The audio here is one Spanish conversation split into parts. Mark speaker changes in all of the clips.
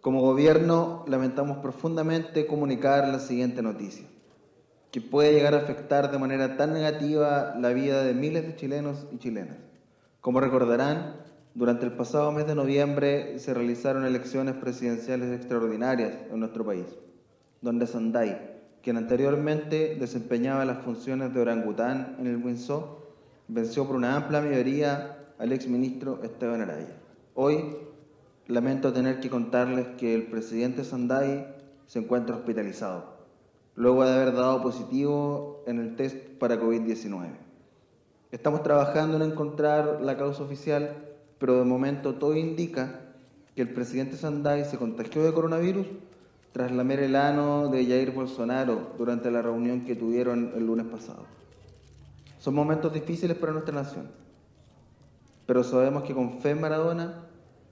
Speaker 1: Como gobierno, lamentamos profundamente comunicar la siguiente noticia, que puede llegar a afectar de manera tan negativa la vida de miles de chilenos y chilenas. Como recordarán, durante el pasado mes de noviembre se realizaron elecciones presidenciales extraordinarias en nuestro país, donde Sandai, quien anteriormente desempeñaba las funciones de orangután en el Windsor, venció por una amplia mayoría al exministro Esteban Araya. Hoy lamento tener que contarles que el presidente Sandai se encuentra hospitalizado, luego de haber dado positivo en el test para COVID-19. Estamos trabajando en encontrar la causa oficial, pero de momento todo indica que el presidente Sandai se contagió de coronavirus tras lamer el ano de Jair Bolsonaro durante la reunión que tuvieron el lunes pasado. Son momentos difíciles para nuestra nación, pero sabemos que con fe en Maradona,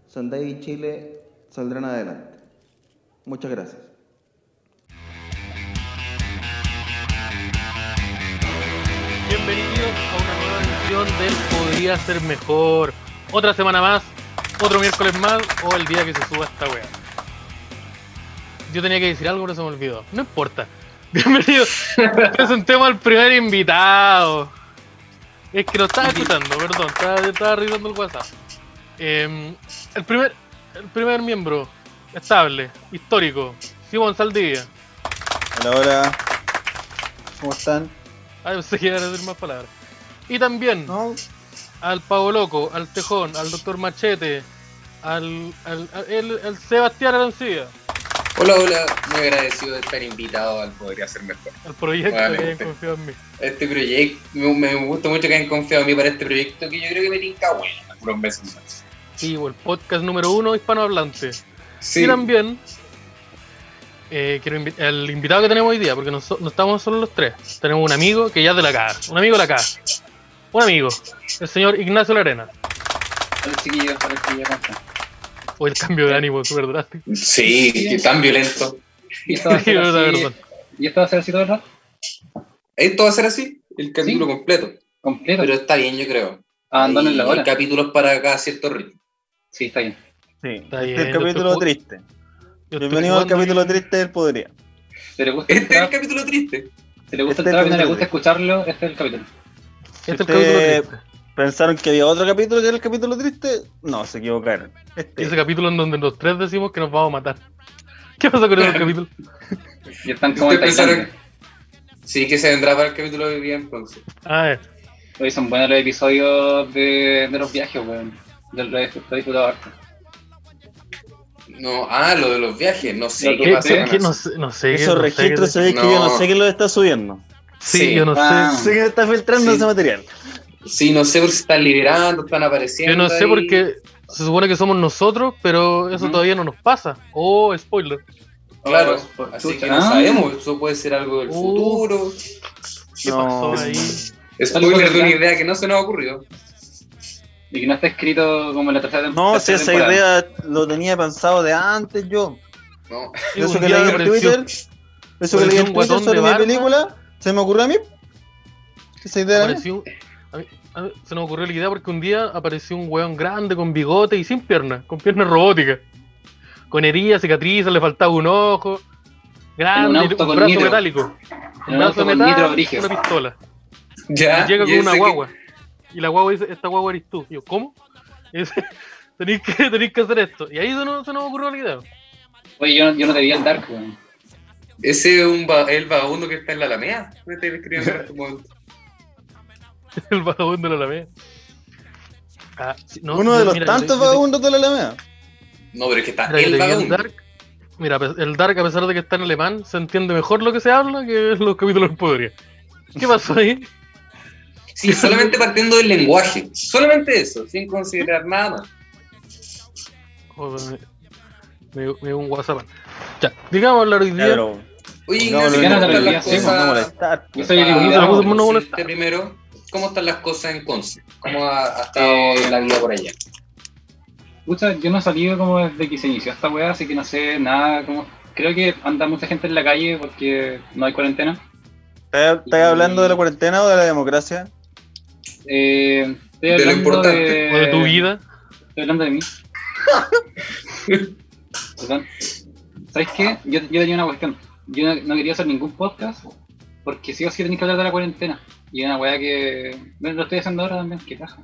Speaker 1: Sandai y Chile saldrán adelante. Muchas gracias.
Speaker 2: Bienvenidos a una nueva edición del Podría Ser Mejor. Otra semana más, otro miércoles más o el día que se suba esta wea. Yo tenía que decir algo, pero se me olvidó. No importa. Bienvenidos. Presentemos al primer invitado. Es que lo estaba escuchando, perdón. Estaba, estaba revisando el WhatsApp. Eh, el, primer, el primer miembro estable, histórico, Simón Saldivia.
Speaker 3: Hola, hola. ¿Cómo están?
Speaker 2: Ah, pensé que iba a decir más palabras. Y también
Speaker 3: No,
Speaker 2: al Pavo Loco, al Tejón, al Doctor Machete, al, al, al- el- el Sebastián Arancía,
Speaker 4: Hola, hola, muy agradecido de estar invitado al Podría Ser Mejor.
Speaker 2: al proyecto
Speaker 4: Vale.
Speaker 2: que hayan confiado en mí.
Speaker 4: Este proyecto, me, me gusta mucho que hayan confiado en mí para este proyecto que yo creo que me tinca bueno, unos meses más.
Speaker 2: Sí, o el podcast número uno hispanohablante.
Speaker 4: Sí,
Speaker 2: Y también eh, quiero invi- el invitado que tenemos hoy día, porque no, so- no estamos solo los tres. Tenemos un amigo que ya es de la casa, un amigo de la casa, un amigo, el señor Ignacio Larena.
Speaker 5: Hola chiquillos, hola chiquillos, ¿cómo están?
Speaker 2: O el cambio de ánimo, súper drástico.
Speaker 4: sí, que tan violento.
Speaker 5: Y esto va a ser
Speaker 2: Yo, la
Speaker 5: así-
Speaker 2: verdad.
Speaker 5: y esto va a ser así todo el rato,
Speaker 4: Esto va a ser así, el capítulo completo.
Speaker 5: completo.
Speaker 4: Pero está bien, yo creo.
Speaker 5: Abandonen la
Speaker 4: Hay-
Speaker 5: hora.
Speaker 4: Hay capítulos para cada cierto ritmo.
Speaker 5: Sí, está bien.
Speaker 3: sí.
Speaker 2: Está
Speaker 3: este
Speaker 2: bien,
Speaker 3: es el
Speaker 2: yo
Speaker 3: capítulo
Speaker 2: estoy
Speaker 3: triste.
Speaker 2: Yo estoy
Speaker 3: Bienvenido al
Speaker 2: jugando
Speaker 3: capítulo
Speaker 2: y-
Speaker 3: triste del Podría.
Speaker 5: Si le gusta el
Speaker 4: Este es el
Speaker 5: trap,
Speaker 4: capítulo triste.
Speaker 5: si le gusta el trap
Speaker 3: este
Speaker 5: y no le
Speaker 3: capítulo.
Speaker 5: gusta escucharlo, este es el capítulo.
Speaker 2: Este es el capítulo
Speaker 3: Ustedes
Speaker 2: triste.
Speaker 3: pensaron que había otro capítulo que era el capítulo triste. No, se equivocaron. Este.
Speaker 2: Ese capítulo en donde los tres decimos que nos vamos a matar. ¿Qué pasa con ese capítulo?
Speaker 5: Y están como en
Speaker 4: Ustedes pensaron-
Speaker 5: Tailandia.
Speaker 4: Sí, que se vendrá para el capítulo de hoy día entonces.
Speaker 2: A ver,
Speaker 5: Hoy son buenos los episodios de, de los viajes, weón. Yo lo he, lo he disfrutado harto.
Speaker 4: No, ah, lo de los viajes, no sé
Speaker 5: Lo
Speaker 4: qué
Speaker 5: que-
Speaker 4: pasa.
Speaker 2: ¿qué,
Speaker 4: con
Speaker 2: qué-
Speaker 4: eso.
Speaker 2: no sé, no sé.
Speaker 3: Esos
Speaker 2: no sé qué-
Speaker 3: registros se ve que
Speaker 4: No.
Speaker 3: yo no sé quién los está subiendo.
Speaker 2: Sí, yo no
Speaker 5: Ah.
Speaker 2: sé.
Speaker 3: Sé que se está filtrando
Speaker 4: Sí.
Speaker 3: ese material.
Speaker 4: Sí, no sé por si están liberando, están apareciendo.
Speaker 2: Yo no sé
Speaker 4: ahí.
Speaker 2: porque se supone que somos nosotros, pero eso
Speaker 5: Ujú.
Speaker 2: todavía no nos pasa. Oh, spoiler.
Speaker 4: Claro,
Speaker 5: Oh, por
Speaker 4: así
Speaker 5: chucha.
Speaker 4: que no
Speaker 5: Ah.
Speaker 4: sabemos, eso puede ser algo del
Speaker 2: Uh.
Speaker 4: futuro.
Speaker 2: ¿Qué
Speaker 3: No.
Speaker 2: pasó ahí?
Speaker 4: Spoiler de
Speaker 5: verdad.
Speaker 4: una idea que no se nos ocurrió.
Speaker 5: Y que no está escrito como en la tercera tem-
Speaker 3: No, si
Speaker 5: tercera
Speaker 3: esa
Speaker 5: temporada.
Speaker 3: idea lo tenía pensado de antes yo.
Speaker 4: No.
Speaker 2: Es
Speaker 3: Eso
Speaker 2: un
Speaker 3: que
Speaker 2: día
Speaker 3: leí
Speaker 2: de
Speaker 3: en
Speaker 2: reflexión.
Speaker 3: Twitter, eso que leí
Speaker 2: Pareció un
Speaker 3: en Twitter
Speaker 2: guatón
Speaker 3: sobre
Speaker 2: de
Speaker 3: mi
Speaker 2: barba.
Speaker 3: película, se me ocurrió a mí. Esa idea era mía.
Speaker 2: Apareció- a mí- a mí se nos ocurrió la idea porque un día apareció un weón grande con bigote y sin piernas, con piernas robóticas. Con heridas, cicatrices, le faltaba un ojo.
Speaker 5: En un
Speaker 2: Grande,
Speaker 5: auto
Speaker 2: un
Speaker 5: con
Speaker 2: brazo
Speaker 5: nitro.
Speaker 2: metálico.
Speaker 5: En
Speaker 2: Un
Speaker 5: un
Speaker 2: brazo
Speaker 5: auto con nitro
Speaker 2: metálico,
Speaker 5: brígido.
Speaker 2: una pistola.
Speaker 4: Ya.
Speaker 2: llega
Speaker 4: Ah, y
Speaker 2: con una
Speaker 4: ese que-
Speaker 2: guagua. Y la guagua dice, esta guagua eres tú. Y yo, ¿cómo? Y dice, tenéis que, tenéis que hacer esto. Y ahí se nos, se nos ocurrió la idea.
Speaker 5: Oye, yo, no- yo no te vi el Dark, weón.
Speaker 4: Ese es un va- el vagabundo que está en la Alameda. Me estoy describiendo en este momento.
Speaker 2: El vagabundo de la Alameda. Ah, sí, no,
Speaker 3: Uno
Speaker 2: yo-
Speaker 3: de los
Speaker 2: mira, yo-
Speaker 3: tantos
Speaker 2: yo-
Speaker 3: vagabundos de la Alameda.
Speaker 4: No, pero es que está
Speaker 2: mira, yo
Speaker 4: el
Speaker 2: leí el
Speaker 4: vagabundo.
Speaker 2: Dark. Mira, pues, el Dark, a pesar de que está en alemán, se entiende mejor lo que se habla que los capítulos del Podría. ¿Qué pasó ahí?
Speaker 4: Sí, solamente partiendo del lenguaje. Solamente eso, sin considerar nada más.
Speaker 2: Oh, me, me, me dio un WhatsApp. Ya, digamos hablar hoy
Speaker 3: Ya,
Speaker 2: día.
Speaker 3: pero
Speaker 4: Oye,
Speaker 3: no,
Speaker 4: Ignacio, ¿cómo
Speaker 5: no, no,
Speaker 4: están
Speaker 5: no,
Speaker 4: las
Speaker 5: no, no,
Speaker 3: no
Speaker 4: cosas?
Speaker 3: molestar. pues.
Speaker 5: Yo soy el
Speaker 4: Ah,
Speaker 2: no, no,
Speaker 5: invitado.
Speaker 2: no, no, no,
Speaker 4: decirte
Speaker 2: molestar.
Speaker 4: primero, ¿cómo están las cosas en Conce? ¿Cómo ha, ha estado la vida por allá?
Speaker 5: Pucha, yo no he salido como desde que se inició esta weá, así que no sé nada. Como... Creo que anda mucha gente en la calle porque no hay cuarentena.
Speaker 3: ¿Estás estás hablando de la cuarentena o de la democracia?
Speaker 5: Eh, Estoy
Speaker 4: De lo
Speaker 5: hablando de,
Speaker 4: importante.
Speaker 2: O de
Speaker 5: Eh,
Speaker 2: tu vida.
Speaker 5: Estoy hablando de mí. Perdón. ¿Sabes qué? Yo, yo tenía una cuestión. Yo no, no quería hacer ningún podcast porque sí o sí tenía que hablar de la cuarentena. Y era una weá que. Bueno, lo estoy haciendo ahora también, qué paja.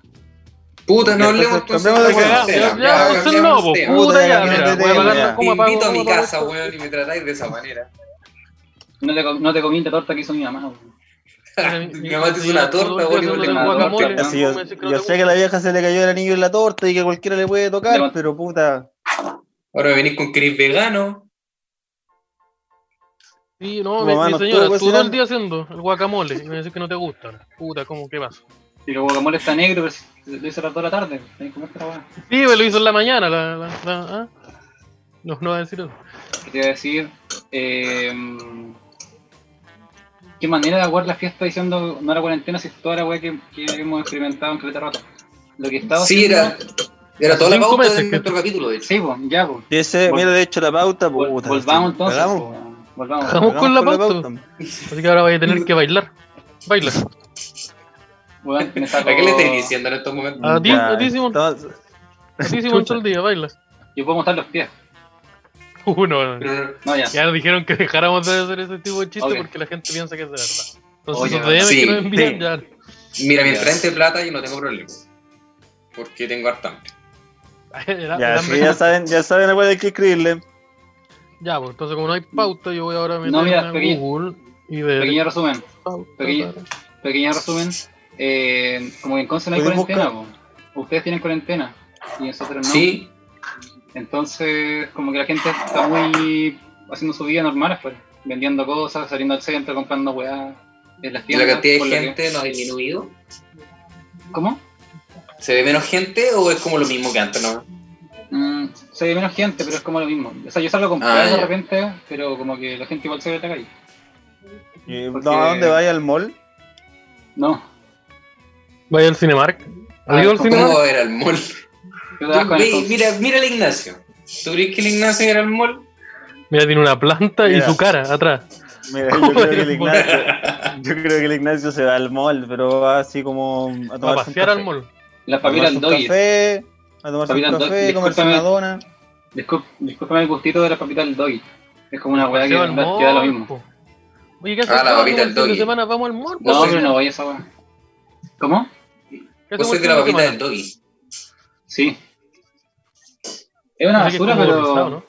Speaker 4: Puta, no
Speaker 3: Ya,
Speaker 4: hablemos
Speaker 3: entonces,
Speaker 4: entonces
Speaker 3: cambiamos de
Speaker 4: la
Speaker 3: weá.
Speaker 4: cuarentena,
Speaker 3: Ya,
Speaker 2: ya,
Speaker 4: ya,
Speaker 2: eso
Speaker 4: cambiamos
Speaker 2: no,
Speaker 4: tema.
Speaker 2: po, puta ya,
Speaker 3: Ya,
Speaker 2: mira,
Speaker 3: cambiamos de
Speaker 2: voy a
Speaker 3: tema,
Speaker 2: pagar
Speaker 3: ya.
Speaker 2: la
Speaker 4: Te
Speaker 2: coma para
Speaker 4: invito a mi
Speaker 2: uno, para
Speaker 4: casa,
Speaker 2: otro.
Speaker 4: weón, y me tratáis de esa manera.
Speaker 5: No te, co- no te comí la torta que hizo mi mamá. weón.
Speaker 4: Mi mamá te hizo una torta, weón, y me
Speaker 5: Haciendo
Speaker 4: tratáis-
Speaker 5: guaca-
Speaker 2: guacamole.
Speaker 5: Ya,
Speaker 3: Así
Speaker 2: ¿cómo
Speaker 3: yo,
Speaker 2: me decís que no
Speaker 3: yo
Speaker 2: te
Speaker 3: sé que a la vieja se le cayó el anillo en la torta y que cualquiera le puede tocar,
Speaker 5: Levanta.
Speaker 3: pero puta.
Speaker 4: Ahora me venís con Chris vegano.
Speaker 2: Sí, no,
Speaker 3: Tu
Speaker 2: mi,
Speaker 3: mamá
Speaker 2: mi
Speaker 3: no
Speaker 2: señora,
Speaker 3: estuvo
Speaker 2: estuvo todo el
Speaker 3: cocinando.
Speaker 2: día haciendo el guacamole. Y me decís que no te gusta. Puta, ¿cómo? ¿Qué pasa?
Speaker 5: Y el guacamole está negro, pero si- lo hice a las 2 de la tarde. Tenés que comerte la weá.
Speaker 2: Sí, me lo hizo en la mañana. La, la, la- ah. No, no va a decir eso.
Speaker 5: ¿Qué te iba a decir? Eh, ¿Qué manera de aguar la fiesta diciendo no a la cuarentena si es toda la weá que, que hemos experimentado en Caleta Rato? Lo que estaba
Speaker 4: Sí, era, era toda la
Speaker 2: Cinco
Speaker 4: pauta
Speaker 2: meses
Speaker 4: de
Speaker 2: que-
Speaker 4: nuestro capítulo, de hecho.
Speaker 5: Sí, pues, ya, pues.
Speaker 3: Y ese,
Speaker 5: Vol-
Speaker 3: mira, de hecho, la pauta, puta.
Speaker 5: Volvamos entonces.
Speaker 3: Hagamos.
Speaker 5: po, weón. Volvamos.
Speaker 2: Vamos con la
Speaker 3: Hagamos
Speaker 2: pauta. Así que ahora vais a tener que bailar. Baila.
Speaker 5: Weón, me
Speaker 4: ¿A
Speaker 5: sacó-
Speaker 4: qué le estáis diciendo en estos momentos?
Speaker 2: A ti,
Speaker 3: Ya,
Speaker 2: a ti, Ah, Simón.
Speaker 3: entonces-
Speaker 2: Así Simón todo el día, baila. Uh,
Speaker 5: Yo puedo mostrar los pies.
Speaker 2: Uno.
Speaker 4: Pero no-
Speaker 5: No, ya.
Speaker 2: Ya nos dijeron que dejáramos de hacer ese tipo de chistes
Speaker 5: Ok.
Speaker 2: porque la gente piensa que es de verdad. Entonces,
Speaker 5: Oye,
Speaker 2: esos DM
Speaker 4: sí,
Speaker 2: que nos envían
Speaker 3: sí.
Speaker 2: ya.
Speaker 4: Mira, mientras entre plata yo no tengo problema. Porque tengo harta.
Speaker 2: Era-
Speaker 3: Ya,
Speaker 2: era
Speaker 3: sí,
Speaker 2: mejor.
Speaker 3: ya saben, ya saben a cuál hay que escribirle.
Speaker 2: Ya, pues entonces, como no hay pauta, yo voy ahora a meter
Speaker 5: No, mira,
Speaker 2: a
Speaker 5: pequeño-
Speaker 2: Google y ver.
Speaker 5: Pequeño resumen.
Speaker 2: pauta.
Speaker 5: pequeño- Pequeño resumen. Eh, como que en Conce no hay
Speaker 3: Podéis
Speaker 5: cuarentena, po. Ustedes tienen cuarentena. Y nosotros no.
Speaker 4: Sí,
Speaker 5: Entonces, como que la gente está muy haciendo su vida normal afuera. Vendiendo cosas, saliendo al centro, comprando weá. En las
Speaker 4: y la
Speaker 5: tiendas.
Speaker 4: cantidad
Speaker 5: por
Speaker 4: de
Speaker 5: lo que-
Speaker 4: gente no ha disminuido.
Speaker 5: ¿Cómo?
Speaker 4: ¿Se ve menos gente o es como lo mismo que antes? No?
Speaker 5: Mm, se ve menos gente, pero es como lo mismo. O sea, yo salgo a comprar
Speaker 4: Ah,
Speaker 5: de
Speaker 4: ya.
Speaker 5: repente, pero como que la gente igual se ve en la calle.
Speaker 3: Y,
Speaker 5: Porque-
Speaker 3: no, ¿A dónde vaya al mall?
Speaker 5: No.
Speaker 2: Vaya al Cinemark.
Speaker 5: Ah,
Speaker 2: Amigo del
Speaker 5: ¿cómo
Speaker 2: Cinemark.
Speaker 4: ¿Cómo era el mall?
Speaker 5: Yo trabajo en el
Speaker 4: Ve,
Speaker 5: Conce.
Speaker 4: mira, mira el Ignacio. ¿Tú crees que el Ignacio era el mall?
Speaker 2: Mira, tiene una planta y
Speaker 3: Mira.
Speaker 2: su cara atrás.
Speaker 3: Mira,
Speaker 2: ¿Cómo
Speaker 3: yo creo que
Speaker 2: era
Speaker 3: el
Speaker 2: el mall?
Speaker 3: Ignacio, yo creo que el Ignacio se va al mall, pero va así como a
Speaker 2: A
Speaker 3: tomar
Speaker 2: pasear al mall.
Speaker 5: La
Speaker 3: A
Speaker 5: familia
Speaker 3: tomarse un
Speaker 5: Doyle.
Speaker 3: café, a tomarse
Speaker 5: Papitas
Speaker 3: un
Speaker 5: Doyle,
Speaker 3: café, comerse
Speaker 5: discúlpame.
Speaker 3: una dona.
Speaker 5: Discul- Discúlpame el gustito de la capital doy. Es como una weá Ah, que,
Speaker 2: Paseo al
Speaker 5: da- que da lo
Speaker 2: mall,
Speaker 5: mismo.
Speaker 2: po. Oye, ¿qué
Speaker 4: Ah,
Speaker 2: hacemos
Speaker 4: la
Speaker 2: el
Speaker 4: babita
Speaker 2: fin
Speaker 4: del Pues
Speaker 2: de
Speaker 4: doggy.
Speaker 2: semana? Vamos al mall. po.
Speaker 5: No,
Speaker 4: Vos
Speaker 5: pero
Speaker 4: sois-
Speaker 5: no voy a esa weá. ¿Cómo?
Speaker 2: ¿Qué
Speaker 4: Vos
Speaker 2: hacemos el
Speaker 4: sois
Speaker 2: fin
Speaker 4: de la
Speaker 2: de
Speaker 4: papita
Speaker 2: semana?
Speaker 4: del doggy.
Speaker 5: Sí. Es una
Speaker 2: Así que es como
Speaker 5: basura, Ah, pero.
Speaker 2: organizado,
Speaker 5: ¿no?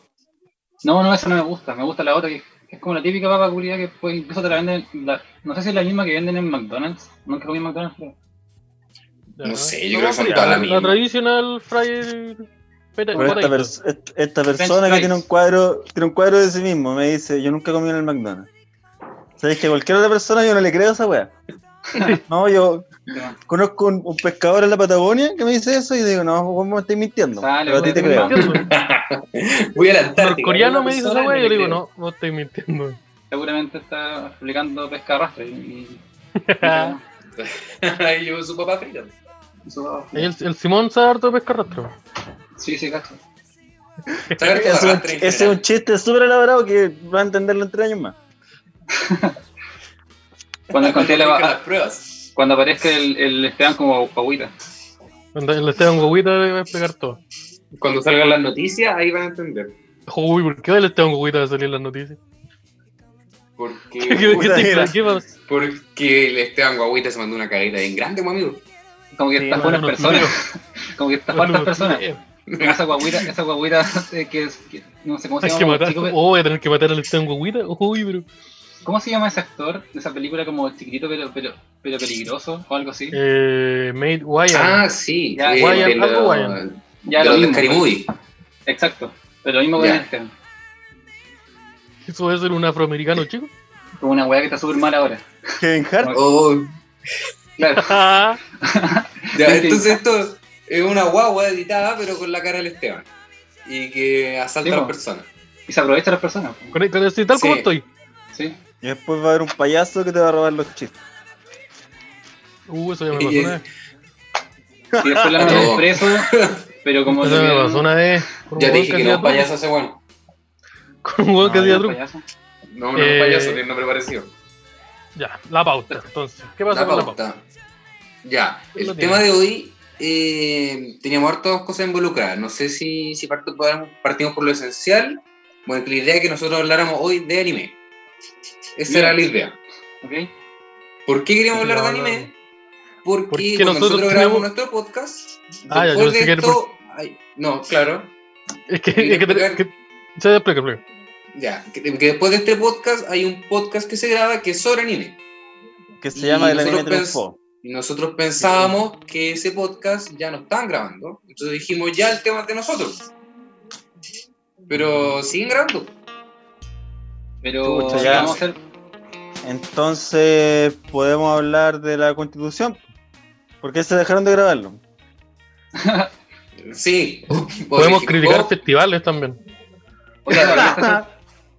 Speaker 2: ¿no?
Speaker 5: no, esa no me gusta. Me gusta la otra que que es como la típica papa culia que pues incluso te la venden. la- No sé si es la misma que venden en McDonald's. Nunca comí en McDonald's, pero.
Speaker 2: Ya,
Speaker 4: No sé, yo
Speaker 2: ¿no?
Speaker 4: creo que son
Speaker 2: Pero
Speaker 4: todas las
Speaker 2: la,
Speaker 4: mismas.
Speaker 2: tradicional Friday. Peta-
Speaker 3: Pero esta,
Speaker 2: potato.
Speaker 3: pers- et- esta persona
Speaker 5: French
Speaker 3: que tiene un
Speaker 5: fries.
Speaker 3: cuadro, tiene un cuadro de sí mismo, me dice, yo nunca comí en el McDonald's. ¿Sabes que a cualquier otra persona yo no le creo a esa weá? No, yo conozco un, un pescador en la Patagonia que me dice eso y digo, no, vos me estáis mintiendo.
Speaker 5: Sale,
Speaker 3: pero a ti
Speaker 5: weón,
Speaker 3: te creo.
Speaker 5: weón.
Speaker 4: Voy a la Antártica.
Speaker 2: El coreano me dice esa
Speaker 4: Una persona
Speaker 2: weá y yo le digo,
Speaker 4: creo.
Speaker 2: no, no estoy mintiendo.
Speaker 5: Seguramente está aplicando pesca arrastre. Y,
Speaker 4: y yo su papá frito.
Speaker 5: y eso-
Speaker 2: Ahí El, el Simón sabe harto de pesca rastro.
Speaker 5: sí, sí, cacho.
Speaker 4: Sacar tu
Speaker 3: Ese es un-
Speaker 4: arrastre en
Speaker 3: ese es
Speaker 4: general.
Speaker 3: un chiste súper elaborado que va a entenderlo en tres años más.
Speaker 5: Cuando encontré la,
Speaker 4: Aplica las pruebas.
Speaker 5: Cuando aparezca el, el Esteban como agüita.
Speaker 2: Cuando le Esteban Goguita le va a explicar todo.
Speaker 4: Cuando salgan las noticias, ahí van a entender.
Speaker 2: Uy, ¿por qué el Esteban Goguita va a salir en las noticias? ¿Qué, qué,
Speaker 4: Porque,
Speaker 3: Puta,
Speaker 2: te-
Speaker 3: mira.
Speaker 2: qué pasa?
Speaker 4: porque el Esteban Guaguita se mandó una caguita bien grande, mi amigo.
Speaker 5: Como que
Speaker 3: Sí,
Speaker 5: estafó a
Speaker 2: bueno,
Speaker 5: unas
Speaker 2: no
Speaker 5: personas. Como que estafó a unas personas. Esa guaguita, esa guaguita eh, que, es- que no sé cómo se
Speaker 2: Hay
Speaker 5: llama.
Speaker 2: que
Speaker 5: como
Speaker 2: matar.
Speaker 5: chico que-
Speaker 2: Oh, voy a tener que matar al Esteban Goguita. Uy, pero.
Speaker 5: ¿Cómo se llama ese actor de esa película como chiquitito pero, pero, pero peligroso o algo así?
Speaker 2: Eh, Made Wyatt.
Speaker 4: Ah, sí.
Speaker 5: Ya,
Speaker 4: eh,
Speaker 2: Guayan,
Speaker 4: de
Speaker 2: algo
Speaker 4: los-
Speaker 2: Guayan.
Speaker 5: ya
Speaker 4: de
Speaker 5: lo
Speaker 4: los de
Speaker 5: mismo.
Speaker 4: Scary Movie.
Speaker 5: Exacto. Pero lo mismo con este.
Speaker 4: Ya.
Speaker 5: el Esteban.
Speaker 2: Eso es ser un afroamericano, chico.
Speaker 5: Como una weá que está súper mal ahora.
Speaker 3: Kevin Hart,
Speaker 4: Oh,
Speaker 5: Claro.
Speaker 2: Ah,
Speaker 4: ya,
Speaker 5: Sí, sí.
Speaker 4: entonces esto es una guagua editada, pero con la cara del Esteban. Y que asalta
Speaker 5: Sí,
Speaker 4: a
Speaker 5: po.
Speaker 4: las personas.
Speaker 5: Y se aprovecha de las personas.
Speaker 2: con, el- con el- tal como
Speaker 4: Sí.
Speaker 2: estoy.
Speaker 5: Sí.
Speaker 3: y después va a haber un payaso que te va a robar los chistes.
Speaker 2: Uh, eso ya me
Speaker 4: Y-
Speaker 2: pasó una vez.
Speaker 5: Y después la meten
Speaker 4: No.
Speaker 5: preso. Pero como
Speaker 2: Eso me
Speaker 5: tuvieron-
Speaker 2: pasó una vez. Con un
Speaker 4: Ya te
Speaker 2: hueón
Speaker 4: dije que
Speaker 2: hacía
Speaker 4: no, un
Speaker 2: truco.
Speaker 4: payaso ese bueno.
Speaker 2: Con un
Speaker 5: No,
Speaker 2: hueón que
Speaker 5: era
Speaker 2: hacía
Speaker 5: un
Speaker 2: truco.
Speaker 5: payaso.
Speaker 4: No, no, un
Speaker 2: Eh,
Speaker 4: payaso, tiene nombre parecido.
Speaker 2: Ya, la pauta. Entonces, ¿qué pasa
Speaker 4: La
Speaker 2: con la pauta?
Speaker 4: pauta. Ya,
Speaker 2: Pues Lo
Speaker 4: el
Speaker 2: tiene.
Speaker 4: tema de hoy eh, teníamos hartas cosas involucradas. No sé si, si parto- podamos- partimos por lo esencial. Bueno, que la idea es que nosotros habláramos hoy de anime. Esa
Speaker 5: Bien.
Speaker 4: era la idea.
Speaker 5: ¿Ok?
Speaker 4: ¿Por qué queríamos hablar de
Speaker 2: No, no.
Speaker 4: anime? Porque
Speaker 2: Porque
Speaker 4: cuando
Speaker 2: nosotros
Speaker 4: nosotros, grabamos
Speaker 2: tenemos-
Speaker 4: nuestro podcast,
Speaker 2: Ah, ya, yo
Speaker 4: después
Speaker 2: pensé que
Speaker 4: de
Speaker 2: era
Speaker 4: esto... ay, no, claro.
Speaker 2: Es que, es que, te- que- ya, ya, explica, explica.
Speaker 4: Ya, que, que después de este podcast hay un podcast que se graba que es sobre anime.
Speaker 3: Que se
Speaker 4: Y
Speaker 3: llama El
Speaker 4: nosotros
Speaker 3: anime triunfó.
Speaker 4: Y nosotros pensábamos que ese podcast ya no estaban grabando. Entonces dijimos, ya el tema es de nosotros. Pero siguen grabando.
Speaker 5: Pero
Speaker 3: Pucha,
Speaker 4: ya.
Speaker 5: vamos a hacer.
Speaker 3: Entonces, podemos hablar de la constitución. Porque se dejaron de grabarlo.
Speaker 4: Sí.
Speaker 2: Podemos
Speaker 4: Porque-
Speaker 2: criticar
Speaker 4: o-
Speaker 2: festivales también.
Speaker 5: Oye, todavía está ese-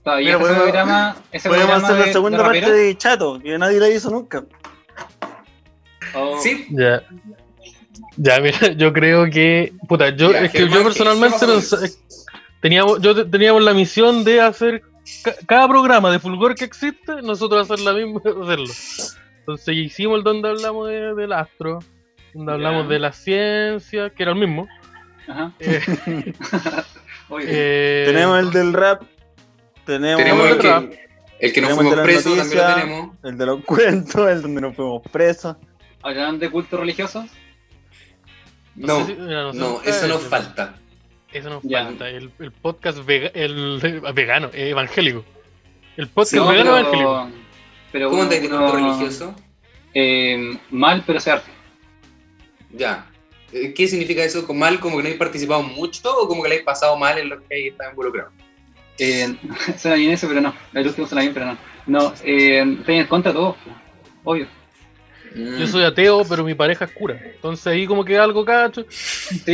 Speaker 5: todavía está ese
Speaker 3: Mira, podemos-
Speaker 5: programa. Ese
Speaker 3: Podemos
Speaker 5: programa
Speaker 3: hacer la
Speaker 5: de-
Speaker 3: segunda
Speaker 5: de
Speaker 3: parte
Speaker 5: raperos.
Speaker 3: de Chato, que nadie la hizo nunca.
Speaker 5: O-
Speaker 4: Sí.
Speaker 2: Ya. Ya, mira, yo creo que. Puta, yo,
Speaker 4: Ya,
Speaker 2: es que
Speaker 4: Germán,
Speaker 2: yo personalmente
Speaker 4: ¿qué vamos a
Speaker 2: pensaba- teníamos, yo te- teníamos la misión de hacer ca- cada programa de Fulgor que existe, nosotros hacer la misma, hacerlo. Entonces hicimos el donde hablamos de- del astro, donde
Speaker 5: Ya.
Speaker 2: hablamos de la ciencia, que era el mismo.
Speaker 5: Ajá.
Speaker 2: Eh,
Speaker 5: Oye,
Speaker 2: eh,
Speaker 3: tenemos el del rap, tenemos,
Speaker 4: Tenemos el
Speaker 3: el,
Speaker 2: otra.
Speaker 4: que, el que nos
Speaker 3: Tenemos
Speaker 4: fuimos
Speaker 3: de la
Speaker 4: presos, también lo
Speaker 3: noticia.
Speaker 4: tenemos.
Speaker 3: de los cuentos, el donde nos fuimos presos.
Speaker 5: ¿hablarán de culto religioso?
Speaker 2: no
Speaker 4: No,
Speaker 2: sé si- mira, no sé
Speaker 4: no,
Speaker 2: si-
Speaker 4: eso nos
Speaker 2: eh,
Speaker 4: falta.
Speaker 2: Eso nos
Speaker 5: Ya.
Speaker 2: falta. El, el podcast vega- el, eh, vegano, eh, evangélico. El podcast
Speaker 4: No,
Speaker 2: vegano evangélico.
Speaker 5: pero. pero
Speaker 4: ¿Cómo
Speaker 5: uno-
Speaker 4: te
Speaker 5: uno-
Speaker 4: culto religioso?
Speaker 5: Eh, mal, pero se arte.
Speaker 4: Ya. Eh, ¿Qué significa eso con mal? ¿Como que no hay participado mucho o como que le hay pasado mal en lo que hay estado involucrado?
Speaker 5: Eh, suena bien eso, pero no. El último suena bien, pero no. No, eh, estoy en contra de todo. Obvio.
Speaker 4: Mm.
Speaker 2: Yo soy ateo, pero mi pareja es cura. Entonces ahí como que algo cacho.
Speaker 5: Sí,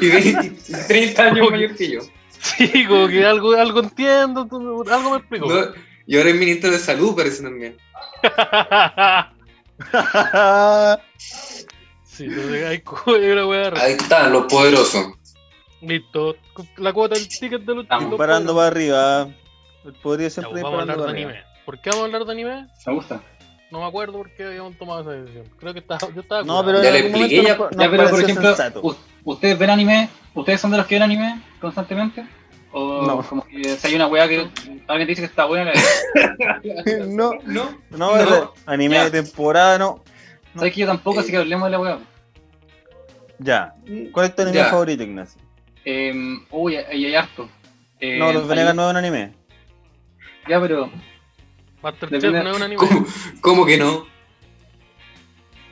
Speaker 4: y de- y 30 años mayor que yo.
Speaker 2: Sí, como que algo, algo entiendo, tú- algo me explico.
Speaker 4: No, y ahora es ministro de salud, parece también.
Speaker 2: sí, entonces hay co- hay una weá rara.
Speaker 4: Ahí están los poderosos.
Speaker 2: Listo. La cuota del ticket de los
Speaker 5: Estamos
Speaker 2: los
Speaker 3: disparando para
Speaker 2: programas.
Speaker 3: arriba. Podría
Speaker 2: Ya,
Speaker 3: siempre
Speaker 2: pues, Vamos a
Speaker 3: disparando
Speaker 2: hablar de
Speaker 3: para arriba.
Speaker 2: anime. ¿Por qué vamos a hablar de anime?
Speaker 5: me gusta.
Speaker 2: No me acuerdo por qué habíamos tomado esa decisión. Creo que estaba, yo estaba.
Speaker 3: No,
Speaker 2: curado.
Speaker 3: pero
Speaker 4: Ya
Speaker 3: en
Speaker 4: le
Speaker 3: algún
Speaker 4: expliqué,
Speaker 3: momento nos-
Speaker 5: ya,
Speaker 3: nos
Speaker 5: pero por
Speaker 3: pareció
Speaker 5: ejemplo,
Speaker 3: sensato.
Speaker 5: u- ¿ustedes ven anime? ¿Ustedes son de los que ven anime constantemente? ¿O
Speaker 3: No.
Speaker 5: como que si hay una weá que alguien te dice que está buena? La...
Speaker 3: No,
Speaker 4: ¿No?
Speaker 3: no,
Speaker 4: No.
Speaker 3: anime
Speaker 5: Ya.
Speaker 3: de temporada no.
Speaker 5: ¿Sabes que yo tampoco, así que hablemos de la weá?
Speaker 3: Ya. ¿Cuál es tu anime
Speaker 4: Ya.
Speaker 3: favorito, Ignacio?
Speaker 5: Eh, uy, ahí hay harto. Eh,
Speaker 3: No, los
Speaker 5: hay-
Speaker 3: Venegas no es un anime.
Speaker 5: Ya, pero
Speaker 2: Masterchef
Speaker 5: depende-
Speaker 2: no es un anime.
Speaker 4: ¿Cómo, cómo que no?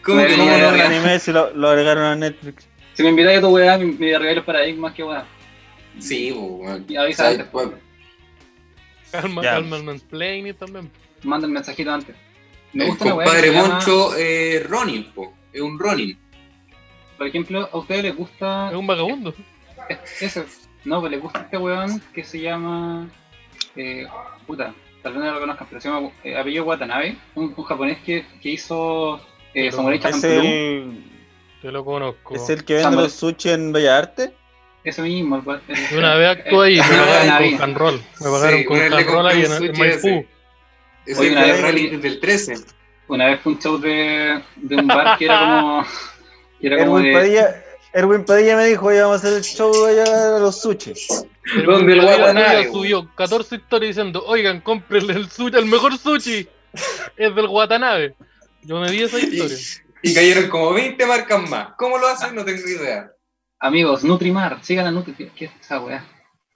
Speaker 4: ¿Cómo que no?
Speaker 5: Debería-
Speaker 3: No,
Speaker 4: no,
Speaker 3: el
Speaker 5: ya.
Speaker 3: anime si lo, lo agregaron a Netflix.
Speaker 5: si me invitáis a tu weá, me, me arregláis los paradigmas, qué weá.
Speaker 4: Sí, po, weón.
Speaker 5: Y avisa
Speaker 4: O sea,
Speaker 5: antes,
Speaker 4: bueno,
Speaker 2: Calma,
Speaker 3: Ya.
Speaker 2: calma, el mansplaining también.
Speaker 5: manda el mensajito antes. Me
Speaker 4: el
Speaker 5: gusta una weá que
Speaker 4: Eh, compadre
Speaker 5: se llama-
Speaker 4: Moncho eh, Ronin, po. Es un Ronin.
Speaker 5: Por ejemplo, ¿a ustedes les gusta
Speaker 2: Es un vagabundo.
Speaker 5: Eso, no, pues le gusta este weón que se llama. Eh, puta, tal vez no lo conozcas, pero se llama eh, apellido Watanabe, un, un japonés que, que hizo eh,
Speaker 2: Pero
Speaker 5: Samurai
Speaker 3: Es
Speaker 5: Champloo.
Speaker 3: el,
Speaker 2: Yo lo conozco.
Speaker 3: es el que vende
Speaker 5: Samurai.
Speaker 3: los sushi en Bellas Artes.
Speaker 5: Eso mismo, el, el-
Speaker 2: Yo una vez actué
Speaker 3: Ah,
Speaker 2: ahí, me pagaron
Speaker 5: Una vez la vi.
Speaker 2: con Hanroll. Me pagaron
Speaker 4: Sí,
Speaker 2: con Hanroll
Speaker 4: una vez le
Speaker 2: ahí en,
Speaker 4: compré un
Speaker 2: en
Speaker 4: sushi
Speaker 2: Maipú.
Speaker 4: ese. Es
Speaker 5: Oye,
Speaker 4: el
Speaker 5: una
Speaker 4: de
Speaker 5: vez-
Speaker 4: Rally del 13.
Speaker 5: una vez fue un show de, de un bar que era como. Que era como
Speaker 3: Erwin
Speaker 5: de.
Speaker 3: Padilla, Erwin Padilla me dijo, oye, vamos a hacer el show allá a los sushi.
Speaker 2: Pero
Speaker 4: ¿Dónde
Speaker 2: un
Speaker 4: el
Speaker 2: colega
Speaker 4: Watanabe,
Speaker 2: tuyo subió 14 historias diciendo, oigan, cómprenle el sushi, el mejor sushi. Es del Watanabe. Yo me vi esa
Speaker 4: Y,
Speaker 2: historia.
Speaker 4: y cayeron como 20 marcas más. ¿Cómo lo hacen? No tengo idea.
Speaker 5: Amigos, Nutrimar, sigan a Nutri. ¿Qué es esa weá?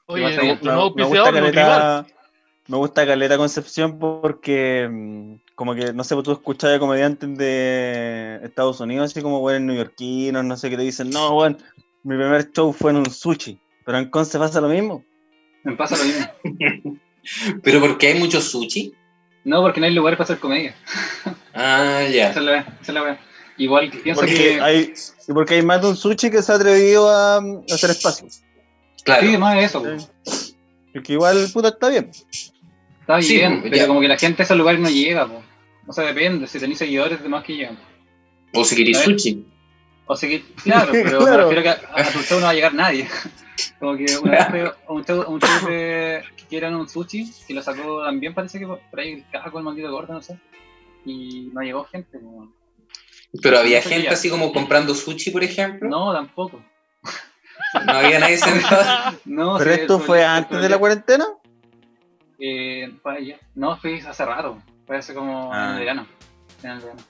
Speaker 2: Oye,
Speaker 5: Me
Speaker 2: un
Speaker 5: gusta-
Speaker 2: nuevo
Speaker 3: me gusta
Speaker 2: auspiciador, Nutrimar.
Speaker 3: Caleta, me gusta Caleta Concepción porque mm, como que, no sé, tú escuchas de comediantes de Estados Unidos, así como weón neoyorquinos, no sé qué te dicen, no, weón, mi primer show fue en un sushi. Pero en Conce pasa lo mismo.
Speaker 5: Me pasa lo mismo.
Speaker 4: ¿Pero porque hay mucho sushi?
Speaker 5: No, porque no hay lugar para hacer comedia.
Speaker 4: Ah,
Speaker 5: Esa
Speaker 4: ya.
Speaker 5: es la weá. Esa es la weá. Igual pienso
Speaker 3: Porque
Speaker 5: que.
Speaker 3: hay, y porque hay más de un sushi que se ha atrevido a, mm, a hacer espacio.
Speaker 5: Sí,
Speaker 4: Claro.
Speaker 5: más de eso, weón.
Speaker 3: Y que igual, puta, está bien.
Speaker 5: Está
Speaker 4: Sí,
Speaker 5: bien,
Speaker 4: pues,
Speaker 5: pero
Speaker 4: ya.
Speaker 5: como que la gente a esos lugares no llega, po. O sea, depende, si tenéis seguidores, demás que llegan.
Speaker 4: O si queréis
Speaker 5: A ver.
Speaker 4: sushi.
Speaker 5: O sea que, claro, pero
Speaker 3: Claro.
Speaker 5: me refiero que a, a tu show no va a llegar nadie. Como que una vez fue a un show, a un show de- que eran un sushi, que lo sacó también, parece que por por ahí el caco, el maldito gordo, no sé. Y no llegó gente, po.
Speaker 4: Pero había
Speaker 5: Sí,
Speaker 4: gente
Speaker 5: ya.
Speaker 4: así como comprando sushi, por ejemplo. No,
Speaker 5: No, tampoco.
Speaker 4: había nadie sentado.
Speaker 5: No,
Speaker 3: ¿Pero
Speaker 5: sí,
Speaker 3: esto
Speaker 5: el
Speaker 3: fue
Speaker 5: problema- el
Speaker 3: antes de
Speaker 5: problema-
Speaker 3: la cuarentena?
Speaker 5: Eh, fue allá. No, fue hace rato. Fue hace como en
Speaker 3: Ah.
Speaker 5: el verano. En el verano.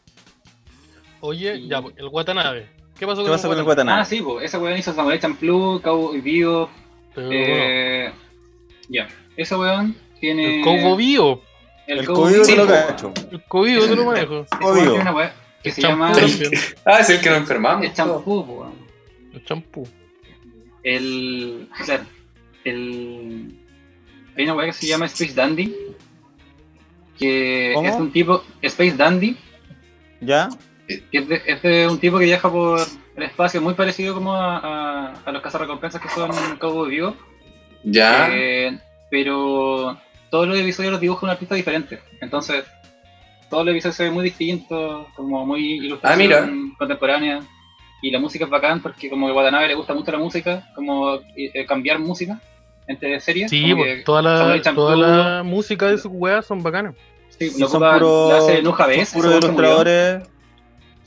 Speaker 2: Oye,
Speaker 5: Y-
Speaker 2: ya, pues, el Watanabe. ¿Qué pasó
Speaker 3: ¿Qué pasa con el
Speaker 2: Watanabe?
Speaker 5: Ah,
Speaker 3: Guataná?
Speaker 5: sí, pues esa weón hizo Samurai Champloo, Cowboy Vivo.
Speaker 2: Pero, bueno,
Speaker 5: Eh, ya, ese weón tiene.
Speaker 2: El Cobo Bio.
Speaker 3: El
Speaker 5: Cobo
Speaker 3: COVID
Speaker 5: Vivo.
Speaker 3: te lo
Speaker 4: sí, po.
Speaker 3: cacho.
Speaker 2: El Cobo Bio te lo manejo.
Speaker 5: Ese weón
Speaker 3: Obvio.
Speaker 5: tiene una weá que
Speaker 2: El
Speaker 5: se
Speaker 2: champú
Speaker 5: llama
Speaker 2: también,
Speaker 4: Ah, es el que nos enfermamos.
Speaker 5: el champú, po, weón.
Speaker 2: El champú.
Speaker 5: El. Claro. El. Hay una weá que se llama Space Dandy. Que
Speaker 3: ¿Cómo?
Speaker 5: es un tipo. Space Dandy.
Speaker 3: ¿Ya?
Speaker 5: que es de, es de un tipo que viaja por el espacio, muy parecido como a, a, a los cazarrecompensas que son Cowboy Vivo.
Speaker 4: Ya.
Speaker 5: Eh, pero todos los episodios los dibuja un artista diferente. Entonces, todos los episodios se ven muy distintos, como muy
Speaker 4: Ah, mira.
Speaker 5: ilustración contemporánea. Y la música es bacán porque como a Watanabe le gusta mucho la música, como eh, cambiar música entre series.
Speaker 2: Sí,
Speaker 5: como
Speaker 2: pues,
Speaker 5: que-
Speaker 2: toda la,
Speaker 5: Samurai Champloo.
Speaker 2: toda la música de sus weas son bacanas.
Speaker 5: sí,
Speaker 3: Y
Speaker 5: lo
Speaker 3: son
Speaker 5: ocupa-
Speaker 3: puros-
Speaker 5: la hace en UJBS,
Speaker 3: ¿Son puros
Speaker 5: ese weón se murió.
Speaker 3: ilustradores?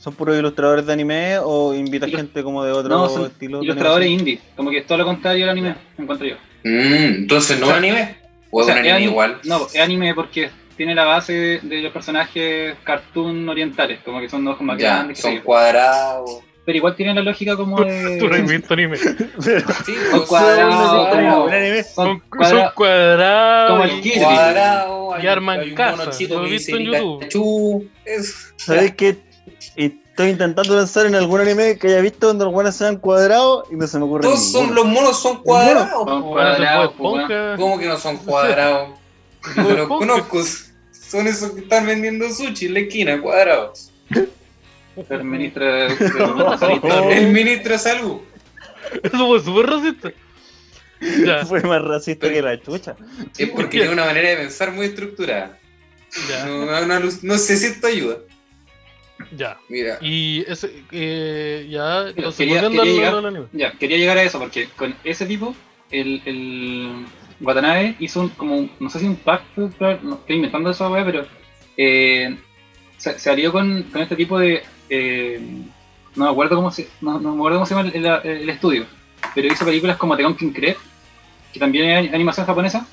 Speaker 3: ¿Son puros ilustradores de anime o invitas
Speaker 5: Ilu-
Speaker 3: gente como de otro
Speaker 5: No, son
Speaker 3: estilo? de
Speaker 5: Ilustradores
Speaker 3: animación?
Speaker 5: indie, como que es todo lo contrario al anime, encuentro yo.
Speaker 4: Mm, entonces no
Speaker 5: O sea,
Speaker 4: es anime. O
Speaker 5: O
Speaker 4: es
Speaker 5: sea,
Speaker 4: un anime igual.
Speaker 5: No, es anime porque tiene la base de, de los personajes cartoon orientales, como que son ojos más
Speaker 4: ya,
Speaker 5: grandes. qué sé
Speaker 4: son
Speaker 5: yo.
Speaker 4: cuadrados.
Speaker 5: Pero igual tiene la lógica como de.
Speaker 2: Tú no has visto anime.
Speaker 4: Sí,
Speaker 5: son
Speaker 4: pues, son
Speaker 5: cuadrados, como.
Speaker 3: Un anime.
Speaker 5: Son
Speaker 2: Son
Speaker 5: cuadrados.
Speaker 2: cuadrados.
Speaker 5: como el
Speaker 2: y-
Speaker 5: Kirby.
Speaker 4: cuadrados. hay-
Speaker 2: arman
Speaker 4: hay un
Speaker 2: casa,
Speaker 4: mono chico
Speaker 2: lo he
Speaker 4: que
Speaker 2: visto
Speaker 4: dice
Speaker 2: en YouTube.
Speaker 4: Pikachu, es-
Speaker 3: ¿Sabéis qué? Estoy intentando pensar en algún anime que haya visto donde los buenos sean cuadrados y no se me ocurre
Speaker 4: Todos son,
Speaker 3: ninguno.
Speaker 4: los monos son cuadrados.
Speaker 5: Son pues,
Speaker 2: Como
Speaker 5: cuadrados,
Speaker 2: Bob
Speaker 5: po,
Speaker 2: Esponja.
Speaker 4: ¿Cómo que no son cuadrados? Yo
Speaker 2: Bob
Speaker 4: los
Speaker 2: Esponja.
Speaker 4: conozco. Son esos que están vendiendo sushi en la esquina, cuadrados.
Speaker 5: El ministro de- de-
Speaker 3: Oh.
Speaker 4: El ministro de salud.
Speaker 2: Eso fue súper racista. Ya,
Speaker 3: Fue más racista
Speaker 4: Pero-
Speaker 3: que la chucha.
Speaker 4: Es porque tiene una manera de pensar muy estructurada.
Speaker 2: ya,
Speaker 4: No, no- no- no sé si esto ayuda.
Speaker 2: ya.
Speaker 4: Mira,
Speaker 2: Y ese, eh, ya, entonces,
Speaker 5: quería-
Speaker 2: volviendo
Speaker 5: quería
Speaker 2: al-
Speaker 5: llegar-
Speaker 2: al anime.
Speaker 5: Ya, quería llegar a eso porque con ese tipo, el, el Watanabe hizo un, como, un- no sé si un pacto, pero- no, estoy inventando esa weá, pero eh, se, se alió con, con este tipo de. eh, no, me acuerdo cómo se, no, no me acuerdo cómo se llama el, el- el estudio, pero hizo películas como The King Crep, que también es animación japonesa,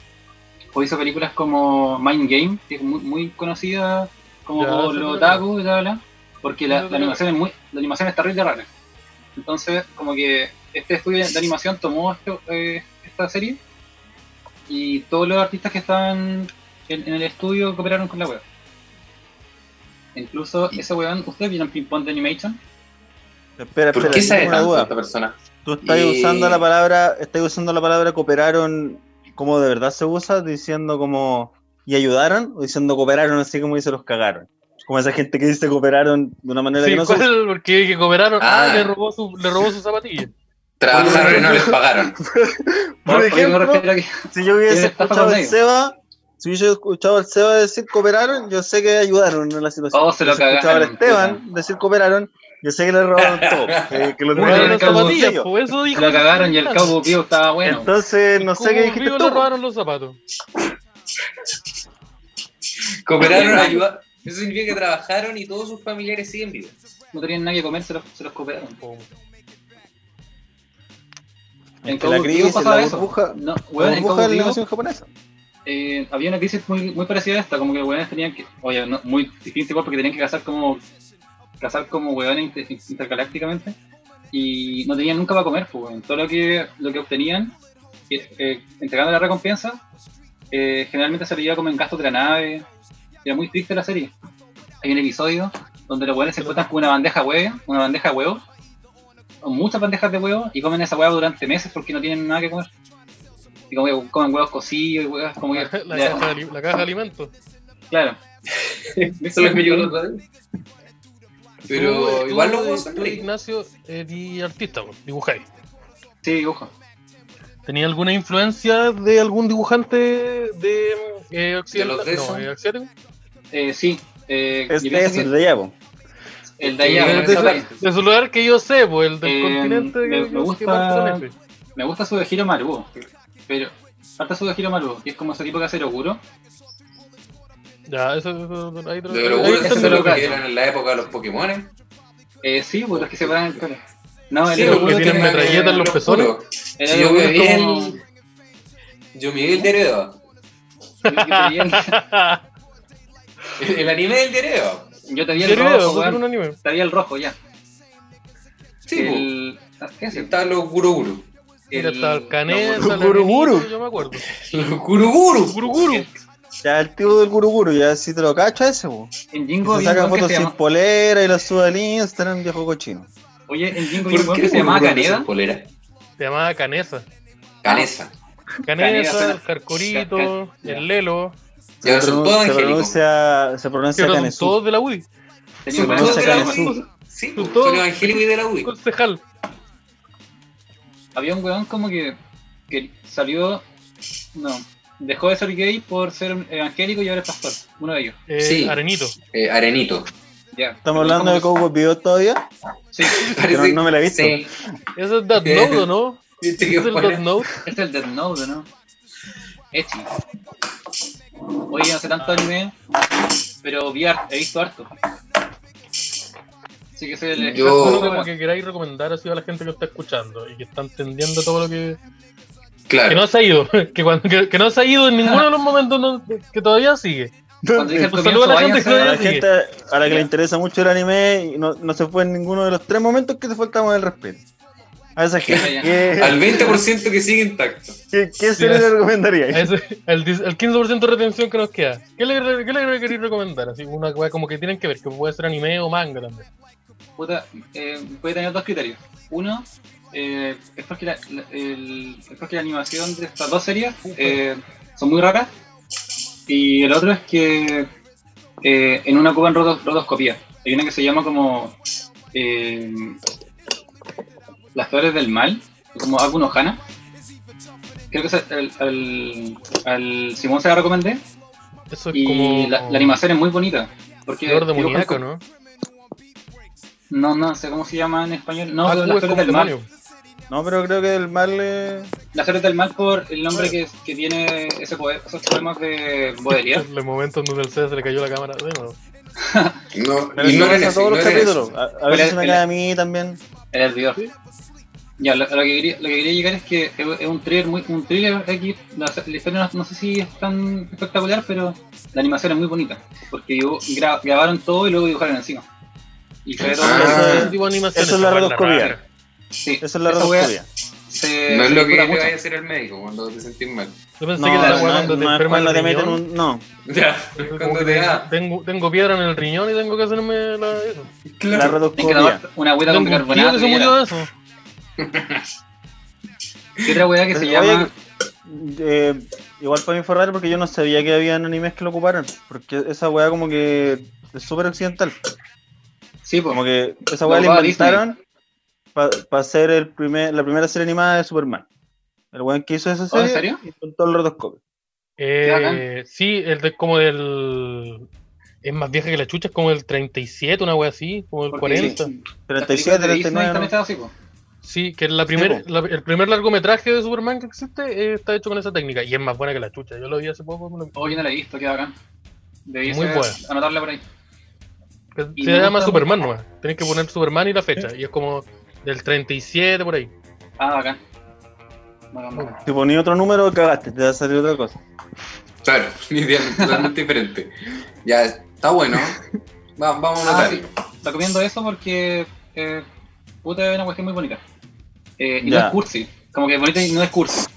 Speaker 5: o hizo películas como Mind Game, que es muy, muy conocida como
Speaker 2: Ya,
Speaker 5: por
Speaker 2: sí,
Speaker 5: los
Speaker 2: sí,
Speaker 5: otaku y tal, bla, bla, porque la,
Speaker 2: Sí, sí,
Speaker 5: la
Speaker 2: sí.
Speaker 5: animación es muy, la animación es terrible rara. Entonces, como que este estudio de animación tomó este- eh, esta serie y todos los artistas que estaban en, en el estudio cooperaron con la web. Incluso ese weón, ¿ustedes vieron Ping Pong de Animation?
Speaker 3: Espera,
Speaker 4: ¿por
Speaker 3: espera,
Speaker 4: qué
Speaker 3: tengo
Speaker 4: sabe
Speaker 3: una
Speaker 4: tanto
Speaker 3: duda.
Speaker 4: esta persona?
Speaker 3: Tú estás
Speaker 4: Y-
Speaker 3: usando la palabra, estás usando la palabra cooperaron como de verdad se usa, diciendo como y ayudaron, o diciendo cooperaron así como dice los cagaron. Como esa gente que dice cooperaron de una manera
Speaker 2: Sí,
Speaker 3: que no se
Speaker 2: ¿cuál? Porque que cooperaron. Ah,
Speaker 4: Ah.
Speaker 2: le robó su, le robó su zapatilla.
Speaker 4: Trabajaron y no les pagaron.
Speaker 3: Por
Speaker 5: Porque me
Speaker 3: ejemplo,
Speaker 5: refiero a que-
Speaker 3: Si yo hubiese
Speaker 5: ¿Quién está
Speaker 3: escuchado al
Speaker 5: conmigo?
Speaker 3: Seba, si hubiese escuchado al Seba decir cooperaron, yo sé que ayudaron en la situación.
Speaker 5: Oh, se lo
Speaker 3: Si hubiese escuchado al
Speaker 5: cagaron,
Speaker 3: Esteban decir cooperaron, yo sé que le robaron todo. que, que
Speaker 2: Le
Speaker 5: Bueno,
Speaker 3: lo tuvieron
Speaker 2: robaron
Speaker 5: el
Speaker 3: en
Speaker 2: las
Speaker 3: el
Speaker 5: cabo
Speaker 2: zapatillas,
Speaker 3: bolsillo.
Speaker 2: pues, eso dijo.
Speaker 5: la cagaron y el cabo Pío estaba bueno.
Speaker 3: Entonces, no sé qué
Speaker 2: Como
Speaker 3: dijiste
Speaker 2: Río
Speaker 3: tú.
Speaker 2: le robaron los zapatos.
Speaker 4: Cooperaron, ayudaron. Eso significa que trabajaron y todos sus familiares siguen vivos.
Speaker 5: No tenían nadie que comer, se los, se los cooperaron.
Speaker 3: Oh.
Speaker 2: Pum.
Speaker 5: En
Speaker 3: Que la
Speaker 5: Cowboy Vivo
Speaker 3: crisis,
Speaker 5: pasaba
Speaker 3: la
Speaker 5: eso.
Speaker 3: burbuja,
Speaker 5: No,
Speaker 3: la
Speaker 5: weón, en Cowboy
Speaker 3: burbuja de la
Speaker 5: Vivo
Speaker 3: animación japonesa.
Speaker 5: eh, había una crisis muy, muy parecida a esta, como que los weones tenían que, oye, no, muy distinto igual porque tenían que cazar como, cazar como weones inter- intergalácticamente y no tenían nunca para comer, pues, weón. todo lo que, lo que obtenían, eh, eh, entregando la recompensa, eh, generalmente se le iba como en gastos de la nave, era muy triste la serie. Hay un episodio donde los weones se encuentran con una bandeja huevo, una bandeja de huevo, o muchas bandejas de huevo y comen esa hueá durante meses porque no tienen nada que comer. Y como que comen huevos cocidos y huevas como que...
Speaker 2: La, la
Speaker 5: ya-
Speaker 2: caja de, ali- la caja de alimentos.
Speaker 5: Claro.
Speaker 4: Eso es lo que yo la otra vez.
Speaker 2: Tú-
Speaker 4: Pero
Speaker 2: tú,
Speaker 4: igual los
Speaker 2: eh,
Speaker 4: juegos son
Speaker 2: tú,
Speaker 4: ricos.
Speaker 2: Ignacio, eres artista, pues, dibujáis.
Speaker 5: Sí, dibujo.
Speaker 2: ¿Tenía alguna influencia de algún dibujante de eh, occidental?
Speaker 4: De los
Speaker 2: no,
Speaker 4: de
Speaker 2: eh, asiático.
Speaker 5: Eh, sí. Eh,
Speaker 3: Es
Speaker 5: yo
Speaker 3: de
Speaker 5: pienso
Speaker 3: eso,
Speaker 5: que
Speaker 3: de allá, po.
Speaker 5: el de allá,
Speaker 2: Eh,
Speaker 5: bueno, esa
Speaker 2: de,
Speaker 5: parte.
Speaker 2: su, de su lugar que yo sé, pues el del
Speaker 5: Eh,
Speaker 2: continente que,
Speaker 5: me- me
Speaker 2: que
Speaker 5: gusta-
Speaker 2: parte con F.
Speaker 5: Me gusta su de giro Marubo. Pero. Falta su de giro Marubo, que es como ese tipo que hace locuro.
Speaker 2: Ya, eso, eso ahí tra-
Speaker 4: De
Speaker 2: ahí
Speaker 4: lo bueno
Speaker 2: está
Speaker 4: que
Speaker 2: el
Speaker 4: se lo
Speaker 2: lugar.
Speaker 4: que eran en la época de los Pokémon.
Speaker 5: Eh, sí, pues los que se paran el pelo. No, el
Speaker 4: Sí,
Speaker 5: otro
Speaker 4: los
Speaker 5: weón
Speaker 2: que tienen
Speaker 5: tenía-
Speaker 2: metralletas en los pezones.
Speaker 4: puros.
Speaker 5: el
Speaker 4: Si
Speaker 5: otro
Speaker 4: yo
Speaker 5: weón
Speaker 4: me vi el-
Speaker 5: como-
Speaker 4: Yo me vi el Dereo.
Speaker 5: Yo te vi el-
Speaker 4: El anime del Dereo.
Speaker 5: Yo te vi
Speaker 2: Yo
Speaker 5: el
Speaker 2: creo,
Speaker 5: rojo,
Speaker 2: vos tenés un
Speaker 5: weón.
Speaker 2: anime.
Speaker 5: Te vi el rojo, ya.
Speaker 4: Sí, pues. el...
Speaker 5: el... ah, ¿Qué es el-
Speaker 4: Estaban los guruguru.
Speaker 2: Mira,
Speaker 5: el-
Speaker 2: estaba el Canet,
Speaker 5: no,
Speaker 2: estaba el
Speaker 3: Guruguru.
Speaker 2: Anito, Yo me acuerdo.
Speaker 4: Los guruguru.
Speaker 2: Guruguru.
Speaker 3: Ya el tipo del guruguru, ya si te lo cacho ese, po.
Speaker 5: En
Speaker 3: Que este
Speaker 5: Jingo
Speaker 3: Se
Speaker 5: había un weón que
Speaker 3: saca fotos
Speaker 5: se
Speaker 3: sin
Speaker 5: llama-
Speaker 3: polera y las sube al Instagram, viejo cochino.
Speaker 5: Oye, en Jingo había un
Speaker 4: ¿Por
Speaker 5: weón
Speaker 4: qué
Speaker 5: que se llamaba
Speaker 4: guruguru es
Speaker 5: Caneda.
Speaker 4: polera?
Speaker 2: Se llamaba Canesa.
Speaker 4: Canesa.
Speaker 5: Ah.
Speaker 2: Canesa,
Speaker 5: Canesa.
Speaker 2: el Carcorito,
Speaker 5: Ca- ca-
Speaker 2: el Lelo.
Speaker 4: Y ahora son
Speaker 3: pronun-
Speaker 4: todos
Speaker 3: se
Speaker 4: angélicos.
Speaker 3: pronuncia, se
Speaker 2: Que
Speaker 3: pronuncia
Speaker 2: ahora son
Speaker 3: Canesú.
Speaker 2: todos de la UDI.
Speaker 5: Tenía
Speaker 4: Son todos
Speaker 5: un weón
Speaker 4: de
Speaker 5: que se
Speaker 4: la
Speaker 5: llamaba-
Speaker 3: Canesú.
Speaker 4: UDI. Sí, pues,
Speaker 2: Todos-
Speaker 4: son los angélicos y de la UDI.
Speaker 2: Concejal.
Speaker 5: Había un weón como que, que salió. No. Dejó de ser gay por ser evangélico y ahora es pastor. Uno de ellos.
Speaker 2: eh,
Speaker 4: Sí.
Speaker 2: Arenito.
Speaker 4: Eh, arenito.
Speaker 5: Ya.
Speaker 3: Estamos hablando de Coco Pivot todavía.
Speaker 5: Sí,
Speaker 4: Parece-
Speaker 3: no me la he visto.
Speaker 4: Sí.
Speaker 2: Ese es Death Note, ¿o ¿no?
Speaker 4: Viste que
Speaker 2: ¿Es el
Speaker 4: fuera.
Speaker 2: Death Note?
Speaker 5: es el Death Note, ¿no? Echi. Oye, no sé tanto anime, pero vi har- he visto harto. Así que soy el
Speaker 4: Yo-
Speaker 5: experto en
Speaker 2: Algo
Speaker 5: esa
Speaker 2: como
Speaker 5: weá.
Speaker 2: que queráis recomendar así a la gente que está escuchando y que está entendiendo todo lo que... Que
Speaker 4: Claro.
Speaker 2: no se ha ido. Que, cuando, que, que no se ha ido en ninguno de los momentos no- que todavía sigue.
Speaker 5: Cuando dije al
Speaker 2: Pues
Speaker 5: comienzo,
Speaker 2: saluda a la gente que
Speaker 3: A
Speaker 5: váyanse-
Speaker 3: la gente a la que le interesa mucho el anime y no, no se fue en ninguno de los tres momentos que te faltamos el respeto. A esa gente,
Speaker 5: Ya, ya.
Speaker 3: ¿qué,
Speaker 4: Al 20% que sigue intacto.
Speaker 3: qué, qué serie le recomendaría?
Speaker 2: A ese- al dis- al 15% de retención que nos queda. ¿Qué le, qué le queréis recomendar? Así, una weá como que tienen que ver, que puede ser anime o manga también.
Speaker 5: Puta, eh, puede tener dos criterios. Uno, eh, es, porque la, la- el- es porque la animación de estas dos series eh, son muy raras. Y el otro es que eh, en una ocupan rodo- rodoscopía. Hay una que se llama como eh, Las Flores del Mal, como Akuno Hana. Creo que esa- al, al- al Simón se la recomendé.
Speaker 2: Eso es
Speaker 5: Y
Speaker 2: como...
Speaker 5: la, la animación es muy bonita. Porque
Speaker 2: Flor
Speaker 5: dibujan
Speaker 2: demoníaco,
Speaker 5: con-
Speaker 2: ¿no?
Speaker 5: no, no sé cómo se llama en español. No,
Speaker 2: Ah,
Speaker 5: pero
Speaker 2: Q
Speaker 5: las
Speaker 2: es
Speaker 5: flores
Speaker 2: como
Speaker 5: del mal.
Speaker 2: demonio.
Speaker 3: No, pero creo que el mal le...
Speaker 5: Las flores del mal por el nombre que, que tiene ese poe- esos poemas de Baudelaire.
Speaker 2: El momento en donde el César se le cayó la cámara. de nuevo.
Speaker 4: No,
Speaker 3: Pero eso
Speaker 4: ignoren
Speaker 3: pasa
Speaker 4: eso.
Speaker 3: todos los
Speaker 4: ignoren eso.
Speaker 3: capítulos. A, a veces
Speaker 5: Pero
Speaker 3: me
Speaker 5: el-
Speaker 3: cae a mí también.
Speaker 5: El hervidor. Ya, lo, lo que quería, lo que quería llegar es que es, es un thriller muy, un thriller X. La, la historia no, no sé si es tan espectacular, pero la animación es muy bonita. Porque dibu- gra- grabaron todo y luego dibujaron encima. Y se ve todo.
Speaker 4: Ah,
Speaker 2: Ese tipo de animación,
Speaker 3: eso
Speaker 2: esa
Speaker 3: es la
Speaker 2: weá
Speaker 3: radioscopía.
Speaker 2: rara.
Speaker 5: Sí,
Speaker 3: Esa es la
Speaker 5: esa wea
Speaker 3: radioscopía.
Speaker 5: se-
Speaker 4: Eh, No es
Speaker 5: se
Speaker 4: lo que
Speaker 5: disfruta
Speaker 4: te
Speaker 5: mucho.
Speaker 4: vaya a hacer el médico cuando te sentís mal.
Speaker 2: Yo
Speaker 3: No,
Speaker 2: pensé que la weá
Speaker 3: no,
Speaker 2: cuando te
Speaker 3: no es
Speaker 2: enfermas
Speaker 3: cuando
Speaker 2: el
Speaker 3: te meten
Speaker 2: riñón,
Speaker 3: un... No.
Speaker 4: Ya,
Speaker 2: como
Speaker 4: cuando
Speaker 2: que
Speaker 4: te da.
Speaker 2: tengo, tengo piedra en el riñón y tengo que hacerme la... Eso.
Speaker 3: La
Speaker 5: Tienen que
Speaker 3: radioscopía.
Speaker 5: tomar una agüita
Speaker 2: Tengo
Speaker 5: con
Speaker 2: un tío
Speaker 5: bicarbonato.
Speaker 2: que se
Speaker 5: y
Speaker 2: murió
Speaker 5: era-
Speaker 2: de eso.
Speaker 5: y otra weá que se
Speaker 3: Oye,
Speaker 5: llama.
Speaker 3: eh, igual para mí fue raro porque yo no sabía que había animes que lo ocuparan. Porque esa weá como que es súper occidental.
Speaker 5: Sí, pues.
Speaker 3: Como que esa
Speaker 5: Lo
Speaker 3: weá la
Speaker 5: ocupaba Disney.
Speaker 3: inventaron para hacer el primer, la primera serie animada de Superman. El weón que hizo esa
Speaker 5: ¿Oh,
Speaker 3: serie
Speaker 5: ¿En serio?
Speaker 3: inventó el rotoscopio.
Speaker 2: Eh,
Speaker 5: Qué bacán.
Speaker 2: sí, el de, como del. Es más vieja que la chucha, es como el 37, una wea así, como el
Speaker 5: Porque
Speaker 2: 40. Sí,
Speaker 5: las películas
Speaker 3: 37,
Speaker 5: de Disney
Speaker 3: 39.
Speaker 5: están
Speaker 3: ¿no?
Speaker 5: hechas así, pues.
Speaker 2: que la primer, la- el primer largometraje de Superman que existe eh, está hecho con esa técnica y es más buena que la chucha. Yo lo vi hace poco. me lo-
Speaker 5: Oh, yo no la he visto, qué bacán. Debí
Speaker 2: Muy
Speaker 5: ser-
Speaker 2: buena.
Speaker 5: anotarla por ahí.
Speaker 2: que
Speaker 5: Y
Speaker 2: se
Speaker 5: me
Speaker 2: llama
Speaker 5: gusta-
Speaker 2: Superman nomás. Tienes que poner Superman y la fecha. Y es como del 37 por ahí.
Speaker 5: Ah, bacán. Bacán, bacán.
Speaker 3: Si ponía otro número, cagaste, te va a salir otra cosa.
Speaker 4: Claro, una idea totalmente diferente. Ya, está bueno. Va- vamos a
Speaker 5: Ah,
Speaker 4: notar.
Speaker 5: sí. Recomiendo eso porque eh, puta es una cuestión muy bonita. Eh, y
Speaker 3: Ya.
Speaker 5: no es cursi. Como que bonita y no es cursi.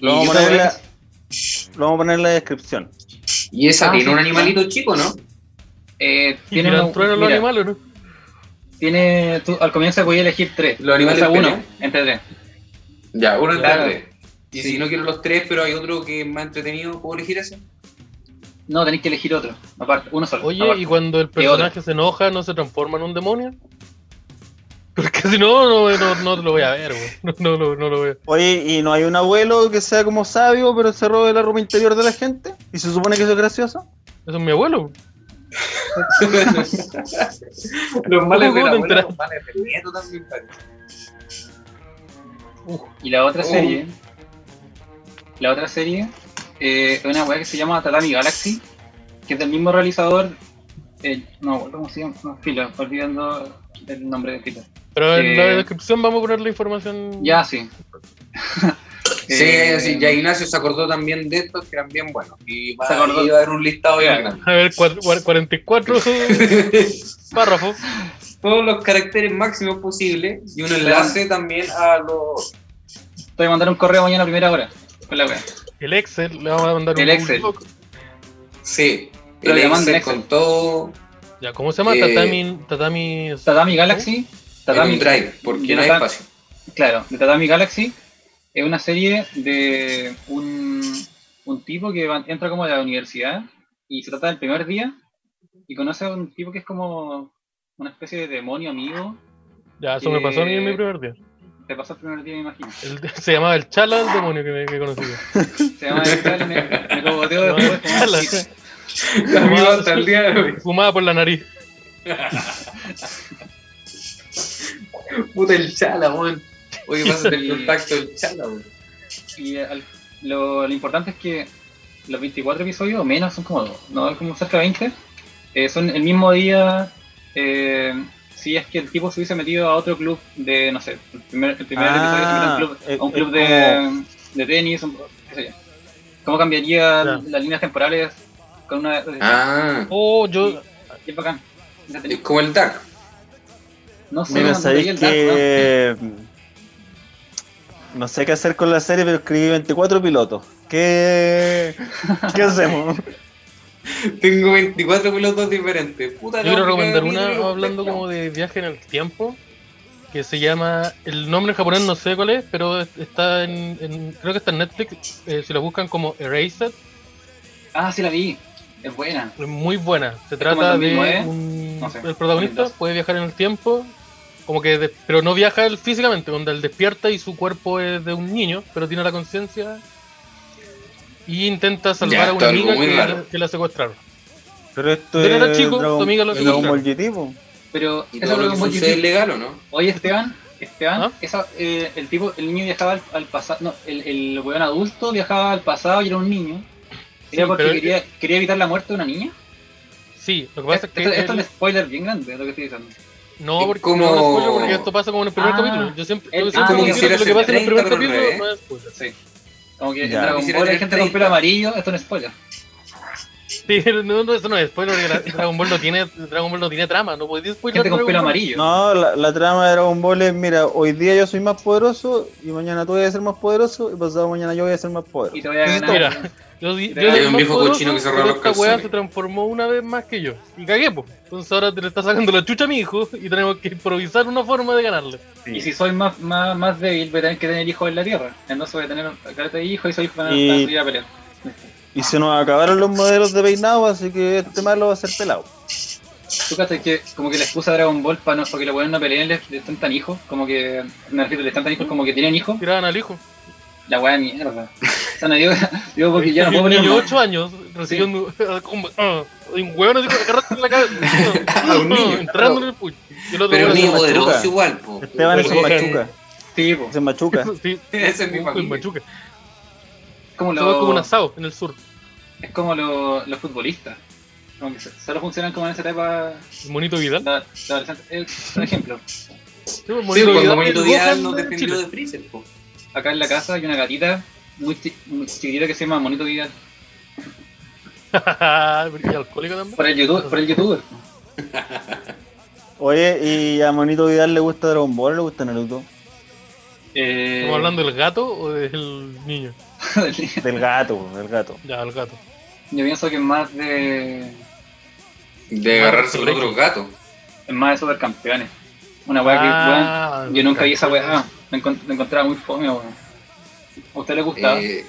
Speaker 3: Lo vamos,
Speaker 5: yo
Speaker 3: a poner en
Speaker 5: creo
Speaker 3: la, lo vamos a poner en la descripción.
Speaker 4: Y esa
Speaker 5: Ah,
Speaker 4: tiene
Speaker 5: sí.
Speaker 4: un animalito chico, ¿no?
Speaker 5: Eh,
Speaker 2: Y
Speaker 5: tiene,
Speaker 2: tiran
Speaker 5: un,
Speaker 2: trueno a los
Speaker 5: mira,
Speaker 2: animales, ¿no?
Speaker 5: tiene tú, al comienzo podía elegir tres.
Speaker 4: Los animales
Speaker 5: O sea, uno,
Speaker 4: pelean.
Speaker 5: entre tres.
Speaker 4: Ya, uno entre
Speaker 5: Claro.
Speaker 4: tres. Y
Speaker 5: Sí.
Speaker 4: si no quiero los tres, pero hay otro que es más entretenido, ¿puedo elegir ese?
Speaker 5: No, tenéis que elegir otro. Aparte, uno solo.
Speaker 2: Oye,
Speaker 5: aparte.
Speaker 2: y cuando el
Speaker 5: Y ahora.
Speaker 2: personaje se enoja, ¿no se transforma en un demonio? Porque si no, no, no, no lo voy a ver, wey. No, no, no, no lo voy a
Speaker 3: Oye, ¿y no hay un abuelo que sea como sabio, pero se robe la ropa interior de la gente? ¿Y se supone que eso es gracioso?
Speaker 2: Eso es mi abuelo.
Speaker 4: los
Speaker 2: males de la abuela,
Speaker 4: abuela,
Speaker 2: los
Speaker 4: males del nieto también. parece.
Speaker 5: Y la otra
Speaker 4: Oh.
Speaker 5: serie. La otra serie eh, es una weá que se llama Tatami Galaxy, que es del mismo realizador. eh, no, ¿cómo se llama? No, filo, olvidando. el nombre del tipo.
Speaker 2: Pero en la
Speaker 5: Eh,
Speaker 2: descripción vamos a poner la información.
Speaker 5: Ya, sí.
Speaker 4: Sí,
Speaker 5: Eh,
Speaker 4: sí, ya Ignacio se acordó también de estos que eran bien buenos. Y va,
Speaker 5: Se acordó.
Speaker 4: y va a haber un listado bien grande.
Speaker 2: A ver, cua- cua- 44 párrafos.
Speaker 4: Todos los caracteres máximos posibles y un enlace también a los.
Speaker 5: Te voy a mandar un correo mañana a primera hora. Con la wea.
Speaker 2: El Excel, le vamos a mandar un
Speaker 5: El Excel.
Speaker 2: Google Doc.
Speaker 4: Sí,
Speaker 5: Pero
Speaker 4: el
Speaker 5: le mandan
Speaker 4: Excel
Speaker 5: Excel.
Speaker 4: con todo
Speaker 2: Ya, ¿cómo se llama?
Speaker 4: Eh,
Speaker 2: tatami. Tatami.
Speaker 5: Tatami Galaxy.
Speaker 4: en
Speaker 5: Tatami
Speaker 4: un Drive, porque
Speaker 5: Yo
Speaker 4: no
Speaker 5: no
Speaker 4: hay
Speaker 5: tan-
Speaker 4: espacio.
Speaker 5: Claro, de Tatami Galaxy es una serie de un, un tipo que va- entra como de la universidad y se trata del primer día y conoce a un tipo que es como una especie de demonio amigo.
Speaker 2: Ya, eso me pasó a mí en
Speaker 5: eh,
Speaker 2: mi primer día.
Speaker 5: Te pasa el primer día, me imagino.
Speaker 2: El- se llamaba el Chala, el demonio que, me- que conocí. yo.
Speaker 5: Se llama Dexter, me, me cogoteo
Speaker 2: No,
Speaker 5: después.
Speaker 2: el Chala.
Speaker 5: Sí,
Speaker 4: Amigo, hasta el día de hoy.
Speaker 2: Fumaba por la nariz.
Speaker 4: Puta el chala, weón. Oye, pásate el
Speaker 5: Sí.
Speaker 4: contacto del chala, weón.
Speaker 5: Y al- lo, lo importante es que los 24 episodios, o menos, son como, no, como cerca de 20, eh, son el mismo día. eh, si es que el tipo se hubiese metido a otro club de, no sé, el primer, el primer
Speaker 3: Ah,
Speaker 5: episodio se metió a un club,
Speaker 3: es-
Speaker 5: a
Speaker 3: es
Speaker 5: un club de, de tenis, un- qué sé yo. ¿Cómo cambiaría
Speaker 2: Ya.
Speaker 5: las líneas temporales con una.
Speaker 4: Ah,
Speaker 2: Oh, yo.
Speaker 5: Y es bacán.
Speaker 4: es como el Dark.
Speaker 5: No sé,
Speaker 3: Mira,
Speaker 5: no veía
Speaker 3: sabéis
Speaker 5: el Dark, ¿no?
Speaker 3: que. mm, No sé qué hacer con la serie, pero escribí 24 pilotos. ¿Qué, ¿Qué hacemos?
Speaker 4: Tengo 24 pilotos diferentes. Puta,
Speaker 2: Yo quiero recomendar una hablando como de viaje en el tiempo. Que se llama. El nombre en japonés no sé cuál es, pero está en. en- creo que está en Netflix. eh, si lo buscan como Erased.
Speaker 5: Ah, sí la vi. Es buena.
Speaker 2: Es muy buena. Se
Speaker 5: como el
Speaker 2: trata de
Speaker 5: 2009,
Speaker 2: un-
Speaker 5: no sé,
Speaker 2: el protagonista
Speaker 5: 2012.
Speaker 2: puede viajar en el tiempo, como que de- pero no viaja él físicamente, donde él despierta y su cuerpo es de un niño, pero tiene la conciencia y intenta salvar
Speaker 4: Ya,
Speaker 2: a
Speaker 4: está
Speaker 2: una
Speaker 4: algo
Speaker 2: amiga
Speaker 4: muy
Speaker 2: que,
Speaker 4: raro.
Speaker 2: que la secuestraron.
Speaker 3: Pero esto
Speaker 2: Pero era
Speaker 3: es
Speaker 2: chico, tu
Speaker 3: Eh, Dragon,
Speaker 2: amiga lo
Speaker 3: Dragon
Speaker 2: secuestra.
Speaker 3: Ball GT, po.
Speaker 5: Pero
Speaker 4: ¿Y
Speaker 5: eso
Speaker 4: todo
Speaker 5: lo
Speaker 4: lo
Speaker 5: veo
Speaker 4: que
Speaker 5: muy
Speaker 4: sucede es
Speaker 5: difícil.
Speaker 4: legal o no?
Speaker 5: Oye, Esteban, Esteban,
Speaker 2: ¿Ah?
Speaker 5: esa- eh, el tipo, el niño viajaba al, al pasado, no, el, el weón adulto viajaba al pasado y era un niño. ¿Era
Speaker 2: Sí,
Speaker 5: porque
Speaker 2: pero-
Speaker 5: quería, quería evitar la muerte de una niña?
Speaker 2: Sí, lo que pasa
Speaker 5: Esto,
Speaker 2: es que
Speaker 5: esto
Speaker 2: él-
Speaker 5: es un spoiler bien grande, lo que estoy diciendo.
Speaker 2: no
Speaker 4: es
Speaker 2: porque
Speaker 4: como-
Speaker 2: no, no es spoiler, porque esto pasa como en el primer
Speaker 5: Ah,
Speaker 2: capítulo. Yo siempre, yo
Speaker 5: es
Speaker 2: siempre
Speaker 5: como
Speaker 2: considero que lo que pasa en el primer
Speaker 4: 30, pero
Speaker 2: capítulo
Speaker 4: al
Speaker 2: no es spoiler.
Speaker 5: Sí. Como que en
Speaker 3: Ya.
Speaker 5: Dragon
Speaker 4: Quisiera
Speaker 5: Ball hay
Speaker 4: tener
Speaker 5: gente con
Speaker 4: 30.
Speaker 5: pelo amarillo, esto no es spoiler.
Speaker 2: Sí, no, no, eso no es spoiler, porque la- Dragon Ball no tiene, Dragon Ball no tiene trama, no podéis spoiler.
Speaker 5: Gente con
Speaker 2: Dragon
Speaker 5: pelo
Speaker 2: Ball.
Speaker 5: amarillo.
Speaker 3: No, la, la trama de Dragon Ball es: mira, hoy día yo soy más poderoso, y mañana tú vas a ser más poderoso, y pasado mañana yo voy a ser más poderoso.
Speaker 5: Y te voy a ganar.
Speaker 2: Mira. Yo, di-
Speaker 5: Era
Speaker 2: yo era
Speaker 5: un
Speaker 2: el más
Speaker 4: viejo
Speaker 2: poderoso,
Speaker 4: cochino que se robaba
Speaker 2: pero
Speaker 4: los
Speaker 2: Esta
Speaker 4: calzones.
Speaker 2: weá se transformó una vez más que yo. Y cagué, pues. Entonces ahora te le está sacando la chucha a mi hijo y tenemos que improvisar una forma de ganarle.
Speaker 5: Y si soy más, más, más débil, voy a tener que tener hijos en la tierra. Entonces voy a tener carta de hijos y soy para
Speaker 3: Y-
Speaker 5: para salir a pelear.
Speaker 3: Y se nos acabaron los modelos de peinado, así que este malo va a ser pelado.
Speaker 5: ¿Tú cachai que como que la excusa de Dragon Ball para no, para que los buenos no peleen les, les están tan hijos? Como que, me refiero, les están tan hijos como que tienen hijos.
Speaker 2: Tiraban al hijo.
Speaker 5: La weá de mierda. O sea, no digo, digo porque ya no
Speaker 2: Y
Speaker 5: puedo
Speaker 2: un
Speaker 5: poner
Speaker 2: niño de
Speaker 5: más.
Speaker 2: 8 años recibiendo. como, ah, y un weón así agarrándose en la cabeza. ah,
Speaker 4: A un niño.
Speaker 2: Entrando en el puño. Y el otro weón
Speaker 4: Pero un
Speaker 2: así,
Speaker 4: niño
Speaker 3: Machuca.
Speaker 4: poderoso igual, po.
Speaker 3: Esteban es un
Speaker 2: Porque-
Speaker 3: machuca,
Speaker 5: Sí, po.
Speaker 3: es un machuca.
Speaker 2: Sí,
Speaker 4: Esa es mi
Speaker 2: un- un
Speaker 4: familia.
Speaker 2: machuca.
Speaker 5: Es como,
Speaker 2: Se va como un
Speaker 5: los-
Speaker 2: asado en el sur.
Speaker 5: es como los- los futbolistas. Como que se- solo funcionan como en esa etapa
Speaker 2: El monito Vidal.
Speaker 5: de de adolescente. Eh, Por ejemplo,
Speaker 2: Sí, pues, el
Speaker 4: Sí, cuando
Speaker 2: el
Speaker 4: Monito
Speaker 2: Gohan
Speaker 4: Díaz nos
Speaker 2: de
Speaker 4: defendió
Speaker 2: Chile.
Speaker 4: de Freezer, po.
Speaker 5: acá en la casa hay una gatita muy, chi- muy chiquitita que se llama Monito Vidal.
Speaker 2: Y alcohólico también.
Speaker 4: Eh.
Speaker 5: Por el, YouTube, por el youtuber.
Speaker 3: Oye, ¿y a Monito Vidal le gusta Dragon Ball o le gusta Naruto?
Speaker 5: Eh,
Speaker 2: ¿Estamos hablando del gato o del niño?
Speaker 3: Del gato, del gato.
Speaker 2: Ya, el gato.
Speaker 5: Yo pienso que es más de.
Speaker 4: De agarrarse con otros gatos.
Speaker 5: Es más de supercampeones. Una weá que. weón,
Speaker 2: Ah,
Speaker 5: Yo nunca vi esa weá, la, encon- la encontraba muy fome, weón. ¿A usted le gustaba?
Speaker 4: Eh,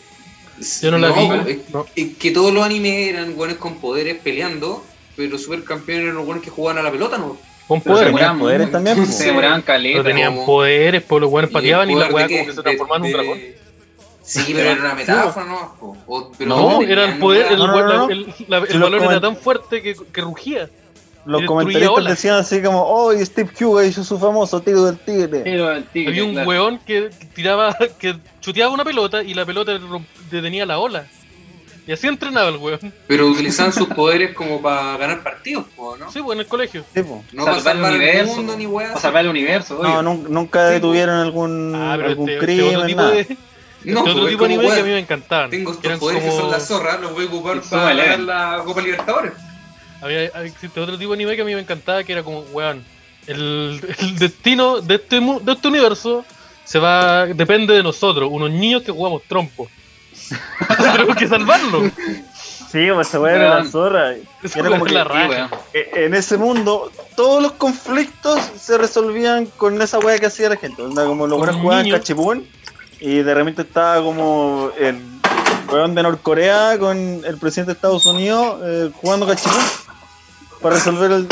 Speaker 2: Yo no la vi.
Speaker 4: po, es-
Speaker 2: No.
Speaker 4: es que todos los animes eran buenos con poderes peleando, pero supercampeones eran los buenos que jugaban a la pelota, ¿no?
Speaker 2: Con
Speaker 5: Pero se
Speaker 2: poderes.
Speaker 5: demoraban
Speaker 3: poderes
Speaker 5: muy-
Speaker 3: también,
Speaker 5: Se
Speaker 3: pues.
Speaker 5: demoraban
Speaker 2: Pero
Speaker 5: caleta.
Speaker 2: tenían
Speaker 4: como-
Speaker 2: poderes, pues los weones
Speaker 4: el
Speaker 2: pateaban y la
Speaker 4: poder
Speaker 2: weá
Speaker 4: de
Speaker 2: como
Speaker 4: qué?
Speaker 2: que se
Speaker 4: De-
Speaker 2: transformaba en un
Speaker 4: de-
Speaker 2: dragón.
Speaker 4: Sí, pero era una metáfora, ¿no? Po. O- pero
Speaker 2: No,
Speaker 4: tenían
Speaker 2: era el poder, el,
Speaker 3: No, no,
Speaker 2: weón-
Speaker 3: no, no.
Speaker 2: el- la- el
Speaker 3: Si los
Speaker 2: valor era
Speaker 3: comen-
Speaker 2: tan fuerte que, que rugía.
Speaker 3: Los
Speaker 2: Destruía
Speaker 3: comentaristas
Speaker 2: olas.
Speaker 3: decían así como, oh, y Steve Hugo hizo su famoso tiro del tigre.
Speaker 5: Pero el tigre,
Speaker 2: Había un
Speaker 5: claro.
Speaker 2: weón que tiraba, que chuteaba una pelota y la pelota romp- detenía la ola. Y así entrenaba el weón.
Speaker 4: Pero utilizaban sus poderes como para ganar partidos, po, ¿no?
Speaker 2: Sí, pues en el colegio.
Speaker 3: Sí, po.
Speaker 4: No
Speaker 5: Salvar
Speaker 4: para salvar
Speaker 5: el
Speaker 4: el
Speaker 5: universo.
Speaker 4: mundo ni
Speaker 5: O
Speaker 4: weas.
Speaker 5: salvar el universo, obvio.
Speaker 3: No, nun- nunca
Speaker 2: Sí,
Speaker 3: detuvieron
Speaker 4: Mm,
Speaker 3: algún,
Speaker 2: Ah, pero
Speaker 3: algún
Speaker 2: este, este
Speaker 3: crimen,
Speaker 2: otro tipo
Speaker 3: nada.
Speaker 2: de, este
Speaker 4: No,
Speaker 2: otro
Speaker 4: pues,
Speaker 2: tipo de
Speaker 4: como
Speaker 2: anime que a
Speaker 4: weón.
Speaker 2: mí me encantaban.
Speaker 4: Tengo
Speaker 2: que
Speaker 4: estos
Speaker 2: eran
Speaker 4: poderes que
Speaker 2: como-
Speaker 4: son la zorra, los voy a ocupar
Speaker 5: Sí,
Speaker 4: para
Speaker 5: súmale.
Speaker 4: ganar la Copa Libertadores.
Speaker 2: Había, había- existe otro tipo de anime que a mí me encantaba, que era como, weón, el, el destino de este, mu- de este universo se va depende de nosotros, unos niños que jugamos trompo. Tenemos que salvarlo.
Speaker 3: Sí, pues se weón era la
Speaker 5: Weón.
Speaker 3: zorra.
Speaker 2: Esa
Speaker 3: Era
Speaker 2: weá
Speaker 3: como
Speaker 2: es
Speaker 3: que-
Speaker 2: la
Speaker 5: Sí,
Speaker 2: raja.
Speaker 5: weón.
Speaker 3: E- En ese mundo, todos los conflictos se resolvían con esa wea que hacía la gente. Onda, como los
Speaker 2: Con
Speaker 3: buenos
Speaker 2: un
Speaker 3: jugaban
Speaker 2: niño.
Speaker 3: cachipún y de repente estaba como el weón de Norcorea con el presidente de Estados Unidos eh, jugando cachipún para resolver el,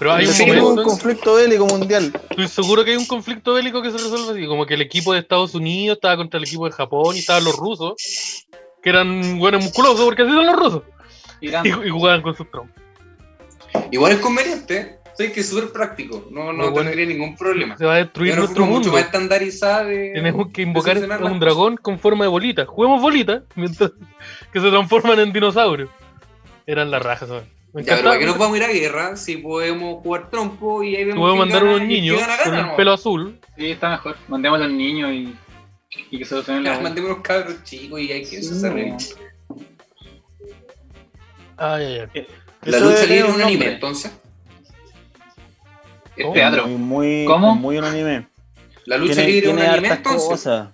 Speaker 2: Pero Ah, hay un
Speaker 4: Sí,
Speaker 3: resolver
Speaker 2: momento,
Speaker 3: un conflicto bélico mundial.
Speaker 2: estoy seguro que hay un conflicto bélico que se resuelve así, como que el equipo de Estados Unidos estaba contra el equipo de Japón y estaban los rusos, que eran buenos musculosos, porque así son los rusos,
Speaker 5: Irán.
Speaker 2: y, y jugaban con sus trompos.
Speaker 4: Igual es conveniente, ¿eh? Soy que es súper práctico, no, no
Speaker 2: Muy bueno.
Speaker 4: tendría ningún problema.
Speaker 2: Se va a destruir
Speaker 4: Era una
Speaker 2: nuestro
Speaker 4: forma mucho
Speaker 2: mundo.
Speaker 4: más estandarizada de.
Speaker 2: Tenemos que invocar
Speaker 4: de solucionar
Speaker 2: a
Speaker 4: las
Speaker 2: un dragón con forma de bolita. Juguemos bolita mientras que se transforman en dinosaurios. Eran las rajas, ¿sabes? Me
Speaker 4: Ya, pero
Speaker 2: encantaba.
Speaker 4: ¿para qué nos vamos a ir a guerra si podemos jugar trompo y ahí vemos
Speaker 2: Podemos
Speaker 4: quién
Speaker 2: mandar
Speaker 4: gana
Speaker 2: unos
Speaker 4: y
Speaker 2: niños
Speaker 4: quién gana,
Speaker 2: con
Speaker 4: gana,
Speaker 2: el
Speaker 4: ¿no?
Speaker 2: pelo azul.
Speaker 5: Sí, está mejor. Mandemos a los niños y, y que se los den
Speaker 4: Ya,
Speaker 5: la
Speaker 4: Mandemos unos cabros chicos y hay que
Speaker 5: Sí,
Speaker 4: se arregla.
Speaker 5: weón.
Speaker 2: Ay, ay, ay.
Speaker 4: La
Speaker 3: Eso
Speaker 4: lucha
Speaker 3: era
Speaker 4: libre es un
Speaker 3: nombre.
Speaker 4: anime, entonces. Es
Speaker 5: ¿Cómo?
Speaker 4: teatro.
Speaker 3: Muy, muy,
Speaker 5: ¿Cómo?
Speaker 3: muy un anime.
Speaker 4: La lucha
Speaker 3: tiene,
Speaker 4: libre es un
Speaker 3: tiene
Speaker 4: anime,
Speaker 3: hartas
Speaker 4: entonces.
Speaker 3: cosas.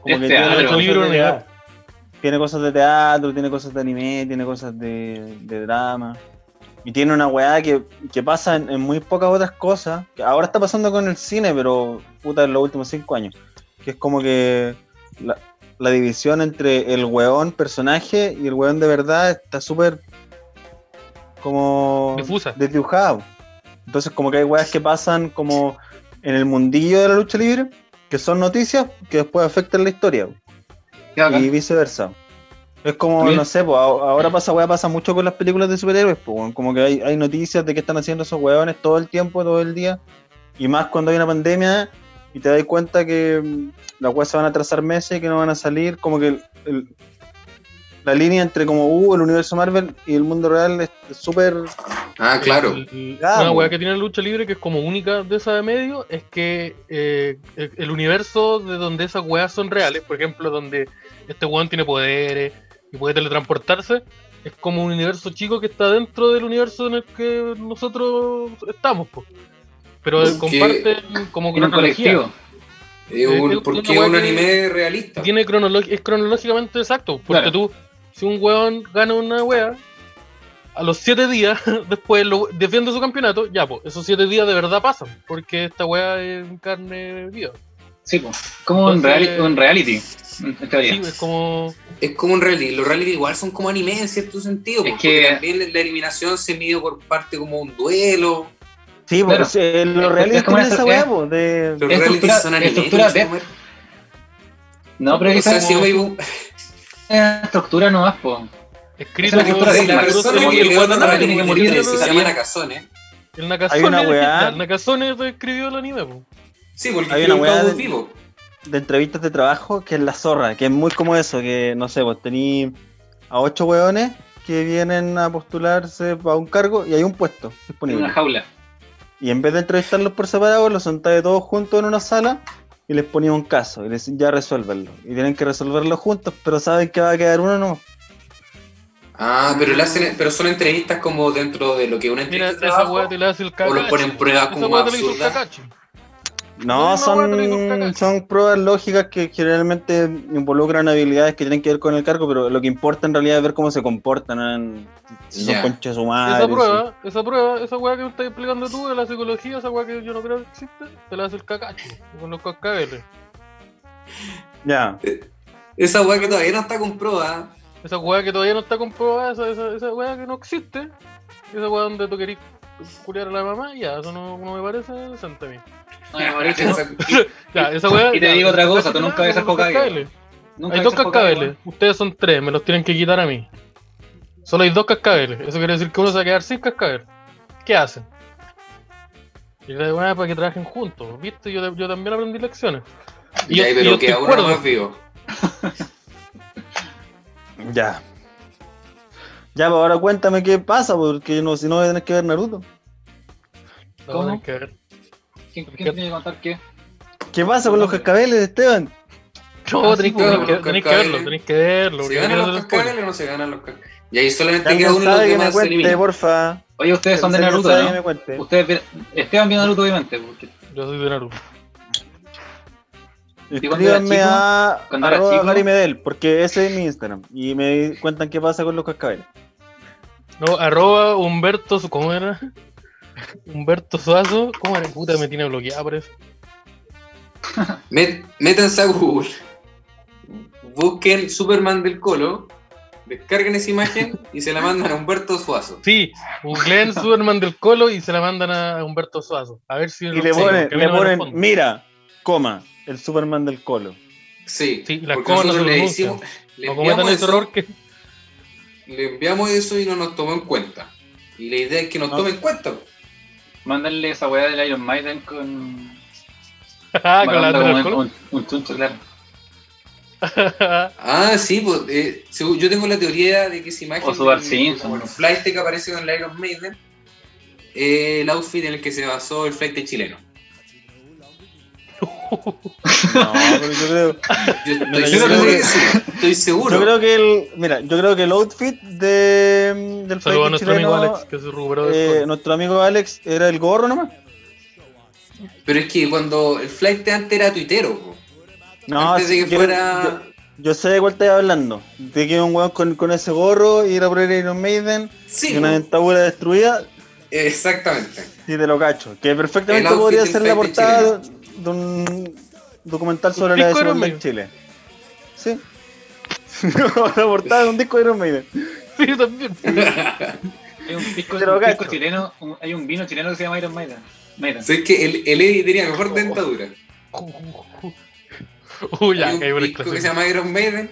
Speaker 3: Como
Speaker 5: Es teatro.
Speaker 3: que tiene,
Speaker 5: Lucha
Speaker 3: cosas
Speaker 2: libre,
Speaker 3: de
Speaker 2: un anime.
Speaker 3: teatro. tiene cosas de teatro, tiene cosas de anime, tiene cosas de, de drama. Y tiene una weá que, que pasa en, en muy pocas otras cosas. que ahora está pasando con el cine, pero puta, en los últimos cinco años. Que es como que la, la división entre el weón personaje y el weón de verdad está súper como
Speaker 2: Difusa.
Speaker 3: desdibujado. Entonces como que hay weas que pasan como en el mundillo de la lucha libre, que son noticias que después afectan la historia
Speaker 5: Qué bacán.
Speaker 3: y viceversa. Es como,
Speaker 5: Bien.
Speaker 3: no sé, pues, a- ahora pasa, weá, pasa mucho con las películas de superhéroes, pues, weón. como que hay, hay noticias de qué están haciendo esos weones todo el tiempo, todo el día, y más cuando hay una pandemia y te das cuenta que mm, las weas se van a trazar meses, que no van a salir, como que el- el- la línea entre como, uh, el universo Marvel y el mundo real es súper...
Speaker 4: Ah, claro.
Speaker 2: El-
Speaker 3: Ah,
Speaker 2: Una weá
Speaker 3: bueno.
Speaker 2: que tiene la lucha libre que es como única de esa de medio es que eh, el, el universo de donde esas weas son reales, por ejemplo, donde este weón tiene poderes y puede teletransportarse, es como un universo chico que está dentro del universo en el que nosotros estamos, po. pero
Speaker 4: Es que-
Speaker 2: comparten como
Speaker 5: En un
Speaker 2: cronología.
Speaker 5: colectivo.
Speaker 4: Es
Speaker 2: Eh,
Speaker 4: un-
Speaker 2: es una
Speaker 4: porque es
Speaker 2: weá
Speaker 4: un
Speaker 2: que-
Speaker 4: anime realista.
Speaker 2: Tiene cronologi- es cronológicamente exacto, porque
Speaker 5: Claro.
Speaker 2: tú, si un weón gana una wea, a los siete días después lo, defiende su campeonato, ya, pues, esos siete días de verdad pasan, porque esta wea es en carne viva.
Speaker 5: Sí, po. Como un,
Speaker 2: Entonces-
Speaker 5: reali- un reality, en teoría.
Speaker 2: Sí, es como.
Speaker 4: Es como un reality. Los reality igual son como anime en cierto sentido. pues,
Speaker 5: Es
Speaker 4: porque
Speaker 5: que-
Speaker 4: también la- la eliminación se mide por parte como un duelo.
Speaker 3: Sí,
Speaker 5: Claro.
Speaker 3: pues, eh,
Speaker 5: Es-
Speaker 3: los
Speaker 5: es
Speaker 3: reales
Speaker 5: como
Speaker 3: tienen
Speaker 5: una
Speaker 3: esa
Speaker 5: sociedad.
Speaker 3: weá, pues, de...
Speaker 4: Los
Speaker 5: Es
Speaker 4: reality
Speaker 5: estructura-
Speaker 4: son anime.
Speaker 5: estructura de-
Speaker 4: ¿no?
Speaker 5: no, pero
Speaker 4: O sea,
Speaker 5: quizás
Speaker 4: si yo
Speaker 5: como
Speaker 4: me digo,
Speaker 5: una estructura nomás, po.
Speaker 2: Escrito
Speaker 5: Es una
Speaker 2: por-
Speaker 5: cultura
Speaker 4: si la
Speaker 5: Pero
Speaker 4: persona que
Speaker 5: como que este el
Speaker 4: le
Speaker 5: guarda
Speaker 4: gana
Speaker 5: nada
Speaker 4: la
Speaker 5: tiene que
Speaker 4: anime
Speaker 5: morir,
Speaker 4: libre
Speaker 5: ese
Speaker 4: se
Speaker 5: también.
Speaker 4: llama Nakazone.
Speaker 2: El Nakazone,
Speaker 3: Hay una
Speaker 2: el
Speaker 3: weá.
Speaker 2: fiscal, Nakazone escribió el anime. po.
Speaker 4: Sí, porque
Speaker 3: Hay
Speaker 4: tiene
Speaker 3: una
Speaker 4: un
Speaker 3: weá
Speaker 4: caos
Speaker 3: de-
Speaker 4: vivo.
Speaker 3: de entrevistas de trabajo que es la zorra, que es muy como eso, que no sé, pues tení a ocho hueones que vienen a postularse para un cargo y hay un puesto
Speaker 5: En
Speaker 3: disponible.
Speaker 5: una jaula.
Speaker 3: Y en vez de entrevistarlos por separado, los sentáis todos juntos en una sala y les ponía un caso y les decís, ya resuélvanlo. Y tienen que resolverlo juntos, pero saben que va a quedar uno no.
Speaker 4: Ah, pero, le hacen, pero son entrevistas como dentro de lo que una
Speaker 2: Mira,
Speaker 4: entrevista de
Speaker 2: esa
Speaker 4: trabajo.
Speaker 2: weá te la hace el
Speaker 4: O
Speaker 2: Kakashi.
Speaker 4: lo ponen pruebas
Speaker 2: Esa
Speaker 4: como
Speaker 2: weá te la hizo el
Speaker 4: absurdas.
Speaker 2: Kakashi.
Speaker 3: No,
Speaker 2: No, no, no, no, no, no, no.
Speaker 3: son, son pruebas lógicas que generalmente involucran habilidades que tienen que ver con el cargo, pero lo que importa en realidad es ver cómo se comportan, en- si son
Speaker 4: Ya.
Speaker 3: conchas
Speaker 2: Esa
Speaker 3: humanas.
Speaker 2: prueba, esa prueba, esa weá que me estás explicando tú de la psicología, esa weá que yo no creo que existe, te la hace el Kakashi. Con los cascabeles.
Speaker 3: Ya.
Speaker 4: Esa weá que todavía no está comprobada.
Speaker 2: Esa weá que todavía no está comprobada, esa, esa, esa weá que no existe. Esa weá donde tú querís culiar a la mamá, ya, eso no, no me parece decente a mí.
Speaker 5: No, me parece, ¿no?
Speaker 4: Esa-
Speaker 2: Ya, esa weá,
Speaker 5: Y te
Speaker 2: ya,
Speaker 5: digo otra
Speaker 2: el
Speaker 5: cosa,
Speaker 2: Kakashi
Speaker 5: tú
Speaker 2: te la
Speaker 5: nunca
Speaker 2: hace
Speaker 5: ves a
Speaker 2: con los
Speaker 5: Hokage.
Speaker 2: cascabeles.
Speaker 5: Nunca
Speaker 2: Hay dos
Speaker 5: se enfocaba,
Speaker 2: cascabeles.
Speaker 5: weón.
Speaker 2: Ustedes son tres, me los tienen que quitar a mí. Solo hay dos cascabeles. Eso quiere decir que uno se va a quedar sin cascabel. ¿Qué hacen? Y la weá para que trabajen juntos, ¿viste? Yo, yo también aprendí lecciones.
Speaker 4: Ya,
Speaker 2: yo-
Speaker 4: pero
Speaker 2: yo
Speaker 4: queda
Speaker 2: estoy
Speaker 4: uno
Speaker 2: cuerdo.
Speaker 4: más vivo.
Speaker 3: Ya. Ya, pues ahora cuéntame qué pasa, porque no, si no voy a tener que ver Naruto.
Speaker 5: ¿Cómo?
Speaker 2: Vamos a tener que
Speaker 4: Ah,
Speaker 2: ver.
Speaker 5: ¿Quién, quién tiene que contar qué?
Speaker 3: ¿Qué pasa con los cascabeles, Esteban?
Speaker 2: No,
Speaker 5: Ah,
Speaker 2: tenéis
Speaker 5: sí,
Speaker 2: que,
Speaker 5: bueno,
Speaker 2: verlo,
Speaker 4: los
Speaker 2: tenéis que
Speaker 4: cascabeles.
Speaker 2: verlo, tenéis que verlo.
Speaker 4: ¿Se
Speaker 2: porque no
Speaker 4: ganan
Speaker 2: quiero
Speaker 4: los
Speaker 2: hacer spoiler.
Speaker 4: cascabeles o no se ganan los cascabeles? Y ahí solamente queda
Speaker 3: Alguien
Speaker 4: uno de
Speaker 3: sabe
Speaker 4: los
Speaker 3: que me
Speaker 4: demás se elimina.
Speaker 3: cuente, porfa.
Speaker 5: Oye, ustedes son de
Speaker 3: Alguien
Speaker 5: Naruto,
Speaker 3: sabe que me
Speaker 5: ¿no?
Speaker 3: cuente.
Speaker 5: Ustedes ven- Esteban vio Naruto, obviamente. Porque
Speaker 2: Yo soy de Naruto.
Speaker 5: Y cuando era
Speaker 3: Escríbanme
Speaker 5: chico,
Speaker 3: a
Speaker 5: cuando era
Speaker 3: arroba
Speaker 5: chico-
Speaker 3: Gary Medel, porque ese es mi Instagram. Y me cuentan qué pasa con los cascabeles.
Speaker 2: No, arroba Humberto, Su- ¿cómo era? Humberto Suazo, ¿cómo era? Puta, me tiene bloqueado, parece.
Speaker 4: Met- métanse a Google, busquen Superman del Colo, descarguen esa imagen y se la mandan a Humberto Suazo.
Speaker 2: Sí, googleen Superman del Colo y se la mandan a Humberto Suazo. A ver si
Speaker 3: Y
Speaker 2: lo
Speaker 3: le
Speaker 2: consigo,
Speaker 3: ponen,
Speaker 2: porque a mí
Speaker 3: le
Speaker 2: no me
Speaker 3: ponen,
Speaker 2: responde.
Speaker 3: mira, coma, el Superman del colo.
Speaker 4: Sí,
Speaker 2: Sí, la
Speaker 4: porque
Speaker 2: coma no
Speaker 4: nosotros
Speaker 2: se
Speaker 4: le,
Speaker 2: pronuncia.
Speaker 4: hicimos- le
Speaker 2: No cometan
Speaker 4: enviamos
Speaker 2: ese
Speaker 4: eso,
Speaker 2: error que.
Speaker 4: le enviamos eso y no nos tomó en cuenta. Y la idea es que nos
Speaker 3: No.
Speaker 4: tomen en cuenta.
Speaker 5: Mándenle esa weá del Iron Maiden con.
Speaker 2: Ah, con la
Speaker 5: mandando
Speaker 2: del
Speaker 5: como
Speaker 2: Colo.
Speaker 5: un, un chuncho, claro.
Speaker 4: Ah, sí, pues, eh, según- yo tengo la teoría de que esa imagen.
Speaker 5: O Sugar
Speaker 4: del-
Speaker 5: Simpson.
Speaker 4: Bueno, flight que aparece con el Iron Maiden, eh, el outfit en el que se basó el flight chileno.
Speaker 3: No, pero yo creo,
Speaker 4: Yo
Speaker 3: Mira,
Speaker 4: estoy
Speaker 3: yo
Speaker 4: seguro
Speaker 3: creo que-
Speaker 4: que sí, estoy seguro.
Speaker 3: yo creo que el, mira, yo creo que el outfit de, mm, del
Speaker 2: Saludos a
Speaker 3: flight
Speaker 2: nuestro
Speaker 3: chileno,
Speaker 2: amigo Alex, que se recuperó del
Speaker 3: eh,
Speaker 2: Colo.
Speaker 3: nuestro amigo Alex era el gorro nomás.
Speaker 4: Pero es que cuando el flight antes era tuitero, po.
Speaker 3: No,
Speaker 4: antes de
Speaker 3: sí,
Speaker 4: que
Speaker 3: yo-
Speaker 4: fuera.
Speaker 3: yo- Yo sé de cuál estás hablando. De que un weón con, con ese gorro y la polera de Iron Maiden
Speaker 4: Sí,
Speaker 3: y una
Speaker 4: po.
Speaker 3: dentadura destruida,
Speaker 4: Eh, exactamente.
Speaker 3: sí te lo cacho. Que perfectamente
Speaker 4: El outfit
Speaker 3: podría
Speaker 4: del
Speaker 3: ser la
Speaker 4: Flight de
Speaker 3: portada de, de un documental sobre
Speaker 2: Un
Speaker 3: la
Speaker 2: disco de Iron
Speaker 3: desigualdad en Chile. Sí. la portada de un disco de Iron Maiden.
Speaker 2: Sí, yo también.
Speaker 5: Hay un pisco,
Speaker 3: Te lo
Speaker 5: un pisco
Speaker 3: cacho.
Speaker 5: chileno, un- hay un vino chileno que se llama Iron Maiden. Maiden.
Speaker 4: Sé que el, el Eddie tenía mejor dentadura.
Speaker 2: Uy, ya,
Speaker 4: Hay un
Speaker 2: caí por el
Speaker 4: disco que se llama Iron Maiden.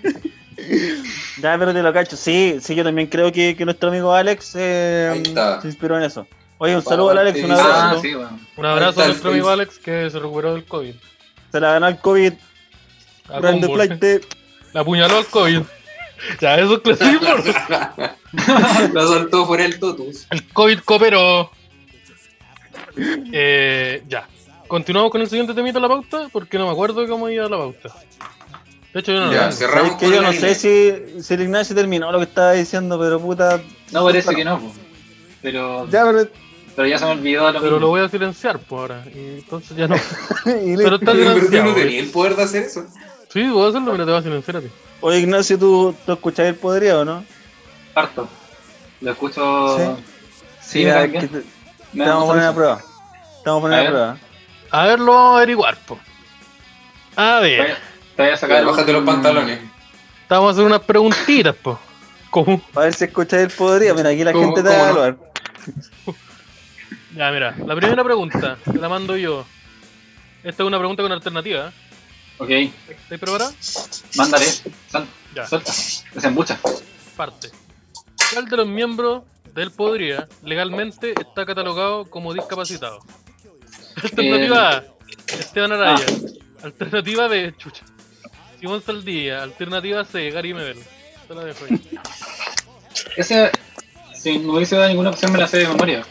Speaker 3: Ya, pero te lo cacho. Sí, sí, yo también creo que, que nuestro amigo Alex eh,
Speaker 4: Ahí está.
Speaker 3: se inspiró en eso. Oye, un
Speaker 4: Vamos,
Speaker 3: saludo al Alex, un
Speaker 4: Televisa.
Speaker 3: abrazo.
Speaker 5: Ah, sí, bueno.
Speaker 2: Un abrazo a
Speaker 4: Ahí está,
Speaker 2: nuestro amigo
Speaker 4: es-
Speaker 2: Alex, que se recuperó del COVID.
Speaker 3: Se la ganó el COVID.
Speaker 2: A
Speaker 3: Grande
Speaker 2: Gumball.
Speaker 3: flight de-
Speaker 2: La apuñaló al COVID. Ya, eso es clasismo.
Speaker 3: Ah,
Speaker 4: Lo soltó fuera el Totus.
Speaker 2: El COVID cooperó. Eh, ya. Continuamos con el siguiente temita de la pauta, porque no me acuerdo cómo iba la pauta. De hecho, yo no
Speaker 4: Ya,
Speaker 2: la
Speaker 4: cerramos
Speaker 3: Sabéis que
Speaker 4: con
Speaker 3: yo
Speaker 4: el
Speaker 3: no
Speaker 4: anime.
Speaker 3: sé si, si el Ignacio terminó lo que estaba diciendo, pero puta.
Speaker 5: No, parece que no, po. pero,
Speaker 3: Ya, pero.
Speaker 5: pero ya se me olvidó lo
Speaker 2: Pero lo
Speaker 5: mismo.
Speaker 2: voy a silenciar por ahora. y entonces ya no. Pero
Speaker 3: y listo.
Speaker 2: está
Speaker 4: Pero tú no
Speaker 2: silenciado.
Speaker 4: tenías el poder de hacer eso.
Speaker 2: Sí, voy a hacerlo, pero te voy a silenciar a ti.
Speaker 3: Oye, Ignacio, ¿tú, tú escuchás el podrido, no?
Speaker 5: Harto. Lo escucho.
Speaker 3: Sí.
Speaker 5: Sí,
Speaker 3: Ya,
Speaker 5: me,
Speaker 3: que te, te
Speaker 5: me
Speaker 3: vamos a poner
Speaker 5: gusta
Speaker 3: a prueba. Te vamos a poner
Speaker 5: A
Speaker 3: a,
Speaker 5: ver.
Speaker 3: prueba.
Speaker 2: A ver, lo vamos a averiguar, po. A
Speaker 5: mucho.
Speaker 2: ver,
Speaker 5: Te voy a sacar.
Speaker 4: Bájate los
Speaker 5: un-
Speaker 4: pantalones.
Speaker 3: Mm.
Speaker 2: te vamos a hacer unas preguntitas, po. ¿Cómo?
Speaker 3: A ver si escucháis el podrido. Mira, aquí la
Speaker 4: ¿Cómo-
Speaker 3: gente te
Speaker 4: cómo
Speaker 3: va a
Speaker 4: no?
Speaker 3: evaluar.
Speaker 2: Ya, mira, la primera pregunta, te la mando yo. Esta es una pregunta con alternativa. ¿eh?
Speaker 5: Ok,
Speaker 2: ¿Estáis preparada?
Speaker 5: mándale. Sal,
Speaker 2: Ya.
Speaker 5: suelta. Desembucha.
Speaker 2: parte. ¿Cuál de los miembros del Podría legalmente está catalogado como discapacitado?
Speaker 5: Eh,
Speaker 2: Alternativa A, Esteban Araya.
Speaker 5: ah.
Speaker 2: Alternativa B, Chucha. Simón Saldía. Alternativa C, Gary Medel. Te la dejo ahí.
Speaker 5: Ese, si no hubiese dado ninguna opción, me la sé de memoria.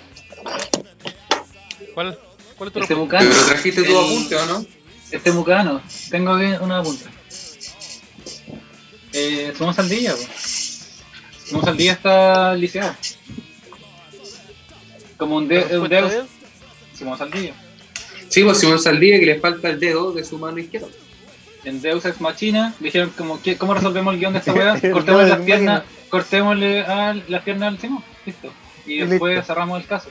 Speaker 2: ¿Cuál, cuál es tu
Speaker 5: Este
Speaker 2: respuesta?
Speaker 5: bucano.
Speaker 4: Pero trajiste tu
Speaker 5: el-
Speaker 4: apunte, ¿o no?
Speaker 5: Este bucano. Tengo aquí una punta. Eh, somos Saldía, po. Somos Saldía está lisiado. Como un,
Speaker 2: ¿La
Speaker 5: de, un
Speaker 2: respuesta
Speaker 5: dedo.
Speaker 2: es?
Speaker 5: Somos Saldía.
Speaker 4: Sí, pues Simón Saldía que le falta el dedo de su mano izquierda.
Speaker 5: en Deus Ex Machina, dijeron como, ¿qué- ¿cómo resolvemos el guión de esta weá?
Speaker 3: El
Speaker 5: Cortémosle
Speaker 3: Deus
Speaker 5: las
Speaker 3: Ex
Speaker 5: piernas, cortémosle a las piernas al Simón, listo. Y
Speaker 3: Y
Speaker 5: después
Speaker 3: listo.
Speaker 5: cerramos el caso.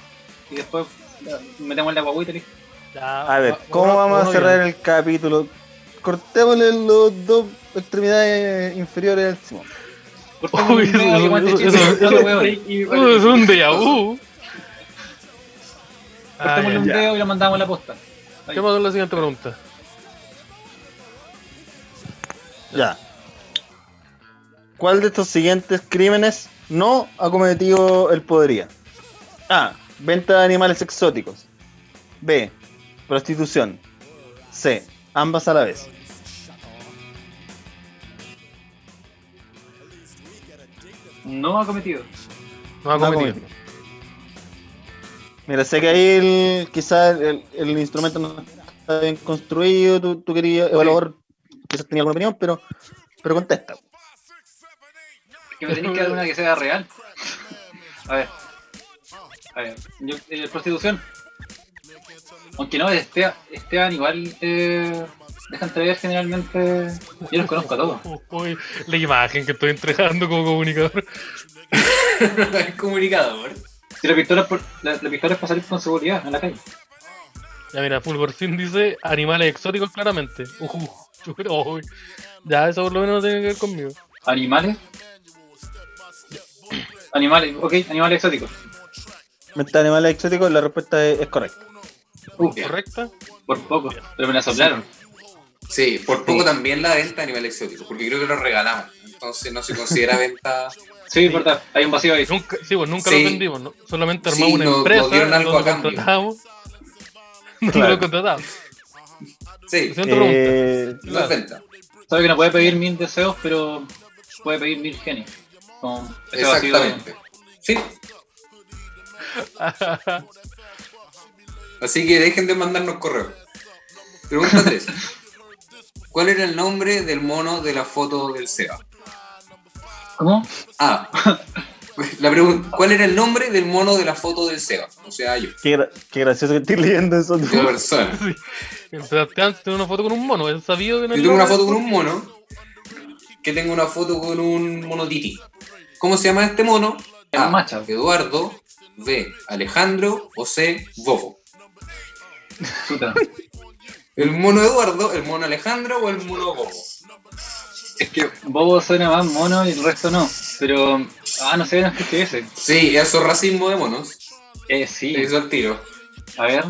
Speaker 5: Y después ya, metemos la guagüita listo.
Speaker 2: Ya,
Speaker 3: A ver,
Speaker 2: va-
Speaker 3: ¿cómo
Speaker 2: uno-
Speaker 3: vamos
Speaker 2: uno
Speaker 3: a cerrar
Speaker 2: bien.
Speaker 3: el capítulo? Cortémosle los dos extremidades inferiores al Simón.
Speaker 5: Cortémosle
Speaker 2: Uy,
Speaker 5: el dedo,
Speaker 2: eso-
Speaker 5: que aguante
Speaker 2: eso-
Speaker 5: chiste,
Speaker 2: eso-
Speaker 5: cortémosle
Speaker 2: eso-
Speaker 5: un huevo.
Speaker 2: Uh, es un déjà vu. Ah,
Speaker 5: Cortémosle
Speaker 2: ya.
Speaker 5: un dedo y lo mandamos a la posta. Ahí.
Speaker 2: ¿Qué más es la siguiente pregunta?
Speaker 3: Ya. ¿Cuál de estos siguientes crímenes no ha cometido el podría? A. Venta de animales exóticos. B. Prostitución. C. Ambas a la vez.
Speaker 5: No ha cometido.
Speaker 2: No ha
Speaker 3: No ha
Speaker 2: Ah, cometido.
Speaker 3: Ah, cometido. Mira, sé que ahí el, quizás el, el instrumento no está bien construido, tú, tú querías evaluar, quizás tenía alguna opinión, pero, pero contesta.
Speaker 5: Que me tenéis que dar una que sea real. A ver. A ver. Yo, eh, prostitución. Aunque no, este, Esteban igual eh, deja entrever generalmente. Yo los conozco a todos.
Speaker 2: Uy, la imagen que estoy entregando como comunicador.
Speaker 4: El comunicador.
Speaker 5: Si la pistola, es por- la, la pistola es para salir con seguridad en la calle.
Speaker 2: Ya mira, Fulgorcín dice animales exóticos claramente. Ujú, chuta, uy. Ya, eso por lo menos no tiene que ver conmigo.
Speaker 5: Animales. Animales, ok, animales exóticos.
Speaker 3: Meta animales exóticos, la respuesta es, es correcta.
Speaker 5: Uh,
Speaker 2: ¿Correcta?
Speaker 5: por poco. Pero me la soplaron.
Speaker 4: Sí, por poco también la venta de animales exóticos, porque creo que los regalamos. Entonces no se considera venta.
Speaker 5: Sí, es verdad. Hay un vacío ahí.
Speaker 2: Nunca, sí, pues nunca
Speaker 4: Sí.
Speaker 2: los vendimos, ¿no? solamente armamos
Speaker 4: Sí,
Speaker 2: una
Speaker 4: nos-
Speaker 2: empresa,
Speaker 4: nos dieron algo
Speaker 2: donde
Speaker 4: a cambio. Eh,
Speaker 2: contratamos. No
Speaker 3: Claro.
Speaker 2: lo contratamos.
Speaker 4: Sí,
Speaker 2: Siguiente pregunta.
Speaker 3: Eh,
Speaker 4: no es venta.
Speaker 5: Sabe que no puede pedir mil deseos, pero puede pedir mil genios. Como ese vacío-
Speaker 4: Exactamente. Sí. Así que dejen de mandarnos correos. Pregunta 3. ¿Cuál era el nombre del mono de la foto del Seba?
Speaker 5: ¿Cómo?
Speaker 4: Ah, la pregunta, ¿cuál era el nombre del mono de la foto del Seba? O sea, yo,
Speaker 3: qué, gra- qué gracioso que estoy leyendo eso. tú.
Speaker 4: como persona.
Speaker 2: El Sebastián tiene una foto con un mono. Él sabido que no
Speaker 4: Yo
Speaker 2: es
Speaker 4: tengo una
Speaker 2: loco.
Speaker 4: foto con un mono, que tengo una foto con un mono titi. ¿Cómo se llama este mono?
Speaker 5: Es un macho.
Speaker 4: Eduardo, B, Alejandro o C, Bobo.
Speaker 5: Chuta.
Speaker 4: ¿El mono Eduardo, el mono Alejandro o el mono Bobo?
Speaker 5: Es que Bobo suena más mono y el resto no. Pero. Ah, no sé, no escuché ese.
Speaker 4: Sí, eso es racismo de monos.
Speaker 5: Eh, sí.
Speaker 4: Eso al tiro.
Speaker 5: A ver.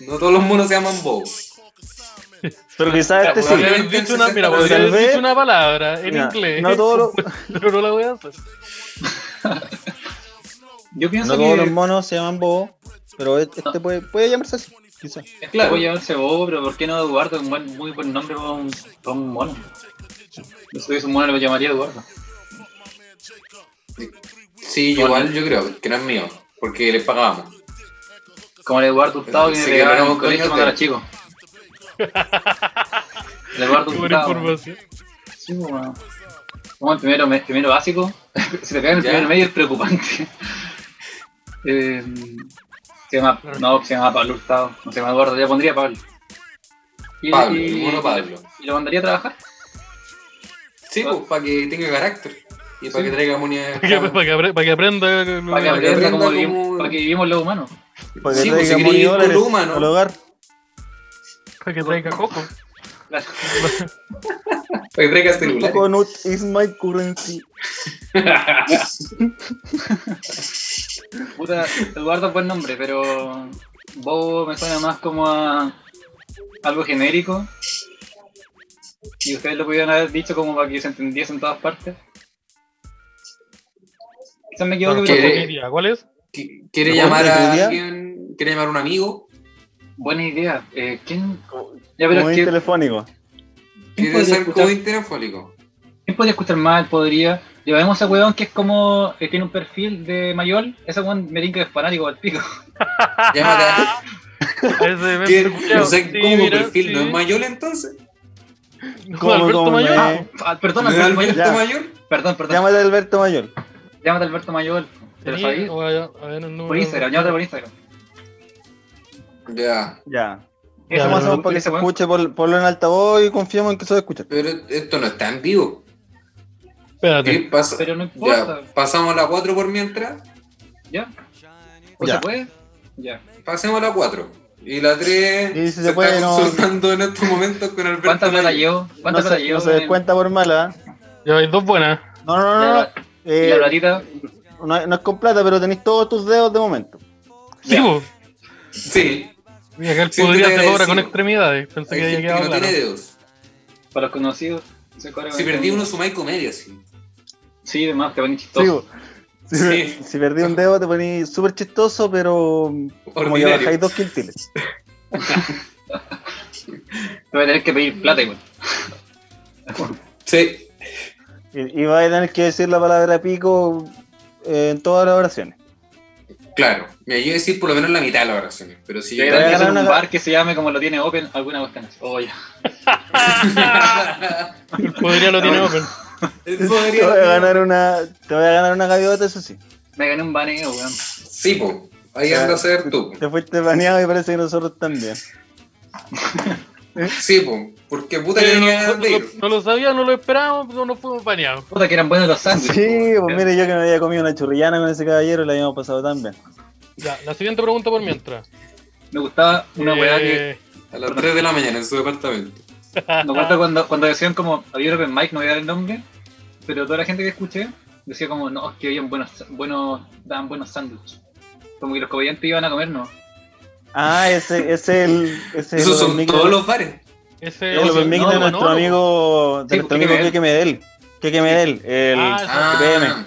Speaker 4: No todos los monos se llaman Bobo.
Speaker 3: Pero quizás este sí.
Speaker 2: Podría haber dicho una, mira,
Speaker 4: Tal
Speaker 2: podría haber
Speaker 3: vez-
Speaker 2: dicho una palabra en
Speaker 3: Mira,
Speaker 2: inglés.
Speaker 3: no todos los-
Speaker 2: Pero no la voy a hacer.
Speaker 5: Yo pienso
Speaker 3: No todos los
Speaker 5: que.
Speaker 3: monos se llaman bobo, pero este este puede, puede llamarse así, quizás.
Speaker 5: Claro. Voy a llamarse Bobo, pero ¿por qué no Eduardo? Un buen- muy buen nombre para un, para un mono. No sé si es un mono lo llamaría Eduardo.
Speaker 4: Sí, yo igual yo creo que no es mío, porque les pagábamos.
Speaker 5: Como el Eduardo Hurtado que
Speaker 4: Sí,
Speaker 5: me pegaron en
Speaker 4: pero
Speaker 5: el colegio
Speaker 4: coño,
Speaker 5: cuando era
Speaker 4: te-
Speaker 5: chico. El Eduardo
Speaker 2: Buena
Speaker 5: Hurtado.
Speaker 2: información.
Speaker 5: Sí, bueno. Vamos al primero, me- primero básico. si te pegan en el
Speaker 4: Ya.
Speaker 5: primer medio es preocupante. Eh, se llama, no, se llama Pablo Hurtado. No se llama Eduardo, le pondría Pablo. Y,
Speaker 4: Pablo,
Speaker 5: y-
Speaker 4: el mono Pablo.
Speaker 5: y lo mandaría a trabajar.
Speaker 4: Sí, pues, para que tenga carácter. Y para
Speaker 5: Sí.
Speaker 4: que traiga moneda.
Speaker 2: Para que, para que apre- para que aprenda. lo-
Speaker 5: Para que
Speaker 4: Para que
Speaker 5: aprenda cómo
Speaker 4: aprenda
Speaker 5: vivimos,
Speaker 4: cómo-
Speaker 5: para que vivimos los humanos.
Speaker 3: Porque
Speaker 4: Sí, pues,
Speaker 3: traiga
Speaker 4: si queréis
Speaker 3: monidores
Speaker 4: con humano.
Speaker 3: al hogar.
Speaker 2: para que traiga coco.
Speaker 5: Claro.
Speaker 4: Para que traiga celular.
Speaker 3: Coconut is my currency.
Speaker 5: Puta, Eduardo es buen nombre, pero Bobo me suena más como a algo genérico. Y ustedes lo pudieron haber dicho como para que se entendiese en todas partes. Quizás me equivoco,
Speaker 2: ¿Qué-
Speaker 5: pero
Speaker 4: ¿Quiere-
Speaker 2: qué- ¿Cuál es?
Speaker 4: Qui- ¿Quiere
Speaker 3: ¿Lo
Speaker 4: llamar a
Speaker 3: podría?
Speaker 4: alguien? ¿Quiere llamar a un amigo?
Speaker 5: buena idea. Eh, ¿Quién? Ya, pero
Speaker 3: Como
Speaker 5: es
Speaker 3: bien
Speaker 5: que,
Speaker 3: telefónico.
Speaker 5: ¿quién,
Speaker 4: ¿Quiere
Speaker 5: podría
Speaker 4: ser
Speaker 5: escuchar,
Speaker 4: COVID telefónico?
Speaker 5: ¿Quién podría escuchar más? Él podría. Llevamos a weón que es como. eh, tiene un perfil de mayor. Ese weón me tinca que es fanático al pico.
Speaker 4: Llámate a
Speaker 2: Ese
Speaker 4: ¿Qué?
Speaker 2: evento culiao.
Speaker 4: No sé
Speaker 2: Sí,
Speaker 4: cómo
Speaker 2: mira,
Speaker 4: perfil, ¿no
Speaker 2: sí.
Speaker 4: es mayor entonces?
Speaker 2: No,
Speaker 3: ¿Cómo,
Speaker 2: Alberto
Speaker 3: cómo,
Speaker 2: Mayor.
Speaker 3: no
Speaker 5: Ah,
Speaker 3: Eh,
Speaker 5: ah,
Speaker 4: ¿No
Speaker 5: perdón,
Speaker 4: es
Speaker 5: Alberto Mayor.
Speaker 4: Alberto
Speaker 3: ya.
Speaker 4: mayor?
Speaker 5: Perdón, perdón.
Speaker 3: Llámate a Alberto Mayor.
Speaker 5: Llámate a Alberto Mayor. ¿Te lo
Speaker 2: Tení-
Speaker 5: sabía?
Speaker 2: o a- a ver el número-
Speaker 5: Por Instagram, llámate por Instagram.
Speaker 4: Ya.
Speaker 3: Ya.
Speaker 2: Ya, pero-
Speaker 3: ¿Cómo hacemos para que se
Speaker 5: ese weón-
Speaker 3: escuche? Por, ponlo en altavoz y confiamos en que se va a escuchar.
Speaker 4: Pero esto no está en vivo.
Speaker 2: Espérate.
Speaker 4: ¿Qué pasa?
Speaker 5: Pero no importa.
Speaker 4: Ya, pasamos a la 4 por mientras.
Speaker 5: ¿Ya? ¿O
Speaker 3: Ya.
Speaker 5: se puede? Ya.
Speaker 4: Pasemos a la 4. Y la 3
Speaker 3: Y si se
Speaker 4: se
Speaker 3: puede,
Speaker 4: está
Speaker 3: no.
Speaker 4: consultando en estos momentos con Alberto
Speaker 5: ¿Cuántas plata
Speaker 4: Mayor.
Speaker 5: llevo?
Speaker 3: No
Speaker 5: ¿Cuántas plata
Speaker 3: se,
Speaker 5: llevo?
Speaker 3: no se
Speaker 5: en-
Speaker 3: descuenta por mala. ¿eh?
Speaker 2: Ya hay dos buenas.
Speaker 3: No, no,
Speaker 5: Ya,
Speaker 3: no. no.
Speaker 5: la- y la
Speaker 3: Eh,
Speaker 5: platita.
Speaker 3: no, es- no es con plata, pero tenéis todos tus dedos de momento.
Speaker 2: Sí, pues.
Speaker 5: Ya.
Speaker 2: vos.
Speaker 4: Sí.
Speaker 2: Mira, que él
Speaker 4: Siento
Speaker 2: podría
Speaker 4: que
Speaker 2: hacer obra con
Speaker 4: agradecido.
Speaker 2: extremidades. Pensé
Speaker 4: Hay
Speaker 2: que había
Speaker 4: gente que no
Speaker 2: quedado claro.
Speaker 4: tiene dedos.
Speaker 5: Para los conocidos. se corre
Speaker 4: Si
Speaker 5: con-
Speaker 4: perdí uno, sumáis comedia. Sí.
Speaker 5: Sí, demás, que van
Speaker 3: Sí,
Speaker 5: chistosos.
Speaker 3: vos. si, per-
Speaker 4: Sí.
Speaker 3: si perdí un dedo te ponís súper chistoso, pero mm, como que
Speaker 4: Ordinario.
Speaker 3: bajáis dos quintiles.
Speaker 5: Te voy a tener que pedir plata igual.
Speaker 4: Sí.
Speaker 3: Y, y vais a tener que decir la palabra pico eh, en todas las oraciones.
Speaker 4: Claro, mira, yo iba a decir por lo menos la mitad de las oraciones, pero si yo...
Speaker 5: Yo
Speaker 3: voy
Speaker 5: creo
Speaker 3: a
Speaker 5: que
Speaker 3: ganar
Speaker 5: en un
Speaker 3: una-
Speaker 5: bar que se llame como lo tiene Open, alguna cuestión así. Oh, ya.
Speaker 2: Podría lo tiene open.
Speaker 3: Te voy a ganar una, te voy a ganar una gaviota, eso sí.
Speaker 5: Me gané un baneo, weón.
Speaker 4: Sí, po. Ahí
Speaker 3: Ya.
Speaker 4: anda a ser tú.
Speaker 3: Te fuiste baneado y parece que nosotros también.
Speaker 4: Sí, po. Porque puta que
Speaker 2: Pero
Speaker 4: tenía
Speaker 2: No,
Speaker 4: ganas de
Speaker 2: no-
Speaker 4: ir.
Speaker 2: no lo sabía, no lo esperábamos, pero no fuimos baneados.
Speaker 5: Puta que eran buenos los sándwiches.
Speaker 3: Sí,
Speaker 5: weón.
Speaker 3: pues mire, yo que me había comido una churrillana con ese caballero, la habíamos pasado tan bien.
Speaker 2: Ya, la siguiente pregunta por mientras.
Speaker 5: Me gustaba una weá que
Speaker 2: Eh,
Speaker 4: A las 3 de la mañana en su departamento.
Speaker 5: Me acuerdo cuando, cuando decían como, había un open mic, no voy a dar el nombre, pero toda la gente que escuché decía como, no, es que habían buenos, buenos, daban buenos sándwiches. Como que los comediantes iban a comer, no.
Speaker 3: Ah, ese es el. Ese es
Speaker 4: Esos
Speaker 3: el
Speaker 4: son
Speaker 3: Open Mic
Speaker 4: todos
Speaker 3: de-
Speaker 4: los ¿eh? bares.
Speaker 2: Ese
Speaker 3: el Open Mic de
Speaker 2: no,
Speaker 3: nuestro
Speaker 2: Manolo.
Speaker 3: amigo.
Speaker 5: Sí,
Speaker 3: De nuestro
Speaker 5: Keke
Speaker 3: amigo
Speaker 5: Medel.
Speaker 3: Keke Medel. Keke Medel. El,
Speaker 2: Ah,
Speaker 4: Ah,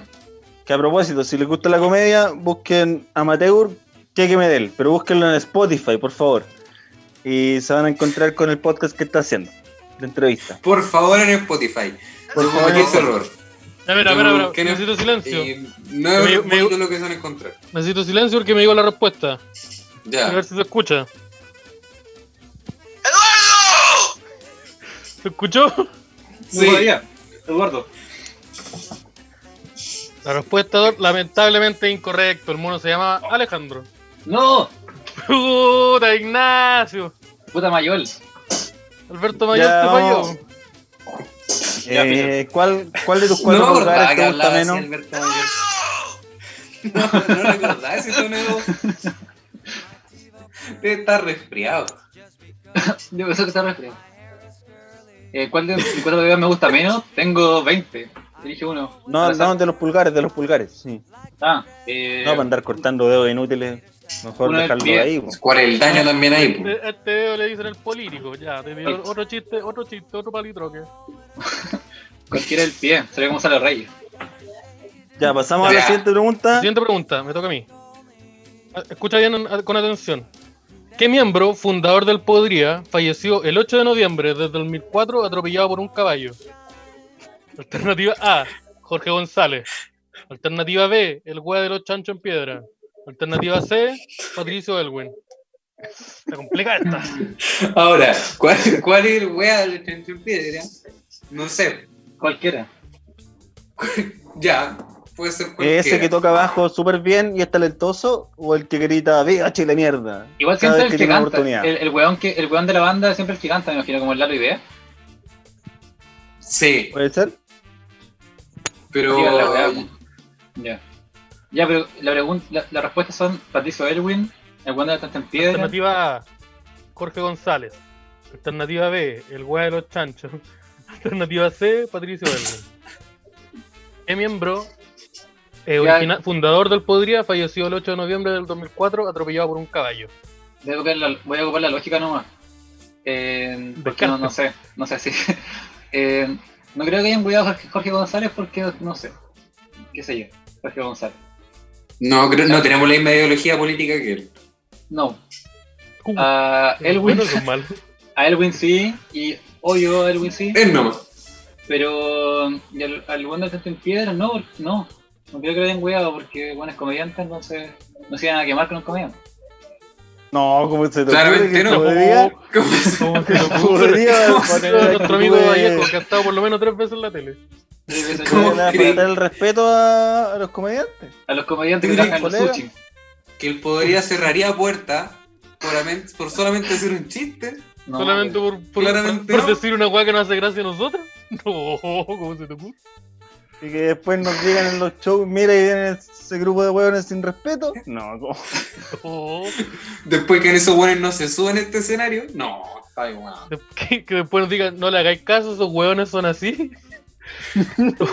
Speaker 3: Que a propósito, si les gusta la comedia, busquen Amateur Keke Medel, pero búsquenlo en Spotify, por favor. Y se van a encontrar con el podcast que está haciendo, de entrevista.
Speaker 4: por favor en Spotify.
Speaker 3: Por
Speaker 4: Por
Speaker 3: favor,
Speaker 4: favor, qué
Speaker 3: no.
Speaker 4: horror.
Speaker 2: Ya, mira,
Speaker 4: Yo
Speaker 2: mira, mira.
Speaker 4: que no-
Speaker 2: Necesito silencio.
Speaker 4: Y no es
Speaker 2: Me-
Speaker 4: un
Speaker 2: me-
Speaker 4: poquito lo que se van a encontrar.
Speaker 2: Necesito silencio porque me digo la respuesta. A
Speaker 4: Ya.
Speaker 2: ver si se escucha. ¡Eduardo! ¿Se escuchó?
Speaker 4: Sí.
Speaker 5: Todavía, Eduardo.
Speaker 2: La respuesta Dor, lamentablemente incorrecto. El mono se llama Alejandro.
Speaker 5: ¡No!
Speaker 2: Puta, Ignacio.
Speaker 5: Puta Mayol.
Speaker 2: Alberto Mayor
Speaker 3: Ya,
Speaker 2: te
Speaker 3: vamos.
Speaker 2: falló.
Speaker 4: Ya,
Speaker 3: Eh, ¿cuál, ¿Cuál de tus
Speaker 4: No me
Speaker 3: cuatro
Speaker 4: acordaba
Speaker 3: lugares
Speaker 4: que
Speaker 3: te gusta
Speaker 4: hablaba así
Speaker 3: este menos?
Speaker 4: Alberto Mayor. No, no recordaba ese tono de voz. Debe estar resfriado.
Speaker 5: Yo pensé que estaba resfriado. Eh, ¿Cuál de mis cuatro videos me gusta menos? Tengo 20. Elige uno.
Speaker 3: No,
Speaker 5: Al
Speaker 3: no,
Speaker 5: azar.
Speaker 3: de los pulgares, de los pulgares. Sí.
Speaker 5: Ah, eh,
Speaker 3: No, para andar cortando dedos inútiles, mejor
Speaker 5: Uno del
Speaker 3: dejarlo
Speaker 5: pie.
Speaker 3: ahí. po.
Speaker 4: ¿Cuál es el daño también ahí? po.
Speaker 2: Este, este dedo le dicen el político. Ya, te pido otro chiste, otro chiste, otro palitroque.
Speaker 5: cualquiera del pie. Se ve como sale Reyes.
Speaker 3: Ya, pasamos a
Speaker 4: Ya.
Speaker 3: la siguiente pregunta.
Speaker 2: Siguiente pregunta, me toca a mí. A- Escucha bien a- con atención. ¿Qué miembro fundador del Podría falleció el 8 de noviembre de 2004 atropellado por un caballo? Alternativa A, Jorge González. Alternativa B, el güey de los chanchos en piedra. Alternativa C, Patricio Elwin. Está complicada esta.
Speaker 4: Ahora, ¿cuál, cuál es el wea del chancho en piedra? No sé.
Speaker 5: Cualquiera.
Speaker 4: Ya, puede ser cualquiera.
Speaker 3: Eh, ¿Ese que toca abajo súper bien y es talentoso? ¿O el que grita, viva Chile mierda?
Speaker 5: Igual
Speaker 3: Cada
Speaker 5: siempre
Speaker 3: vez
Speaker 5: el
Speaker 3: que
Speaker 5: que
Speaker 3: tiene una
Speaker 5: canta.
Speaker 3: oportunidad.
Speaker 5: El, el, weón que, el weón de la banda siempre el que canta, me imagino, como el Lalo Idea.
Speaker 4: Sí,
Speaker 3: ¿Puede ser?
Speaker 4: pero...
Speaker 5: Digan la weá, po. Ya. Ya, pero la, pregunta, la, la respuesta son Patricio Elwin, el weón de la Tanta en Piedra.
Speaker 2: Alternativa A, Jorge González. Alternativa B, el güey de los chanchos. Alternativa C, Patricio Elwin. ¿Qué miembro eh,
Speaker 5: Ya.
Speaker 2: origina- fundador del Podría falleció el 8 de noviembre del 2004 atropellado por un caballo?
Speaker 5: Voy a ocupar la, voy a ocupar la lógica nomás. Eh, porque no, no sé, no sé si. Eh, no creo que hayan cuidado a Jorge, Jorge González porque no sé. ¿Qué sé yo? Jorge González.
Speaker 4: No, creo- no tenemos la misma ideología política que él.
Speaker 5: No.
Speaker 2: Uh,
Speaker 5: A
Speaker 2: qué
Speaker 5: Ah, Elwin,
Speaker 2: bueno, qué mal.
Speaker 5: a Elwin sí, y odio a Elwin sí.
Speaker 4: Él no.
Speaker 5: Pero y al, al weón del Tente en Piedra, no, por- no. No creo que lo hayan weado porque bueno es comediante, entonces no se iban a quemar con un comediante.
Speaker 3: No, como se te
Speaker 4: Claramente
Speaker 3: ocurre que
Speaker 4: no. Oh,
Speaker 3: podría-
Speaker 4: ¿Cómo se-
Speaker 2: ¿Cómo se le ocurre?
Speaker 3: podría
Speaker 4: ¿Cómo
Speaker 2: Bueno,
Speaker 3: poner
Speaker 2: Nuestro amigo
Speaker 3: actitudes
Speaker 2: Vallejo, que ha estado por lo menos tres veces en la tele.
Speaker 4: ¿Cómo
Speaker 3: para
Speaker 4: crees?
Speaker 3: faltar el respeto a, a los comediantes?
Speaker 5: A los comediantes que
Speaker 4: ¿Tú
Speaker 5: trabajan en los
Speaker 3: colega?
Speaker 5: sushi.
Speaker 4: Que él podría cerraría puerta por, amen- por solamente hacer un chiste.
Speaker 5: No,
Speaker 2: Solamente por, por-
Speaker 4: Claramente
Speaker 2: por
Speaker 4: no.
Speaker 2: decir una weá que no hace gracia a nosotros. No, ¿cómo se te ocurre?
Speaker 3: Y que después nos digan en los shows, mira, y viene ese grupo de hueones sin respeto. No, como-
Speaker 2: No.
Speaker 4: Después que en esos buenos no se suben a este escenario. No, está igual.
Speaker 2: Que, que después nos digan, no le hagáis caso, esos hueones son así.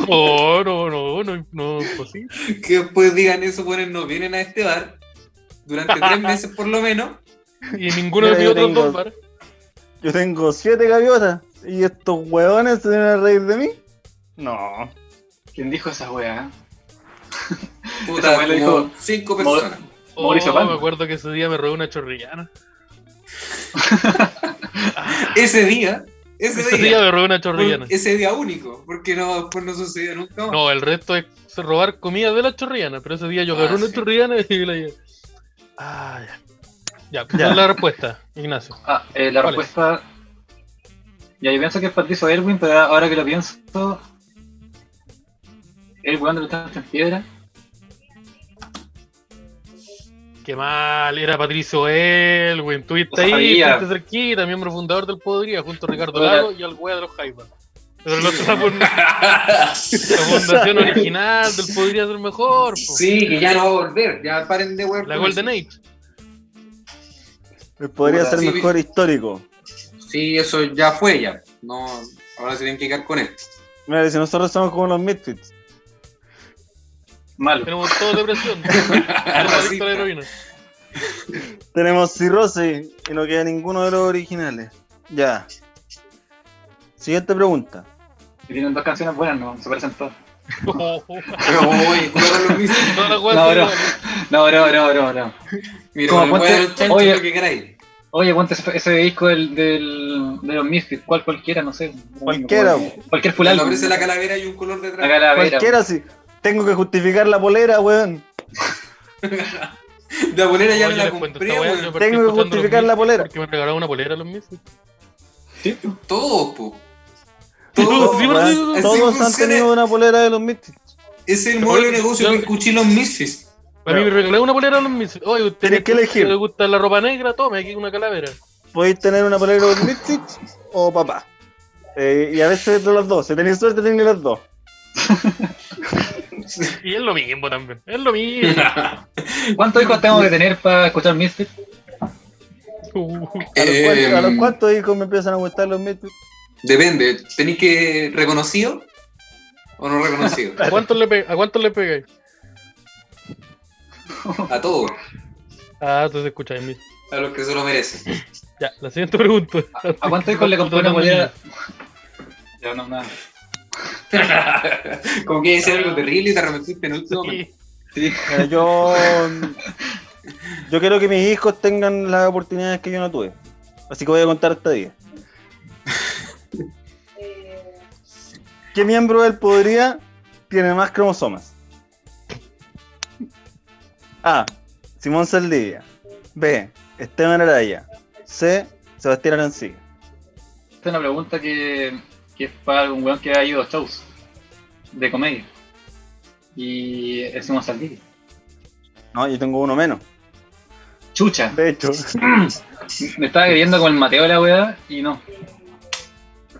Speaker 2: Oh, no, no, no, no, no, pues sí.
Speaker 4: Que después digan esos buenos no vienen a este bar. Durante tres meses por lo menos.
Speaker 2: Y ninguno de mis
Speaker 3: Mira, yo
Speaker 2: otros
Speaker 3: tengo-
Speaker 2: dos bar.
Speaker 3: yo tengo siete gaviotas y estos hueones se vienen a reír de mí. No.
Speaker 5: ¿Quién dijo esa weá?
Speaker 4: Puta,
Speaker 5: Esa weá le
Speaker 4: como
Speaker 5: dijo-
Speaker 4: cinco personas.
Speaker 2: Oh,
Speaker 5: Mauricio Palma.
Speaker 2: me acuerdo que ese día me robé una chorrillana.
Speaker 4: Ese día Ese
Speaker 2: Ese día
Speaker 4: día.
Speaker 2: me robé una chorrillana.
Speaker 4: Ese día único, porque no, después no sucedió nunca más.
Speaker 2: No, el resto es robar comida de la chorrillana, pero ese día yo
Speaker 4: Ah,
Speaker 2: agarré una
Speaker 4: sí.
Speaker 2: chorrillana y la llevé. Ah, ya. Ya, ¿cuál
Speaker 3: Ya.
Speaker 2: es la respuesta, Ignacio?
Speaker 5: Ah, eh, la
Speaker 2: ¿Cuál
Speaker 5: respuesta. Ya, yo pienso que es Patricio Erwin, pero ahora que lo pienso. El weón de los tanques en piedra.
Speaker 2: Qué mal, era Patricio Elwin, estuviste
Speaker 5: Lo
Speaker 2: ahí,
Speaker 5: sabía.
Speaker 2: estuviste cerquita, miembro fundador del Podría, junto a Ricardo
Speaker 5: Hola.
Speaker 2: Lago y al wea de los Jaivas. Pero el otro, la, fun- la fundación original del Podría Ser Mejor, po.
Speaker 4: sí, que ya no va a volver. Ya paren de huevo.
Speaker 2: la Golden Age.
Speaker 3: Podría
Speaker 4: Puta,
Speaker 3: ser
Speaker 4: sí,
Speaker 3: mejor histórico.
Speaker 4: Sí, eso ya fue ya. No, ahora se tienen que quedar con él.
Speaker 3: Mira, si nosotros somos como los Misfits.
Speaker 5: Malo.
Speaker 2: Tenemos todo depresión. Tenemos adicto a la heroína.
Speaker 3: Tenemos cirrosis y no queda ninguno de los originales. Ya. Siguiente pregunta.
Speaker 5: Que tienen dos canciones buenas, no, se parecen todas.
Speaker 2: Oh, oh,
Speaker 4: Pero oye, juega lo mismo.
Speaker 2: todas las weas
Speaker 5: No,
Speaker 2: son
Speaker 5: no.
Speaker 2: iguales.
Speaker 5: No, no, no, no, no.
Speaker 4: Mira,
Speaker 5: Como
Speaker 4: con el huevo de
Speaker 5: ponte-
Speaker 4: los chanchos
Speaker 5: oye.
Speaker 4: lo que queráis.
Speaker 5: Oye, ponte ese, ese disco del, del, de los Misfits, cual cualquiera, no sé. pues,
Speaker 3: Cualquiera,
Speaker 5: Cualquier
Speaker 4: Cuando
Speaker 5: fulano.
Speaker 4: aparece la calavera y un color detrás.
Speaker 5: La calavera.
Speaker 3: Cualquiera si tengo que justificar la polera, weón.
Speaker 4: La bolera ya
Speaker 2: Oye,
Speaker 4: me
Speaker 2: les
Speaker 4: la
Speaker 2: cuento
Speaker 4: compré,
Speaker 2: esta wea,
Speaker 4: weón.
Speaker 2: yo partí
Speaker 3: Tengo
Speaker 2: escuchando
Speaker 3: que
Speaker 2: los
Speaker 3: justificar la
Speaker 2: Misfits
Speaker 3: polera.
Speaker 2: Porque me regalaron una polera los Misfits.
Speaker 4: Todos, po.
Speaker 3: pues,
Speaker 2: Todos, sí,
Speaker 4: Todos.
Speaker 2: ¿verdad?
Speaker 3: Weón,
Speaker 4: Así
Speaker 3: Todos han
Speaker 4: funciona.
Speaker 3: tenido una polera de los Misfits.
Speaker 4: Es el modelo de negocio que escuché en los Misfits.
Speaker 2: A mí me regalaron una polera los Misfits. Oye, ¿usted
Speaker 3: Tienes que elegir.
Speaker 2: ¿Le gusta la ropa negra? Tome aquí una calavera.
Speaker 3: podéis tener una polera con Mystic o papá. Eh, y a veces de las dos. Si tenéis suerte, tenéis las dos.
Speaker 2: Y es lo mismo también. Es lo mismo.
Speaker 5: ¿Cuántos discos tengo que tener para escuchar Misfits?
Speaker 2: Uh,
Speaker 3: A los,
Speaker 4: Eh,
Speaker 3: cuantos, a los cuantos hijos me empiezan a gustar los Mystic.
Speaker 4: Depende, ¿tenéis que reconocido o no reconocido?
Speaker 2: ¿A cuántos le, pe- a cuántos le pegáis?
Speaker 4: A todos,
Speaker 2: Ah, entonces escucháis mí.
Speaker 4: a los que se lo merecen.
Speaker 2: Ya, la siguiente pregunta.
Speaker 5: ¿A cuántos discos le compré una polera? Ya, no, nada.
Speaker 4: Como que decir algo terrible y te arrepentiste en el último momento.
Speaker 2: Sí.
Speaker 3: Mira, Eh, yo. Yo quiero que mis hijos tengan las oportunidades que yo no tuve. Así que voy a contar hasta 10. ¿Qué miembro del podría tiene más cromosomas? A. Simón Saldivia. B. Esteban Araya. C. Sebastián Arancilla.
Speaker 5: Esta es una pregunta que, que es para un weón que ha ido a shows de comedia. Y es Simón Saldivia.
Speaker 3: No, yo tengo uno menos.
Speaker 5: Chucha,
Speaker 3: De hecho,
Speaker 5: me estaba queriendo con el Mateo la weá y no.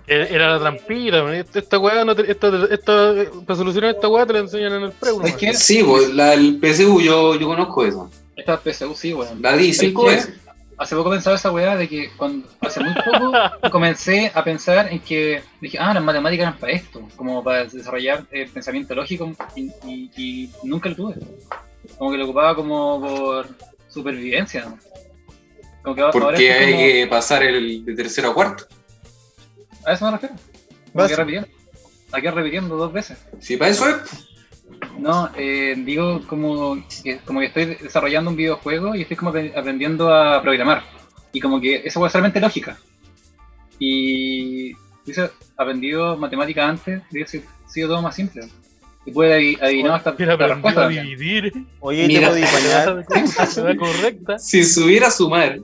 Speaker 2: Era era la trampita, man. Este, Esta- esta weá, no te- esta, esta, para solucionar esta weá te la enseñan en el pre,
Speaker 5: ¿Sabes
Speaker 2: man.
Speaker 5: qué?
Speaker 4: Sí, pues, la, el PSU yo, yo conozco eso.
Speaker 5: Esta PSU sí, weón.
Speaker 4: La dice,
Speaker 5: ¿Sabes qué?
Speaker 4: pues.
Speaker 5: Hace poco pensaba esa weá de que cuando, hace muy poco comencé a pensar en que dije, ah, las matemáticas eran para esto, como para desarrollar el pensamiento lógico y, y- y nunca lo tuve. Como que lo ocupaba como por supervivencia. ¿no? Como que ahora
Speaker 4: Porque
Speaker 5: estoy
Speaker 4: hay
Speaker 5: como-
Speaker 4: que pasar el de tercero a cuarto.
Speaker 5: A eso me refiero. Como
Speaker 3: Vas.
Speaker 5: que repitiendo. Aquí repitiendo dos veces.
Speaker 4: Sí, para eso es.
Speaker 5: No, eh, digo como que, como que estoy desarrollando un videojuego y estoy como apre- aprendiendo a programar. Y como que eso es solamente lógica. Y hubiese aprendido matemáticas antes, hubiese sido todo más simple. Y puede adiv- adivinar hasta
Speaker 2: Mira,
Speaker 5: la
Speaker 2: aprendió
Speaker 5: respuesta.
Speaker 2: a
Speaker 5: también.
Speaker 2: dividir.
Speaker 3: oye, ¿te
Speaker 4: Mira.
Speaker 3: podéis bañar?
Speaker 2: La correcta.
Speaker 4: Si subiera a sumar,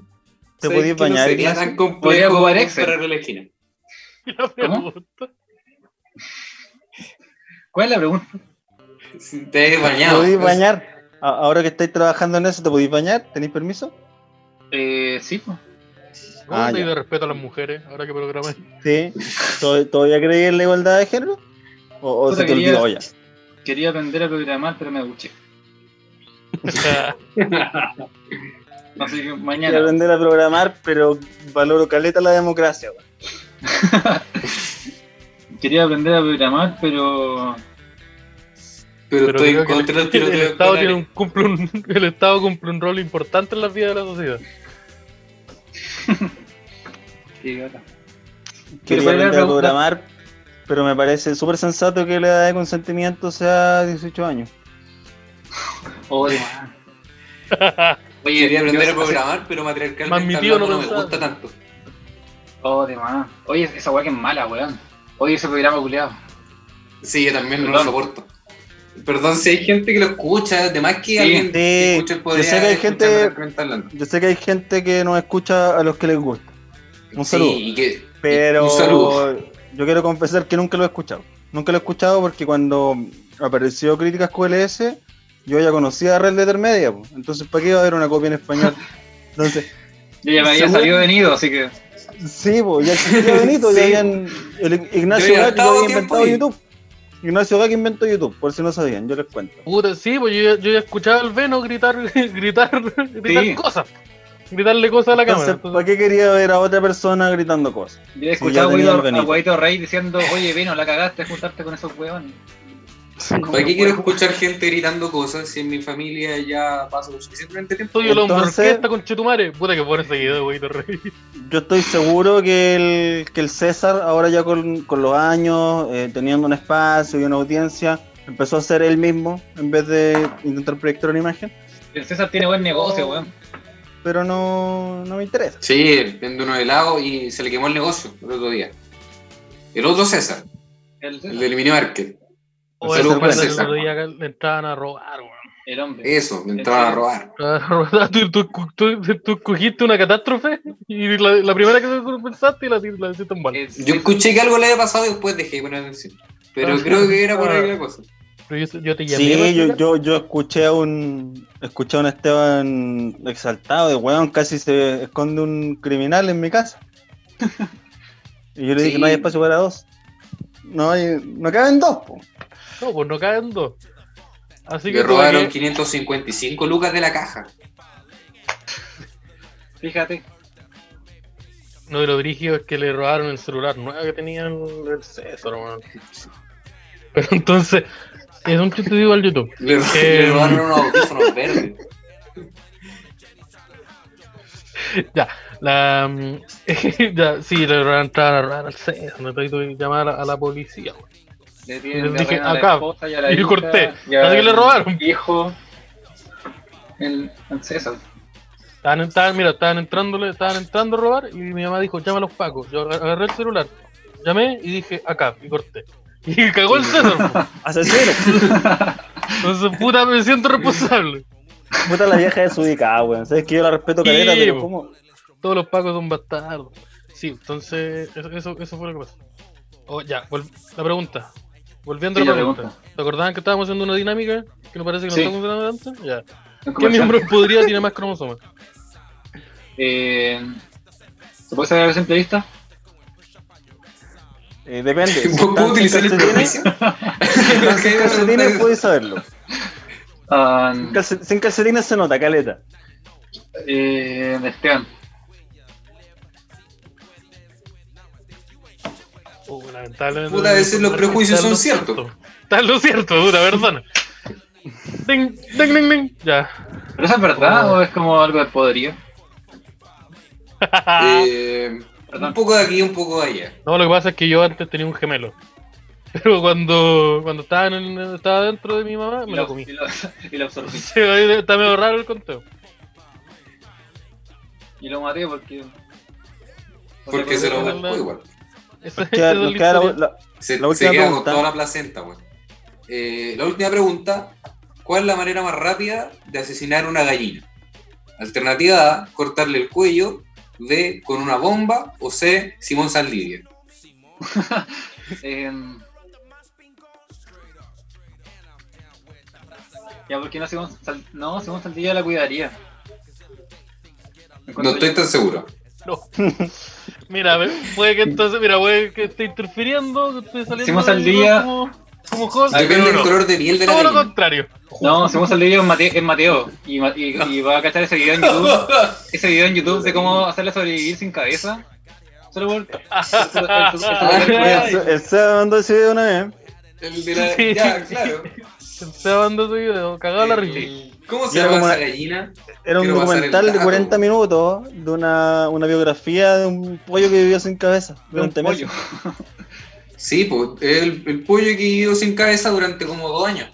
Speaker 3: ¿Te
Speaker 4: ¿sabes
Speaker 3: podéis
Speaker 4: que no
Speaker 3: bañar?
Speaker 4: sería
Speaker 3: Ignacio?
Speaker 4: tan
Speaker 5: Podría
Speaker 4: complejo
Speaker 5: ocupar
Speaker 4: como
Speaker 5: Excel.
Speaker 4: cerrar la esquina.
Speaker 2: Y la pregunta.
Speaker 5: ¿Cuál es la pregunta?
Speaker 4: Si Te he
Speaker 3: ¿Te
Speaker 4: bañado. pues.
Speaker 3: podéis bañar? A- Ahora que estáis trabajando en eso, ¿te podéis bañar? ¿Tenéis permiso?
Speaker 5: Eh, sí, pues.
Speaker 2: ¿Cómo
Speaker 3: Ah,
Speaker 2: te
Speaker 3: ya.
Speaker 2: de respeto a las mujeres? Ahora que programé.
Speaker 3: Sí. ¿Tod- ¿Todavía creéis en la igualdad de género? ¿O, o
Speaker 5: Puta,
Speaker 3: se te
Speaker 5: quería-
Speaker 3: olvidó ya?
Speaker 5: quería aprender a programar, pero me duché. Así que
Speaker 3: Quiero
Speaker 5: mañana.
Speaker 3: aprender a programar, pero valoro caleta la democracia. weón.
Speaker 5: Quería aprender a programar, pero
Speaker 4: Pero,
Speaker 2: Pero
Speaker 4: estoy
Speaker 2: creo
Speaker 4: en
Speaker 2: que el-
Speaker 4: contra del
Speaker 2: el,
Speaker 4: tiroteo
Speaker 2: Estado
Speaker 4: escolar.
Speaker 2: tiene un, cumple un, el Estado cumple un rol importante en la vida de la sociedad.
Speaker 5: qué idiota. Pero
Speaker 3: Quería
Speaker 5: ¿cuál era la
Speaker 3: aprender a
Speaker 5: pregunta?
Speaker 3: programar, pero me parece súper sensato que la edad de consentimiento sea 18 años.
Speaker 5: Oh, de- Oye,
Speaker 4: Quería aprender
Speaker 5: yo-
Speaker 4: a programar, pero
Speaker 2: Más mi
Speaker 4: matriarcalmente
Speaker 2: tío
Speaker 4: hablando
Speaker 2: no
Speaker 4: no me
Speaker 2: pensaba.
Speaker 4: gusta tanto.
Speaker 5: Oh, de más. Oye, esa weá que es mala, weón. Oye, ese programa culiado.
Speaker 4: Sí, yo también no lo
Speaker 5: Perdón.
Speaker 4: soporto. Perdón si hay gente que lo escucha, además que alguien que
Speaker 3: sí.
Speaker 4: escucha el
Speaker 3: Yo
Speaker 4: poder.
Speaker 3: sé que hay gente-
Speaker 4: hablando.
Speaker 3: Yo sé que hay gente que nos escucha a los que les gusta, Un
Speaker 4: Sí,
Speaker 3: saludo.
Speaker 4: y que-
Speaker 3: pero
Speaker 4: Un saludo.
Speaker 3: yo quiero confesar que nunca lo he escuchado. Nunca lo he escuchado porque cuando apareció Críticas QLS, yo ya conocía a Red Letter Media, po. entonces ¿para qué iba a haber una copia en español? Entonces,
Speaker 5: Yo ya me había
Speaker 3: ¿Seguro?
Speaker 5: salido venido, así que.
Speaker 3: sí, po, ya existía Benito,
Speaker 4: Sí.
Speaker 3: ya habían, el Ignacio
Speaker 4: Yo ya
Speaker 3: Gatti ya
Speaker 4: estaba
Speaker 3: había
Speaker 4: tiempo
Speaker 3: inventado
Speaker 4: ahí.
Speaker 3: YouTube. Ignacio Gatti inventó YouTube, por si no sabían, yo les cuento.
Speaker 2: Puta, sí, pues yo, yo ya escuchaba al Veno gritar, gritar, gritar
Speaker 5: Sí.
Speaker 2: cosas. Gritarle cosas a la cámara. pues.
Speaker 3: Entonces, ¿para qué quería ver a otra persona gritando cosas?
Speaker 5: Yo he
Speaker 3: ya
Speaker 5: escuchado
Speaker 3: tenía el
Speaker 5: a Guido- a
Speaker 3: Benito.
Speaker 5: Guaito Rey diciendo, oye, Veno, la cagaste a juntarte con esos weones.
Speaker 4: ¿Para qué quiero escuchar gente gritando cosas si en mi familia ya paso suficientemente tiempo?
Speaker 2: Soy el hombre
Speaker 3: Entonces-
Speaker 2: orquesta con Chetumare. Puta que pone seguido, güey, te reí.
Speaker 3: Yo estoy seguro que el, que el César, ahora ya con, con los años, eh, teniendo un espacio y una audiencia, empezó a ser él mismo en vez de intentar proyectar una imagen,
Speaker 5: El César tiene buen negocio, weón.
Speaker 3: pero no, no me interesa.
Speaker 4: Sí, vende unos helados y se le quemó el negocio el otro día. El otro César,
Speaker 5: El,
Speaker 4: el
Speaker 5: César,
Speaker 4: del mini market.
Speaker 2: O
Speaker 4: Saludos
Speaker 2: el
Speaker 4: para
Speaker 2: el
Speaker 4: César.
Speaker 2: otro día acá le entraban a robar, güey.
Speaker 5: el hombre.
Speaker 4: Eso, me entraron a robar.
Speaker 2: ¿Tú, tú, tú, tú, tú cogiste una catástrofe y la, la primera que pensaste y la, la hiciste en bala.
Speaker 5: El
Speaker 4: Yo
Speaker 5: César.
Speaker 4: escuché que algo le había pasado y después dejé de poner atención. Pero
Speaker 2: Ah.
Speaker 4: creo que era por ahí la cosa.
Speaker 2: Pero yo, yo te llamé.
Speaker 3: Sí,
Speaker 2: para
Speaker 3: yo,
Speaker 2: explicar.
Speaker 3: yo, yo escuché a un escuché a un Esteban exaltado de weón, casi se esconde un criminal en mi casa. Y yo le dije,
Speaker 4: Sí.
Speaker 3: no hay espacio para dos. No hay, no caben dos, po.
Speaker 2: No, pues no caen dos. Así que
Speaker 4: Le
Speaker 2: tuve
Speaker 4: robaron
Speaker 2: que-
Speaker 4: 555 lucas de la caja.
Speaker 5: Fíjate.
Speaker 2: No, de lo dirigido es que le robaron el celular nuevo que tenía el el César, weón. Pero entonces, es un chiste igual YouTube.
Speaker 4: Le, ro-
Speaker 2: Eh,
Speaker 4: le robaron unos audífonos verdes.
Speaker 2: La, mm, ya, sí, le robaron, entraban a robar al César, me tuve que llamar a la, a la policía, weón.
Speaker 5: Le
Speaker 2: Les
Speaker 5: tienen de
Speaker 2: dije,
Speaker 5: rehén a la
Speaker 2: acá.
Speaker 5: esposa y a la
Speaker 2: Y yo
Speaker 5: hija,
Speaker 2: corté.
Speaker 5: y al
Speaker 2: Así que le robaron.
Speaker 5: Hijo. El, el César.
Speaker 2: Estaban, estaban, mira, estaban entrándole, estaban entrando a robar y mi mamá dijo, llama a los pacos. Yo agar- agarré el celular, llamé y dije, acá, y corté. Y cagó el César, po.
Speaker 3: Asesino.
Speaker 2: entonces puta me siento responsable.
Speaker 3: Puta la vieja desubicada, weón. Sabes que yo la respeto
Speaker 2: Sí,
Speaker 3: caleta, pero
Speaker 2: po.
Speaker 3: ¿cómo?
Speaker 2: Todos los pacos son bastardos. Sí, entonces eso, eso, eso fue lo que pasó. Oh, ya, vol- la pregunta. Volviendo
Speaker 5: Sí,
Speaker 2: a
Speaker 5: la
Speaker 2: la pregunta. ¿Te acordaban que estábamos haciendo una dinámica que no parece que
Speaker 5: Sí.
Speaker 2: no está funcionando tanto? Ya.
Speaker 5: Un
Speaker 2: ¿Qué
Speaker 5: comercial.
Speaker 2: miembro podría tener más cromosomas?
Speaker 5: Eh, ¿Se puede sacar esa entrevista?
Speaker 3: Eh, depende. Si están
Speaker 4: ¿Puedo
Speaker 3: sin
Speaker 4: utilizar el
Speaker 3: calcetines,
Speaker 4: propicio?
Speaker 3: están sin calcetines puedes saberlo.
Speaker 5: Ah,
Speaker 3: Calce- sin calcetines se nota, caleta.
Speaker 5: eh, Esteban.
Speaker 2: Oh, lamentablemente.
Speaker 4: Puta, a veces los prejuicios son
Speaker 2: Está en lo
Speaker 4: ciertos.
Speaker 2: Está en lo cierto, puta, perdona. Ding, ding, ding, ding. Ya.
Speaker 5: ¿Pero eso es verdad
Speaker 2: Oh.
Speaker 5: o es como algo de poderío?
Speaker 2: Ah.
Speaker 4: Eh,
Speaker 5: Perdón.
Speaker 4: un poco de aquí, un poco de allá.
Speaker 2: No, lo que pasa es que yo antes tenía un gemelo. Pero cuando, cuando estaba, en el- estaba dentro de mi mamá, me lo comí.
Speaker 5: Y lo, y lo absorbí.
Speaker 2: Sí, ahí está medio raro el conteo.
Speaker 5: Y lo maté porque.
Speaker 4: Porque se lo
Speaker 2: porque-
Speaker 4: buscó igual.
Speaker 2: Esa- esa
Speaker 3: Queda-
Speaker 2: es la
Speaker 3: nos queda la-
Speaker 2: historia.
Speaker 3: la-
Speaker 4: Se,
Speaker 3: La
Speaker 4: se
Speaker 3: última
Speaker 4: queda con
Speaker 3: pregunta.
Speaker 4: toda la placenta, weón. Eh, la última pregunta: ¿Cuál es la manera más rápida de asesinar una gallina? Alternativa A: cortarle el cuello. B: con una bomba. O C: Simón Saldivia.
Speaker 5: Eh, ya, porque no según, Sal- no, según Saldivia la cuidaría. En cuanto
Speaker 4: No estoy
Speaker 5: yo-
Speaker 4: tan seguro.
Speaker 2: No. Mira, a ver, puede que entonces, mira, puede que esté interfiriendo, que esté saliendo.
Speaker 5: Hicimos
Speaker 2: del
Speaker 5: al día.
Speaker 2: grupo Como, como Hulk,
Speaker 4: Depende
Speaker 2: pero
Speaker 4: del
Speaker 2: no.
Speaker 4: color de piel de la
Speaker 2: Todo lo
Speaker 4: gallina.
Speaker 2: contrario.
Speaker 5: No, según Saldivia es Mateo, es Mateo y, ma- y- y va a cachar ese video en YouTube. Ese video en YouTube de cómo hacerla sobrevivir sin cabeza. Solo por.
Speaker 2: Ah,
Speaker 3: Mira, se- el Seba mandó ese video una vez.
Speaker 4: El de la-
Speaker 2: Sí.
Speaker 4: Ya, claro.
Speaker 2: Se mandó su video, cagado la risa.
Speaker 4: Eh, ¿Cómo se
Speaker 3: Yo era
Speaker 4: llama
Speaker 3: como
Speaker 4: esa
Speaker 3: la-
Speaker 4: gallina?
Speaker 3: Era un
Speaker 4: Quiero pasar el
Speaker 3: documental de
Speaker 4: dato.
Speaker 3: 40 minutos de una, una biografía de un pollo que vivía sin cabeza durante meses.
Speaker 4: Sí, pues, el, el pollo que vivió sin cabeza durante como dos años.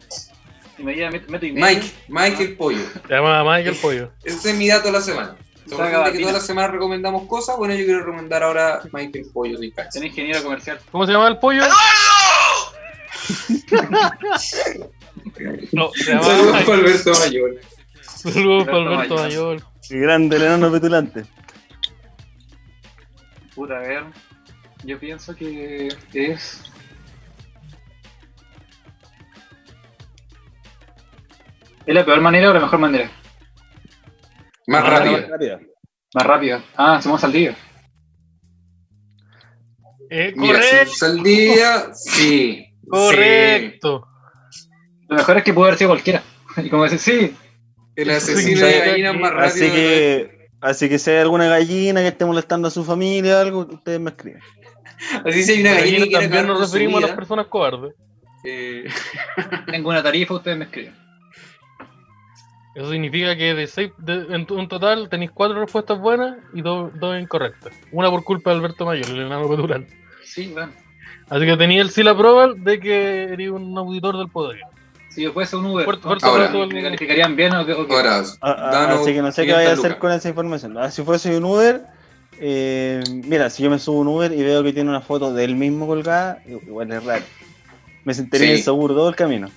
Speaker 5: Y medía met- metro y medio.
Speaker 3: Ah.
Speaker 4: Mike, Mike el pollo.
Speaker 2: Se llama Mike el pollo.
Speaker 4: Ese es mi dato de la semana. Se
Speaker 5: Saga
Speaker 4: recuerda que
Speaker 5: Batina.
Speaker 4: todas las semanas recomendamos cosas. Bueno, yo quiero recomendar ahora Michael Pollo sin
Speaker 5: Es
Speaker 4: Cáncer.
Speaker 5: un ingeniero comercial.
Speaker 2: ¿Cómo se llama el pollo? No, se llama
Speaker 4: Saludos para Alberto Mayor.
Speaker 2: Saludos para
Speaker 5: Alberto
Speaker 2: Alberto
Speaker 5: Mayor.
Speaker 2: Mayor.
Speaker 3: El grande, el enano petulante.
Speaker 5: Puta, a ver. Yo pienso que es. ¿Es la peor manera o la mejor manera?
Speaker 2: Ah,
Speaker 4: Más rápido.
Speaker 5: Más rápida. Ah, somos al día.
Speaker 2: Eh,
Speaker 4: Mira,
Speaker 2: correcto,
Speaker 4: si al día, sí.
Speaker 2: correcto.
Speaker 5: Lo mejor es que puede haber sido cualquiera. Y como decir, sí,
Speaker 4: Sí. El asesino de gallinas más rápido.
Speaker 3: Así que, así que si hay alguna gallina que esté molestando a su familia o algo, ustedes me escriben.
Speaker 4: Así si hay una
Speaker 2: Pero
Speaker 4: gallina
Speaker 2: aquí
Speaker 4: que quiere
Speaker 2: también
Speaker 4: acabar
Speaker 2: nos
Speaker 4: con su
Speaker 2: referimos a las
Speaker 4: vida,
Speaker 2: personas cobardes.
Speaker 4: eh,
Speaker 5: tengo una tarifa, ustedes me escriben.
Speaker 2: Eso significa que de seis, de- en tu- un total tenéis cuatro respuestas buenas y do- dos incorrectas. Una por culpa de Alberto Mayor, el enano cultural.
Speaker 5: Sí, bueno.
Speaker 2: Así que tenía el sí la prueba de que eres un auditor del poder.
Speaker 5: Si yo fuese un Uber,
Speaker 2: Fuerte, fuerte,
Speaker 5: entonces,
Speaker 2: fuerte,
Speaker 5: ¿me
Speaker 2: fuerte.
Speaker 5: calificarían bien o qué? o qué?
Speaker 4: eh, Ahora,
Speaker 3: A- a-
Speaker 4: danos
Speaker 3: Ah, así que no sé qué vaya a
Speaker 4: 500
Speaker 3: hacer
Speaker 4: lucas.
Speaker 3: con esa información. Ah, si fuese un Uber, eh, mira, si yo me subo a un Uber y veo que tiene una foto del mismo colgada, igual es raro. Me sentiría
Speaker 4: Sí.
Speaker 3: inseguro todo el camino.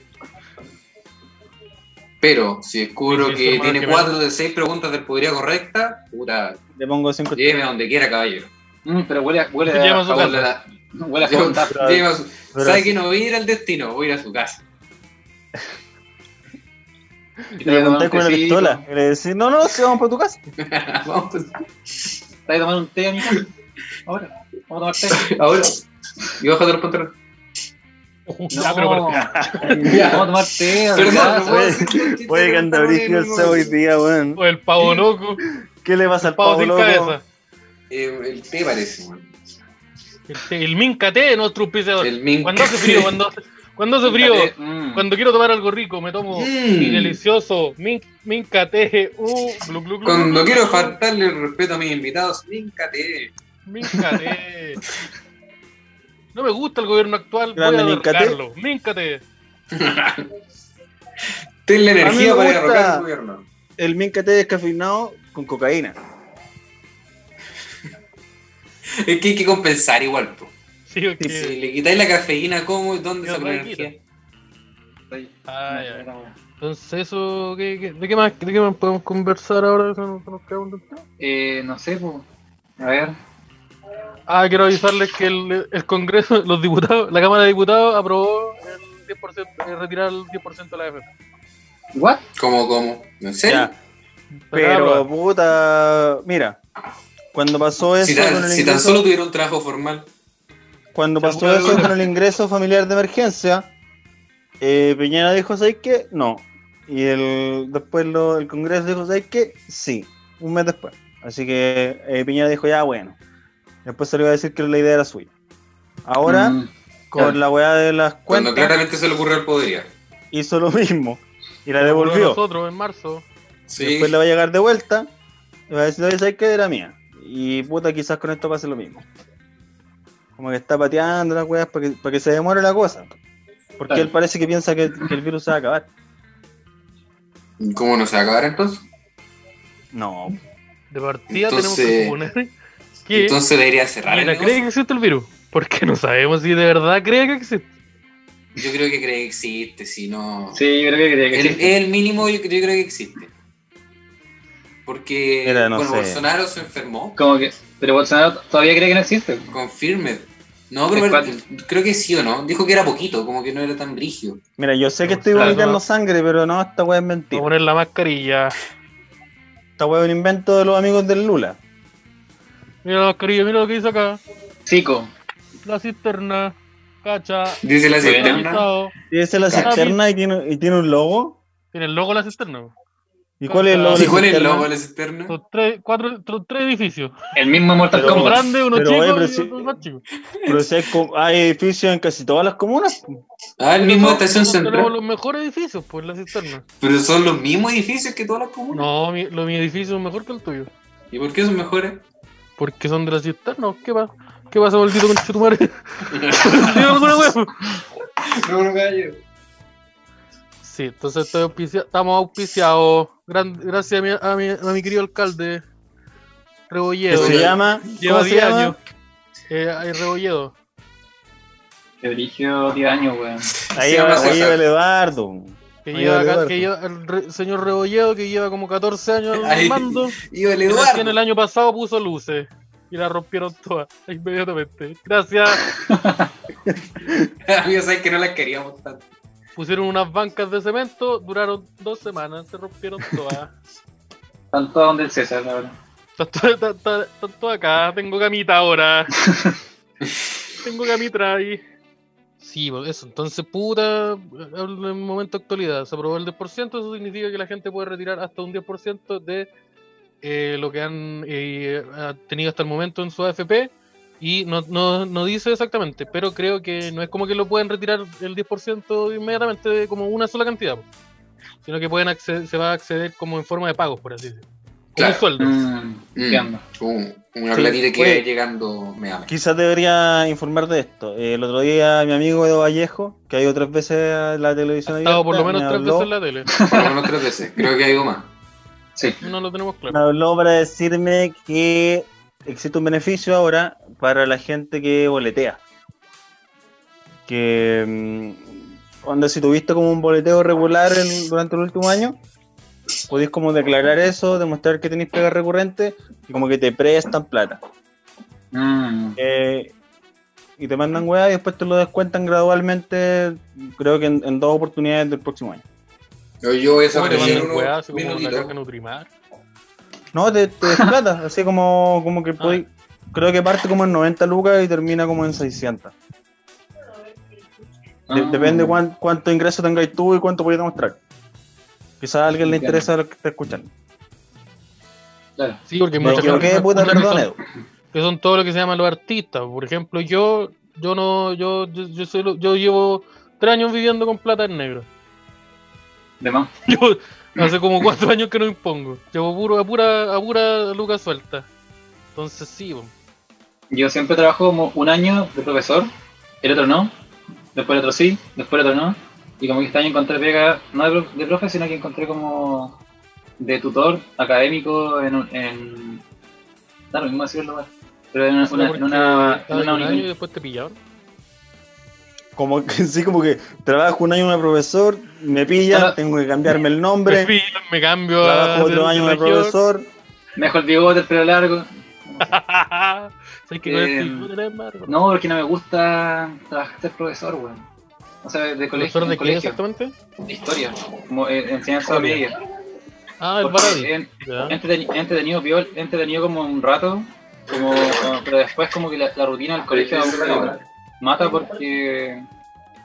Speaker 4: Pero si descubro
Speaker 2: Sí, sí,
Speaker 4: que
Speaker 2: hermano,
Speaker 4: tiene
Speaker 2: que me-
Speaker 4: 4 de 6 preguntas del podría correcta, puta,
Speaker 3: Le pongo cinco
Speaker 4: lléveme a donde quiera, caballero.
Speaker 5: Mm, pero huele a. Huele
Speaker 2: Llama a
Speaker 5: a
Speaker 2: su
Speaker 4: Llévame
Speaker 2: casa.
Speaker 4: a
Speaker 5: huele a junta.
Speaker 3: Pero-
Speaker 4: su-
Speaker 3: pero-
Speaker 4: ¿Sabe que no voy a ir al destino? Voy a ir a su casa.
Speaker 5: Y te
Speaker 3: Le
Speaker 5: voy a tomar
Speaker 3: pregunté
Speaker 5: un
Speaker 3: con una
Speaker 5: tecito.
Speaker 3: pistola.
Speaker 4: pues.
Speaker 3: Y le decís, no, no, si vamos para tu casa.
Speaker 4: Vamos, pues.
Speaker 5: ¿Te vas a tomar un té, amigo? Ahora, vamos a tomar té.
Speaker 4: ahora. Y bájate los pantalones.
Speaker 2: Ya, pero por-
Speaker 5: Vamos a tomar té, a la
Speaker 4: Perdón,
Speaker 5: casa.
Speaker 4: no puedo decir que el
Speaker 3: Oye, que anda
Speaker 4: pantalones
Speaker 3: brígido el
Speaker 4: no-
Speaker 3: cebo hoy día, weón.
Speaker 2: o el pavo loco,
Speaker 3: ¿Qué le pasa al
Speaker 2: pavo
Speaker 3: pavo
Speaker 2: sin
Speaker 3: loco?
Speaker 2: cabeza.
Speaker 4: Eh, El té parece, man.
Speaker 2: El, té- el mincate de nuestro auspiciador.
Speaker 4: El minca.
Speaker 2: Cuando hace frío, cuando hace, cuando hace frío,
Speaker 5: Mm.
Speaker 2: cuando quiero tomar algo rico, me tomo
Speaker 4: Mm.
Speaker 2: mi delicioso min- mincate. Uh, glu, glu, glu,
Speaker 4: Cuando
Speaker 2: glu,
Speaker 4: quiero
Speaker 2: glu,
Speaker 4: faltarle el respeto a mis invitados, mincate.
Speaker 2: Mincate. No me gusta el gobierno actual,
Speaker 3: Grande
Speaker 2: voy a
Speaker 3: mincate.
Speaker 2: derrocarlo. Mincate.
Speaker 4: Ten la
Speaker 3: me
Speaker 4: energía para
Speaker 3: gusta.
Speaker 4: derrocar al gobierno.
Speaker 3: El mincate descafeinado con cocaína.
Speaker 4: Es que hay que compensar igual, po.
Speaker 2: Sí, ok.
Speaker 4: Si le quitáis la cafeína, ¿cómo? ¿Dónde
Speaker 2: Yo
Speaker 4: saco la
Speaker 2: tranquilo.
Speaker 4: energía?
Speaker 2: Ay, ay. Ah, Entonces, eso, ¿qué- qué- de, qué más, ¿de qué más podemos conversar ahora? Se nos- se nos queda un tiempo.
Speaker 5: Eh, no sé, pues. A ver.
Speaker 2: Ah, quiero avisarles que el, el Congreso, los diputados, la Cámara de Diputados aprobó el 10%, eh, retirar el 10% de la AFP.
Speaker 5: ¿What?
Speaker 4: ¿Cómo, cómo? ¿En serio?
Speaker 3: Ya. Pero, puta, mira. Cuando pasó eso
Speaker 4: Si
Speaker 3: Pues, con
Speaker 4: tan,
Speaker 3: el
Speaker 4: si tan
Speaker 3: ingreso-
Speaker 4: solo tuviera un trabajo formal.
Speaker 3: Cuando
Speaker 2: Si
Speaker 3: pasó
Speaker 2: alguna
Speaker 3: eso
Speaker 2: duda.
Speaker 3: con el ingreso familiar de emergencia, eh, Piñera dijo, ¿sabes qué? No. Y el, después lo- el Congreso dijo, ¿sabes qué? Sí. Un mes después. Así que eh, Piñera dijo, ya, bueno. Después se le iba a decir que la idea era suya. Ahora,
Speaker 5: Mm.
Speaker 3: con
Speaker 5: claro.
Speaker 3: la weá de las
Speaker 4: Cuando
Speaker 3: cuentas,
Speaker 4: claramente se le ocurrió al podría.
Speaker 3: hizo lo mismo. Y la
Speaker 2: Como
Speaker 3: devolvió.
Speaker 2: Nosotros en marzo.
Speaker 4: Sí.
Speaker 3: Después le va a llegar de vuelta. Y va a decir, oye, ¿sabes qué? Era mía. Y puta, quizás con esto pase lo mismo. Como que está pateando las weas para que, para que se demore la cosa. Porque
Speaker 5: Claro.
Speaker 3: él parece que piensa que, que el virus se va a acabar.
Speaker 4: ¿Cómo no se va a acabar entonces?
Speaker 3: No.
Speaker 2: De partida
Speaker 4: Entonces-
Speaker 2: tenemos que suponer que
Speaker 4: Entonces debería cerrar el
Speaker 2: Mira, cree
Speaker 4: negocio.
Speaker 2: que existe el virus. Porque no sabemos si de verdad cree que existe.
Speaker 4: Yo creo que cree que existe, si no.
Speaker 5: Sí, yo creo que tiene que
Speaker 4: El,
Speaker 5: ser.
Speaker 4: el mínimo yo, yo creo que existe. Porque
Speaker 3: Mira, no
Speaker 4: bueno,
Speaker 3: sé.
Speaker 4: Bolsonaro se enfermó.
Speaker 5: Como que. Pero Bolsonaro todavía cree que no existe.
Speaker 4: Confirme. No, pero
Speaker 5: Es
Speaker 4: pero-
Speaker 5: cuático.
Speaker 4: creo que sí o no. Dijo que era poquito, como que no era tan brígido.
Speaker 3: Mira, yo sé que estoy
Speaker 2: Claro,
Speaker 3: vomitando
Speaker 2: no.
Speaker 3: sangre, pero no, esta wea es
Speaker 2: Voy a
Speaker 3: mentira.
Speaker 2: poner la mascarilla.
Speaker 3: Esta wea es un invento de los amigos del Lula.
Speaker 2: Mira la mascarilla, mira lo que dice acá.
Speaker 5: Chico.
Speaker 2: La cisterna. Cacha.
Speaker 4: Dice la
Speaker 5: Bueno.
Speaker 4: cisterna.
Speaker 2: organizado.
Speaker 3: Y esa es la
Speaker 2: Claro.
Speaker 3: cisterna y tiene, y tiene un logo.
Speaker 2: Tiene el logo de la cisterna.
Speaker 3: ¿Y cuál es el logo?
Speaker 2: Claro.
Speaker 3: de
Speaker 4: ¿Y
Speaker 3: la
Speaker 4: cuál es el
Speaker 3: cisterna?
Speaker 4: logo de la cisterna?
Speaker 2: Son tres, cuatro, son tres edificios.
Speaker 5: El mismo Mortal
Speaker 3: Pero-
Speaker 2: Uno
Speaker 5: Kombat.
Speaker 2: grande, uno
Speaker 3: pero,
Speaker 2: chico
Speaker 3: oye, pero
Speaker 2: y
Speaker 3: si-
Speaker 2: otro más chico.
Speaker 3: Pero si hay, co- hay edificios en casi todas las comunas.
Speaker 4: Ah, el mismo de
Speaker 2: Nosotros
Speaker 4: estación
Speaker 2: Tenemos
Speaker 4: central.
Speaker 2: los mejores edificios, pues, la cisterna.
Speaker 4: Pero son los mismos edificios que todas las comunas.
Speaker 2: No, mi, lo, mi edificio es mejor que el tuyo.
Speaker 4: ¿Y por qué son mejores?
Speaker 2: Porque son de la cisterna. ¿Qué pasa? ¿Qué pasa, maldito con Chutumare? ¿Digo alguna wea? pues.
Speaker 4: no, no, caballero.
Speaker 2: Sí, entonces estoy auspicia- estamos auspiciados. Gran- gracias a mi, a mi- a mi querido alcalde
Speaker 3: Que
Speaker 2: Rebolledo.
Speaker 3: se
Speaker 2: weón.
Speaker 3: llama.
Speaker 2: Lleva
Speaker 3: ¿Cómo se
Speaker 2: 10
Speaker 3: llama?
Speaker 2: años. Eh, hay Rebolledo.
Speaker 5: Te dirigió 10 años, weón.
Speaker 3: Ahí
Speaker 4: Se
Speaker 3: va
Speaker 4: llama
Speaker 3: ahí
Speaker 4: César.
Speaker 3: va el Eduardo.
Speaker 2: Que
Speaker 3: Ahí
Speaker 2: lleva,
Speaker 3: va
Speaker 2: acá-
Speaker 3: Eduardo.
Speaker 2: que lleva- el re- señor Rebolledo que lleva como 14 años
Speaker 4: Ahí.
Speaker 2: al mando.
Speaker 4: Iba el
Speaker 2: que
Speaker 4: Eduardo.
Speaker 2: recién el año pasado puso luces. Y la rompieron todas inmediatamente. Gracias.
Speaker 4: Yo sé que no las queríamos tanto.
Speaker 2: Pusieron unas bancas de cemento, duraron dos semanas, se rompieron todas.
Speaker 5: Están todos donde el César, la verdad.
Speaker 2: Están to- está- está- están todas acá, tengo camita ahora. tengo camita ahí. Sí, pues eso, entonces puta, hablo en momento de actualidad, se aprobó el 10%, eso significa que la gente puede retirar hasta un 10% de eh, lo que han eh, ha tenido hasta el momento en su AFP y no, no, no dice exactamente, pero creo que no es como que lo pueden retirar el 10% inmediatamente de como una sola cantidad, pues, sino que pueden acceder- se va a acceder como en forma de pagos, por así decirlo. Como
Speaker 4: Claro.
Speaker 2: un sueldo.
Speaker 5: Mm, ¿Qué onda?
Speaker 4: Un- una
Speaker 3: Sí,
Speaker 4: platita que
Speaker 3: oye.
Speaker 4: va llegando me ama.
Speaker 3: Quizás debería informar de esto. Eh, El otro día mi amigo Edo Vallejo, que ha ido tres veces a la televisión
Speaker 2: estado por lo
Speaker 3: abierta,
Speaker 2: menos
Speaker 3: me
Speaker 2: tres
Speaker 3: habló-
Speaker 2: veces en la tele.
Speaker 4: Por lo menos tres veces. Creo que hay algo más.
Speaker 5: Sí.
Speaker 2: No lo tenemos
Speaker 3: me
Speaker 2: claro.
Speaker 3: habló para decirme que existe un beneficio ahora para la gente que boletea. Que mm, onda, si tuviste como un boleteo regular en- durante el último año, podéis como declarar eso, demostrar que tenéis pega recurrente y como que te prestan plata.
Speaker 5: Mm,
Speaker 3: Eh, y te mandan weá y después te lo descuentan gradualmente, creo que en, en dos oportunidades del próximo año.
Speaker 4: Yo, yo voy a
Speaker 2: ¿Cómo te
Speaker 4: desaparecer
Speaker 2: mandan
Speaker 4: unos
Speaker 2: weá, así como una
Speaker 4: minutitos.
Speaker 2: caja Nutrimar?
Speaker 3: No, te, te desplata, así como, como que podéis- Creo que parte como en 90 lucas y termina como en 600. De-
Speaker 5: ah.
Speaker 3: Depende cuán- cuánto ingreso tengáis tú y cuánto podéis demostrar. Quizás a alguien le
Speaker 5: Entiendo.
Speaker 3: interesa lo que está escuchando.
Speaker 5: Claro.
Speaker 2: Sí, porque
Speaker 3: Me
Speaker 2: muchas
Speaker 3: equivoqué,
Speaker 2: personas-
Speaker 3: puta,
Speaker 2: muchas
Speaker 3: perdón,
Speaker 2: personas
Speaker 3: Edu.
Speaker 2: Que son todo lo que se llaman los artistas. Por ejemplo, yo, yo no, yo, yo, yo, soy lo- yo llevo tres años viviendo con plata en negro.
Speaker 5: De más.
Speaker 2: Yo hace como cuatro años que no impongo. Llevo puro, a pura, a pura lucas suelta. Entonces sí, bo.
Speaker 5: Yo siempre trabajo como un año de profesor, el otro no, después el otro sí, después el otro no. Y como que este año encontré pega, no de, pro- de profe, sino que encontré como de tutor académico en. un- en da lo mismo decirlo, weón. pero en una,
Speaker 2: Solo
Speaker 5: en
Speaker 2: porque
Speaker 5: una, en
Speaker 2: estaba
Speaker 5: una
Speaker 2: un año y
Speaker 5: uni-
Speaker 2: después te pillaron.
Speaker 3: Como que sí, como que trabajo un año de profesor, me pilla,
Speaker 5: Ahora-
Speaker 3: tengo que cambiarme el
Speaker 2: Me,
Speaker 3: nombre,
Speaker 2: pillan, me cambio
Speaker 3: trabajo otro año de
Speaker 2: región.
Speaker 3: profesor.
Speaker 5: Mejor bigote, el pelo largo.
Speaker 2: ¿Sabes que con el
Speaker 5: Eh,
Speaker 2: pico tenés más?
Speaker 5: No, porque no me gusta trabajar ser profesor, weón. O sea, de, de colegio.
Speaker 2: ¿Profesor
Speaker 5: en
Speaker 2: de qué
Speaker 5: colegio.
Speaker 2: exactamente?
Speaker 5: De historia. Como eh, enseñanza
Speaker 2: Historia.
Speaker 5: media.
Speaker 2: Ah, el
Speaker 5: Porque
Speaker 2: Baradí.
Speaker 5: en-
Speaker 2: Ya.
Speaker 5: entreteni- entretenido, piola- entretenido como un rato, como, como- pero después como que la, la rutina del colegio me mata porque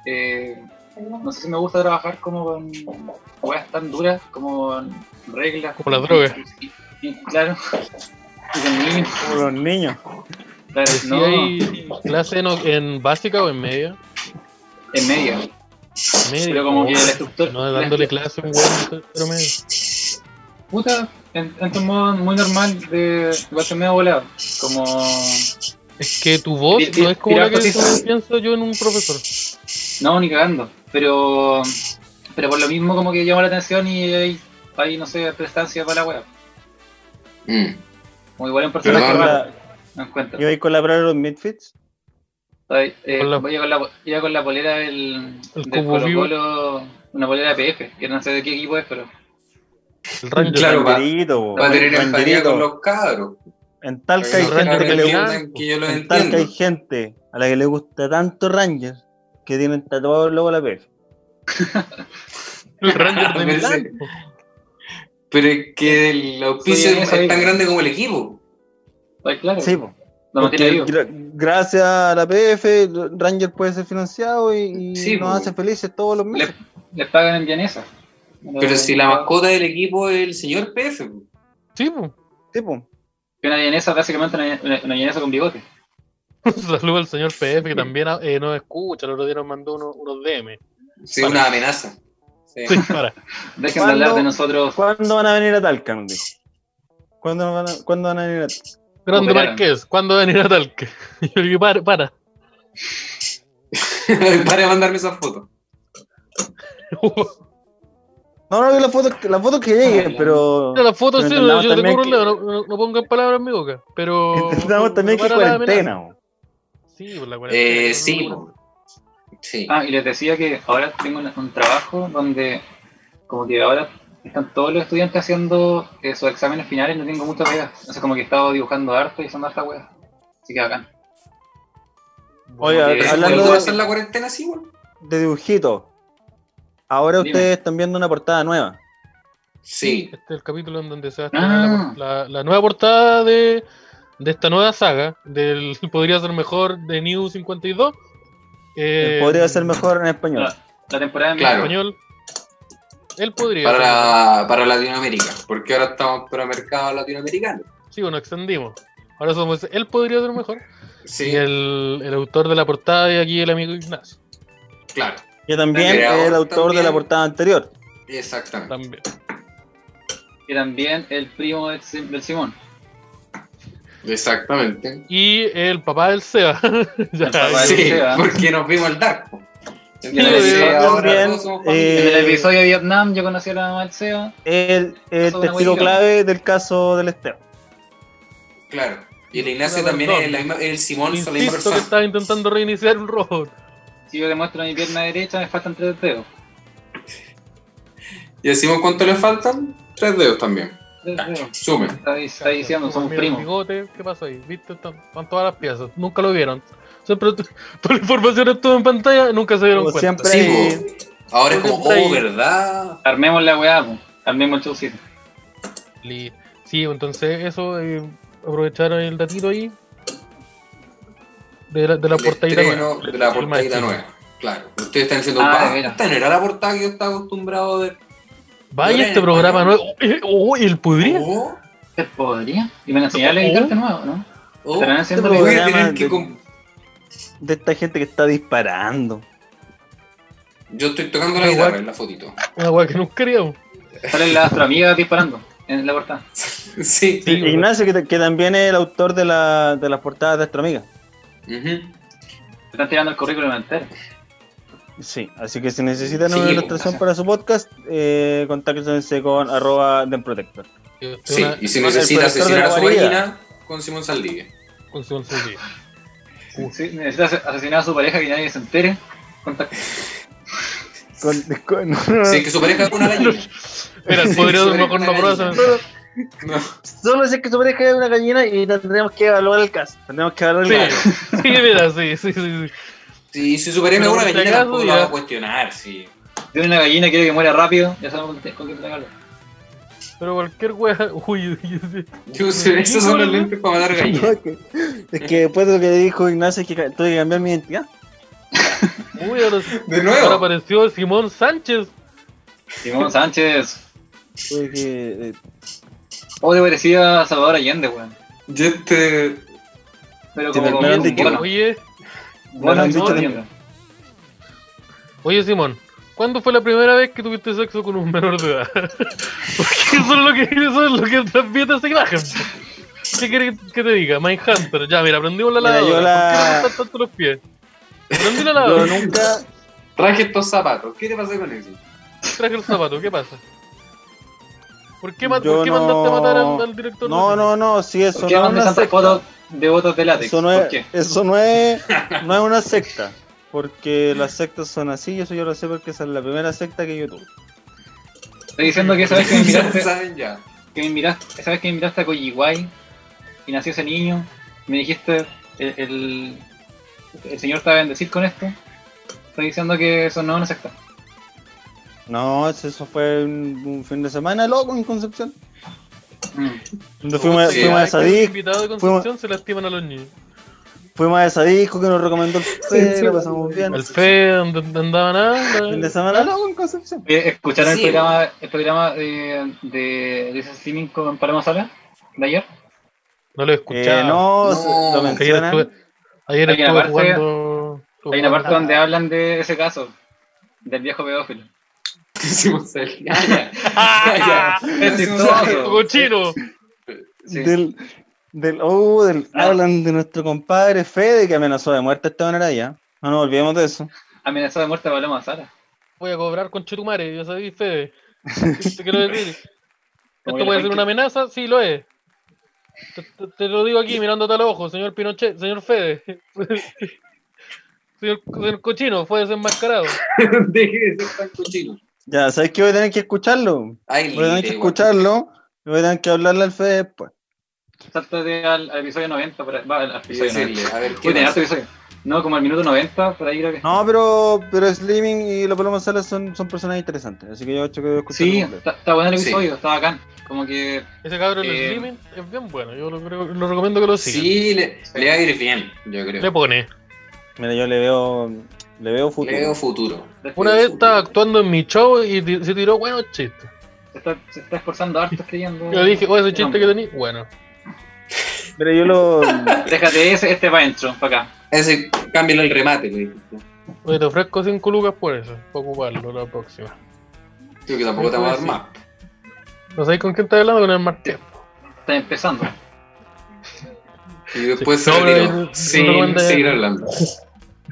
Speaker 5: eh, no sé si me gusta trabajar como con weas tan duras, como reglas.
Speaker 2: Como las drogas.
Speaker 5: Y- claro. Y con niños,
Speaker 3: Como los niños.
Speaker 5: claro,
Speaker 2: Si
Speaker 5: no,
Speaker 2: hay clase en, en básica o en media.
Speaker 5: en media.
Speaker 2: media
Speaker 5: Pero como que el instructor...
Speaker 2: No, dándole clase a un weón, pero medio.
Speaker 5: Puta, en, en tu modo muy normal de... Igual que medio volado. Como...
Speaker 2: Es que tu voz
Speaker 5: Mira,
Speaker 2: no es como la
Speaker 5: mira,
Speaker 2: que
Speaker 5: cotiza.
Speaker 2: pienso yo en un profesor.
Speaker 5: No, ni cagando. Pero, pero por lo mismo como que llama la atención y hay, hay no sé, prestancia para la web.
Speaker 4: Mm.
Speaker 5: Como igual en
Speaker 3: Iba
Speaker 5: personaje
Speaker 3: con
Speaker 5: raro,
Speaker 3: la-
Speaker 5: no encuentro.
Speaker 3: iba ahí con la palabra de los midfits.
Speaker 5: Ay, eh,
Speaker 2: Con la-
Speaker 5: voy a con la, iba con la polera del,
Speaker 2: El
Speaker 5: del
Speaker 2: Cubo
Speaker 5: Colo
Speaker 2: Vivo.
Speaker 5: Colo, una polera de PF, que no sé de qué equipo es, pero
Speaker 2: El Ranger.
Speaker 4: Claro, va-
Speaker 3: Banderito, bo,
Speaker 4: Va a tener empatía
Speaker 3: banderito.
Speaker 4: con los cabros.
Speaker 3: En Talca hay
Speaker 2: Pero no
Speaker 3: gente que le gusta.
Speaker 2: entiendan.
Speaker 4: Que yo los
Speaker 3: En Talca hay
Speaker 4: entiendo.
Speaker 3: gente a la que le gusta tanto Ranger que tienen tatuado el logo de la PF.
Speaker 2: El Ranger de
Speaker 4: Me
Speaker 2: Milán.
Speaker 4: parece- Pero es que el auspicio
Speaker 5: Sí,
Speaker 4: es
Speaker 5: eso
Speaker 4: tan
Speaker 5: digo.
Speaker 4: grande como el equipo.
Speaker 5: ay, claro,
Speaker 3: Sí, po.
Speaker 5: lo
Speaker 3: Porque
Speaker 5: mantiene vivo.
Speaker 3: gra- gracias a la PF, Ranger puede ser financiado y, y
Speaker 4: Sí,
Speaker 3: nos
Speaker 4: po.
Speaker 3: hace felices todos los meses.
Speaker 5: Le- Les pagan en vienesa.
Speaker 4: Pero si la mascota del equipo es el señor PF. po.
Speaker 2: Sí, po.
Speaker 3: Sí, po.
Speaker 5: Que Una vienesa básicamente una, una, una vienesa con bigote.
Speaker 2: Saludo al señor PF que también eh, nos escucha. El otro día nos mandó uno- unos DM.
Speaker 4: Sí, una amenaza. Sí.
Speaker 2: Sí, para.
Speaker 5: Dejen de
Speaker 3: ¿Cuándo?
Speaker 5: hablar de nosotros.
Speaker 3: ¿Cuándo van a venir a Talca? Nos dijo. ¿Cuándo van a, cuándo van a venir a Talca?
Speaker 2: Grande
Speaker 5: Operaron.
Speaker 2: Marqués, ¿cuándo va a venir a Talca? Y yo le dije, para, para.
Speaker 4: Para de mandarme esas fotos.
Speaker 3: No, no, que las fotos, las fotos que lleguen,
Speaker 5: Ah,
Speaker 3: pero.
Speaker 2: Mira, las fotos, sí,
Speaker 3: Pero
Speaker 2: yo
Speaker 3: entendamos
Speaker 2: yo tengo
Speaker 3: también
Speaker 2: problema, no, no, no pongan palabras en mi boca. Pero.
Speaker 3: Entendamos también que
Speaker 2: no
Speaker 3: es
Speaker 2: para la
Speaker 3: cuarentena.
Speaker 2: amenaza.
Speaker 3: bo.
Speaker 2: Sí, por la cuarentena.
Speaker 4: Eh, sí, po. sí.
Speaker 5: Ah, y les decía que ahora tengo una- un trabajo donde, como que ahora están todos los estudiantes haciendo eh, sus exámenes finales, no tengo mucha pega. O sea, como que he estado dibujando harto y haciendo harta wea. Así que bacán.
Speaker 3: Oye,
Speaker 4: Eh,
Speaker 3: hablando
Speaker 4: ¿Puedo
Speaker 3: de-
Speaker 4: hacer la cuarentena así, weón?
Speaker 3: De dibujito. Ahora
Speaker 5: Dime.
Speaker 3: ustedes están viendo una portada nueva.
Speaker 4: Sí.
Speaker 2: Este es el capítulo en donde se va a
Speaker 5: Ah.
Speaker 2: estrenar la, la- la nueva portada de, de esta nueva saga, del Podría ser mejor de New 52. Eh,
Speaker 3: Podría ser mejor en español.
Speaker 5: Ah. La temporada de mi-
Speaker 4: Claro.
Speaker 2: español. Él podría.
Speaker 4: Para, la- para Latinoamérica, porque ahora estamos para mercado latinoamericano.
Speaker 2: Sí, bueno, extendimos. Ahora somos. Él podría ser mejor.
Speaker 4: Sí,
Speaker 2: Y el, el autor de la portada de aquí, el amigo Ignacio.
Speaker 4: claro,
Speaker 3: Que también
Speaker 4: Mira,
Speaker 3: es el autor de la
Speaker 4: también.
Speaker 3: portada anterior.
Speaker 4: exactamente.
Speaker 2: También.
Speaker 5: que también el primo del, Sim- del Simón.
Speaker 4: Exactamente.
Speaker 2: Y el papá del Seba. Ya,
Speaker 5: El papá Vale,
Speaker 4: Sí,
Speaker 5: del sí, ¿eh?
Speaker 4: porque nos vimos el Dark. po.
Speaker 5: pero
Speaker 4: sí,
Speaker 5: yo
Speaker 4: ahora
Speaker 3: también,
Speaker 4: todos somos familia.
Speaker 3: eh,
Speaker 5: En el episodio de Vietnam yo conocí a la mamá del Seba.
Speaker 3: El, el
Speaker 5: Eso es
Speaker 3: testigo
Speaker 5: buenísimo.
Speaker 3: clave del caso del Esteban.
Speaker 4: Claro. Y el Ignacio
Speaker 2: Pero
Speaker 4: también
Speaker 2: perdón.
Speaker 4: es la misma- el Simón, es la misma
Speaker 2: Insisto que
Speaker 4: persona.
Speaker 2: estaba intentando reiniciar un robot.
Speaker 5: Si yo le muestro mi pierna derecha, me faltan tres dedos.
Speaker 4: ¿Y el Simón cuánto le faltan? Tres dedos también.
Speaker 5: Tres dedos.
Speaker 4: Sume.
Speaker 5: Está, está diciendo, somos
Speaker 2: Mira el
Speaker 5: primos.
Speaker 2: bigote, ¿Qué pasó ahí? ¿Viste? Están, están todas las piezas. Nunca lo vieron. Siempre tu- toda la información estuvo en pantalla, nunca se dieron
Speaker 3: Como
Speaker 2: cuenta.
Speaker 3: siempre, eh,
Speaker 4: Sí,
Speaker 3: hay-
Speaker 4: Ahora es como,
Speaker 2: Siempre
Speaker 4: oh,
Speaker 2: hay-
Speaker 4: ¿verdad?
Speaker 5: Armemos la weá, po. armemos el showcito.
Speaker 2: Li- Sí, entonces eso, eh, aprovecharon el datito ahí. De la, de la
Speaker 4: El
Speaker 2: portadita
Speaker 4: estreno
Speaker 2: nueva.
Speaker 4: de la
Speaker 2: El este.
Speaker 4: portadita
Speaker 2: maestro.
Speaker 4: nueva. Claro. Ustedes están diciendo,
Speaker 5: Ah,
Speaker 4: "Ah,
Speaker 5: mira.
Speaker 4: esta no era la portada que yo estaba acostumbrado a ver.
Speaker 2: Vaya
Speaker 4: Ahora
Speaker 2: este
Speaker 4: en
Speaker 2: programa
Speaker 4: español.
Speaker 2: nuevo. Uy, uy, el pudría.
Speaker 4: Oh,
Speaker 5: ¿Se podría? Y me enseñarle a editarte nuevo, ¿no?
Speaker 4: oh,
Speaker 5: Estarán haciendo
Speaker 4: voy a
Speaker 3: programas
Speaker 4: tener que
Speaker 3: de-
Speaker 4: com-
Speaker 3: de esta gente que está disparando.
Speaker 4: Yo estoy tocando la
Speaker 2: Pero
Speaker 4: guitarra
Speaker 2: igual-
Speaker 4: en la fotito.
Speaker 2: Una weá que nunca queríamos.
Speaker 5: Sale la astroamiga disparando en la puerta.
Speaker 4: Sí.
Speaker 2: Sí, weón.
Speaker 3: Ignacio, que, que también es el autor de, la, de las portadas de nuestra amiga.
Speaker 4: Ujú.
Speaker 5: Están tirando el currículum entero.
Speaker 3: Sí, así que si necesitan
Speaker 4: Sí,
Speaker 3: una
Speaker 4: pues,
Speaker 3: ilustración
Speaker 4: gracias.
Speaker 3: para su podcast, eh, contáctense con arroba denprotector.
Speaker 4: Sí,
Speaker 2: Una-
Speaker 4: y si
Speaker 3: con el
Speaker 4: necesita
Speaker 3: profesor de
Speaker 4: asesinar a
Speaker 3: la
Speaker 4: su
Speaker 3: guarida.
Speaker 4: gallina, con Simón Saldivia.
Speaker 2: con su once días.
Speaker 5: Sí, necesita ase- asesinar a su pareja que nadie se entere. Contacta.
Speaker 3: Con, con-
Speaker 4: Si es que su pareja es una gallina.
Speaker 2: Mira, el podría ser
Speaker 4: sobre
Speaker 2: mejor
Speaker 4: una
Speaker 2: no prueba
Speaker 4: gallina.
Speaker 2: esa-
Speaker 3: Solo si es que su pareja es una gallina y tendremos que evaluar el caso. Tendremos que evaluar el
Speaker 2: Sí,
Speaker 3: caso.
Speaker 2: sí, mira, sí, sí, sí. sí.
Speaker 4: Sí, si su pareja es
Speaker 2: Pero
Speaker 4: una
Speaker 2: por si
Speaker 4: gallina,
Speaker 2: acaso,
Speaker 4: tampoco la va
Speaker 2: ya.
Speaker 4: a cuestionar, sí.
Speaker 5: Tiene una gallina que quiere que muera rápido. Ya sabemos con qué- con quién tragarlo.
Speaker 2: Pero cualquier wea. Uy, uy, uy.
Speaker 4: Yo usé- esos son los lentes para matar
Speaker 3: No,
Speaker 4: gallinas.
Speaker 3: es que- es que después de lo que dijo Ignacio es que ca- tuve que cambiar mi identidad.
Speaker 2: Uy, ahora,
Speaker 4: De nuevo.
Speaker 2: ahora apareció Simón Sánchez.
Speaker 5: Simón Sánchez.
Speaker 3: Tuve que, eh,
Speaker 5: O de parecida a Salvador Allende, weón.
Speaker 4: Yo este.
Speaker 5: Pero
Speaker 3: Sí,
Speaker 5: como
Speaker 3: me-
Speaker 5: con
Speaker 3: me han
Speaker 5: un
Speaker 3: dicho-
Speaker 5: bono.
Speaker 2: Oye,
Speaker 5: Bono en
Speaker 3: han dicho
Speaker 5: bono,
Speaker 3: también.
Speaker 5: mierda.
Speaker 2: oye Simón, ¿cuándo fue la primera vez que tuviste sexo con un menor de edad? Porque eso es lo que, eso es lo que transmite esa imagen. ¿Qué quieres que te diga? Mindhunter. Ya, mira, aprendimos la
Speaker 3: Mira,
Speaker 2: lavadora.
Speaker 3: yo la-
Speaker 2: ¿Por qué me gustan tanto los pies? Aprendí la
Speaker 3: yo
Speaker 2: lavadora.
Speaker 3: nunca.
Speaker 4: Traje estos zapatos. ¿Qué te pasa con eso?
Speaker 2: Traje el zapato, ¿qué pasa? ¿Por qué, ma-
Speaker 3: Yo
Speaker 2: por qué
Speaker 3: no-
Speaker 2: mandaste a matar al, al director?
Speaker 3: No,
Speaker 2: de-
Speaker 3: no, no, sí, eso
Speaker 5: ¿Por qué
Speaker 3: no es
Speaker 5: mandan
Speaker 3: una
Speaker 5: tantas
Speaker 3: secta.
Speaker 5: fotos de botas de látex?
Speaker 3: Eso no
Speaker 5: ¿Por
Speaker 3: es,
Speaker 5: qué?
Speaker 3: eso no es, no es una secta. Porque las sectas son así, y eso yo lo sé porque esa es la primera secta que yo tuve.
Speaker 5: Estoy diciendo que esa vez que me
Speaker 4: Ya
Speaker 5: miraste,
Speaker 4: saben ya.
Speaker 5: que me miraste, esa vez que me miraste a Koyiwai y nació ese niño, me dijiste, el, el, el Señor te va a bendecir con esto. Estoy diciendo que eso no es una secta.
Speaker 3: No, eso eso fue un, un fin de semana loco en Concepción.
Speaker 5: Mm.
Speaker 3: Donde fuimos,
Speaker 4: Sí,
Speaker 3: fuimos a
Speaker 2: Cada
Speaker 4: hay
Speaker 2: vez que un
Speaker 3: Sadik,
Speaker 2: invitado de Concepción se lastiman a los niños.
Speaker 3: fuimos a esa disco que nos recomendó el Fede,
Speaker 1: sí.
Speaker 3: lo pasamos bien.
Speaker 2: El fe donde andaba nada.
Speaker 3: Fin de semana loco en Concepción.
Speaker 5: Eh, ¿Escucharon
Speaker 4: Sí.
Speaker 5: el programa, el programa de, de, de ese streaming con Paloma Sala de ayer?
Speaker 2: No lo he escuchado.
Speaker 3: Eh, no,
Speaker 4: No,
Speaker 3: se- lo
Speaker 4: que
Speaker 2: Que ayer
Speaker 3: mencionan.
Speaker 2: estuve, ayer
Speaker 5: Hay una
Speaker 2: estuve
Speaker 5: parte-
Speaker 2: jugando.
Speaker 5: Hay una parte donde hablan de ese caso, del viejo pedófilo.
Speaker 4: Simón Saldivia. Ah, Ya, Ah, ya.
Speaker 5: Es chistoso.
Speaker 2: ¡Cochino!
Speaker 5: Sí.
Speaker 3: Del, del, oh, del,
Speaker 5: Ah.
Speaker 3: hablan de nuestro compadre Fede que amenazó de muerte a Esteban Araya. No nos olvidemos de eso.
Speaker 5: Amenazó de muerte a Paloma Sala.
Speaker 2: Voy a cobrar con Chetumare, ya sabéis, Fede. Te quiero decir. ¿Esto
Speaker 5: Como
Speaker 2: puede
Speaker 5: que la
Speaker 2: ser
Speaker 5: gente-
Speaker 2: una amenaza? Sí, lo es. Te, te- te lo digo aquí, mirándote al ojo, señor Pinochet, señor Fede. señor, señor Cochino, fue desenmascarado.
Speaker 4: Deje de ser tan cochino.
Speaker 3: Ya, ¿sabes qué? Voy a tener que escucharlo.
Speaker 4: Ay,
Speaker 3: Voy a tener
Speaker 4: libre,
Speaker 3: que
Speaker 4: igual.
Speaker 3: escucharlo. y Voy a tener que hablarle al Fede después.
Speaker 5: Sáltate al, al episodio 90, por ahí- va al
Speaker 4: Y
Speaker 5: episodio 90.
Speaker 4: decirle, a ver, ¿qué
Speaker 5: Uy, tenía harto
Speaker 4: pasa?
Speaker 5: episodio. No, como al minuto 90, por ahí creo que.
Speaker 3: No, pero, pero Slimming y la Paloma Sala son, son personas interesantes. Así que yo creo que voy a escucharlo.
Speaker 5: sí,
Speaker 3: completo.
Speaker 5: está, está bueno el
Speaker 4: Sí.
Speaker 5: episodio, está bacán. Como que
Speaker 2: Ese cabrón de
Speaker 5: Eh.
Speaker 2: streaming es bien bueno, yo lo, creo- lo recomiendo que lo sigan.
Speaker 4: Sí, le, le va a ir bien, yo creo.
Speaker 2: Le pone.
Speaker 3: Mira, yo le veo, le veo futuro.
Speaker 4: Le veo futuro.
Speaker 2: Una vez estaba actuando en mi show y ti- se tiró buenos chistes.
Speaker 5: se está, se está esforzando harto escribiendo.
Speaker 2: Yo dije, oh, ese chiste que tenía, bueno.
Speaker 3: Pero yo lo.
Speaker 5: Déjate ese, este va entro, para acá.
Speaker 4: Ese, cámbiale el remate, le dije.
Speaker 2: Oye, te ofrezco 5 lucas por eso, para ocuparlo la próxima.
Speaker 4: Creo que tampoco te va a dar más.
Speaker 2: No sabéis con quién estás hablando, con el Martín.
Speaker 5: Está empezando.
Speaker 4: Y después
Speaker 2: Sí,
Speaker 4: se retiró
Speaker 2: sobre-
Speaker 4: sin
Speaker 2: sobre-
Speaker 4: seguir hablando.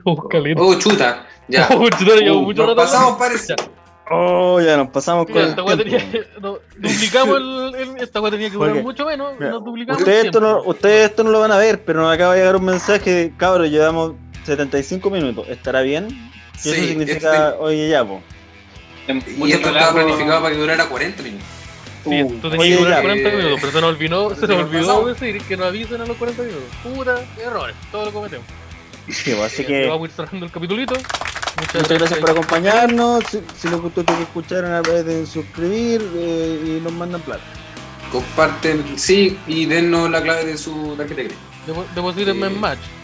Speaker 2: Buscalito.
Speaker 4: Oh, chuta. Ya.
Speaker 2: Oh, chuta, llevo
Speaker 4: Uh,
Speaker 2: mucho
Speaker 4: nos
Speaker 2: rato hablando.
Speaker 4: pasamos, parece.
Speaker 3: Oh, ya nos pasamos con.
Speaker 2: Mira,
Speaker 3: el
Speaker 2: esta weá
Speaker 3: tiempo.
Speaker 2: tenía que- no, duplicamos el, el- esta weá tenía que durar
Speaker 3: Porque-
Speaker 2: mucho menos,
Speaker 3: mira,
Speaker 2: nos duplicamos
Speaker 3: Ustedes
Speaker 2: el
Speaker 3: esto, no,
Speaker 2: tiempo.
Speaker 3: ustedes esto no lo van a ver, pero nos acaba de llegar un mensaje. Cabros, llevamos 75 minutos. ¿Estará bien? ¿Qué
Speaker 4: Sí, este,
Speaker 3: eso significa? Oye, ya, po.
Speaker 4: Y esto estaba planificado para que durara 40 minutos.
Speaker 2: Sí,
Speaker 3: Uh,
Speaker 2: tú tenías
Speaker 3: oye,
Speaker 2: que durar
Speaker 3: ya.
Speaker 2: 40 minutos, pero se nos olvidó, se nos
Speaker 4: nos
Speaker 2: olvidó
Speaker 4: pasamos.
Speaker 2: decir que nos avisen a los 40 minutos. Pura errores, todo lo cometemos.
Speaker 3: Sí, po,
Speaker 2: Así
Speaker 3: así
Speaker 2: que
Speaker 3: que.
Speaker 2: Vamos a ir cerrando el capitulito.
Speaker 3: Eh, Muchas gracias por acompañarnos. Si, si les gustó esto que escucharon, de suscribir eh, y nos mandan plata.
Speaker 4: Comparten, sí, y dennos la clave de su tarjeta de crédito.
Speaker 2: Depo- Deposítenme
Speaker 4: Sí.
Speaker 2: en match.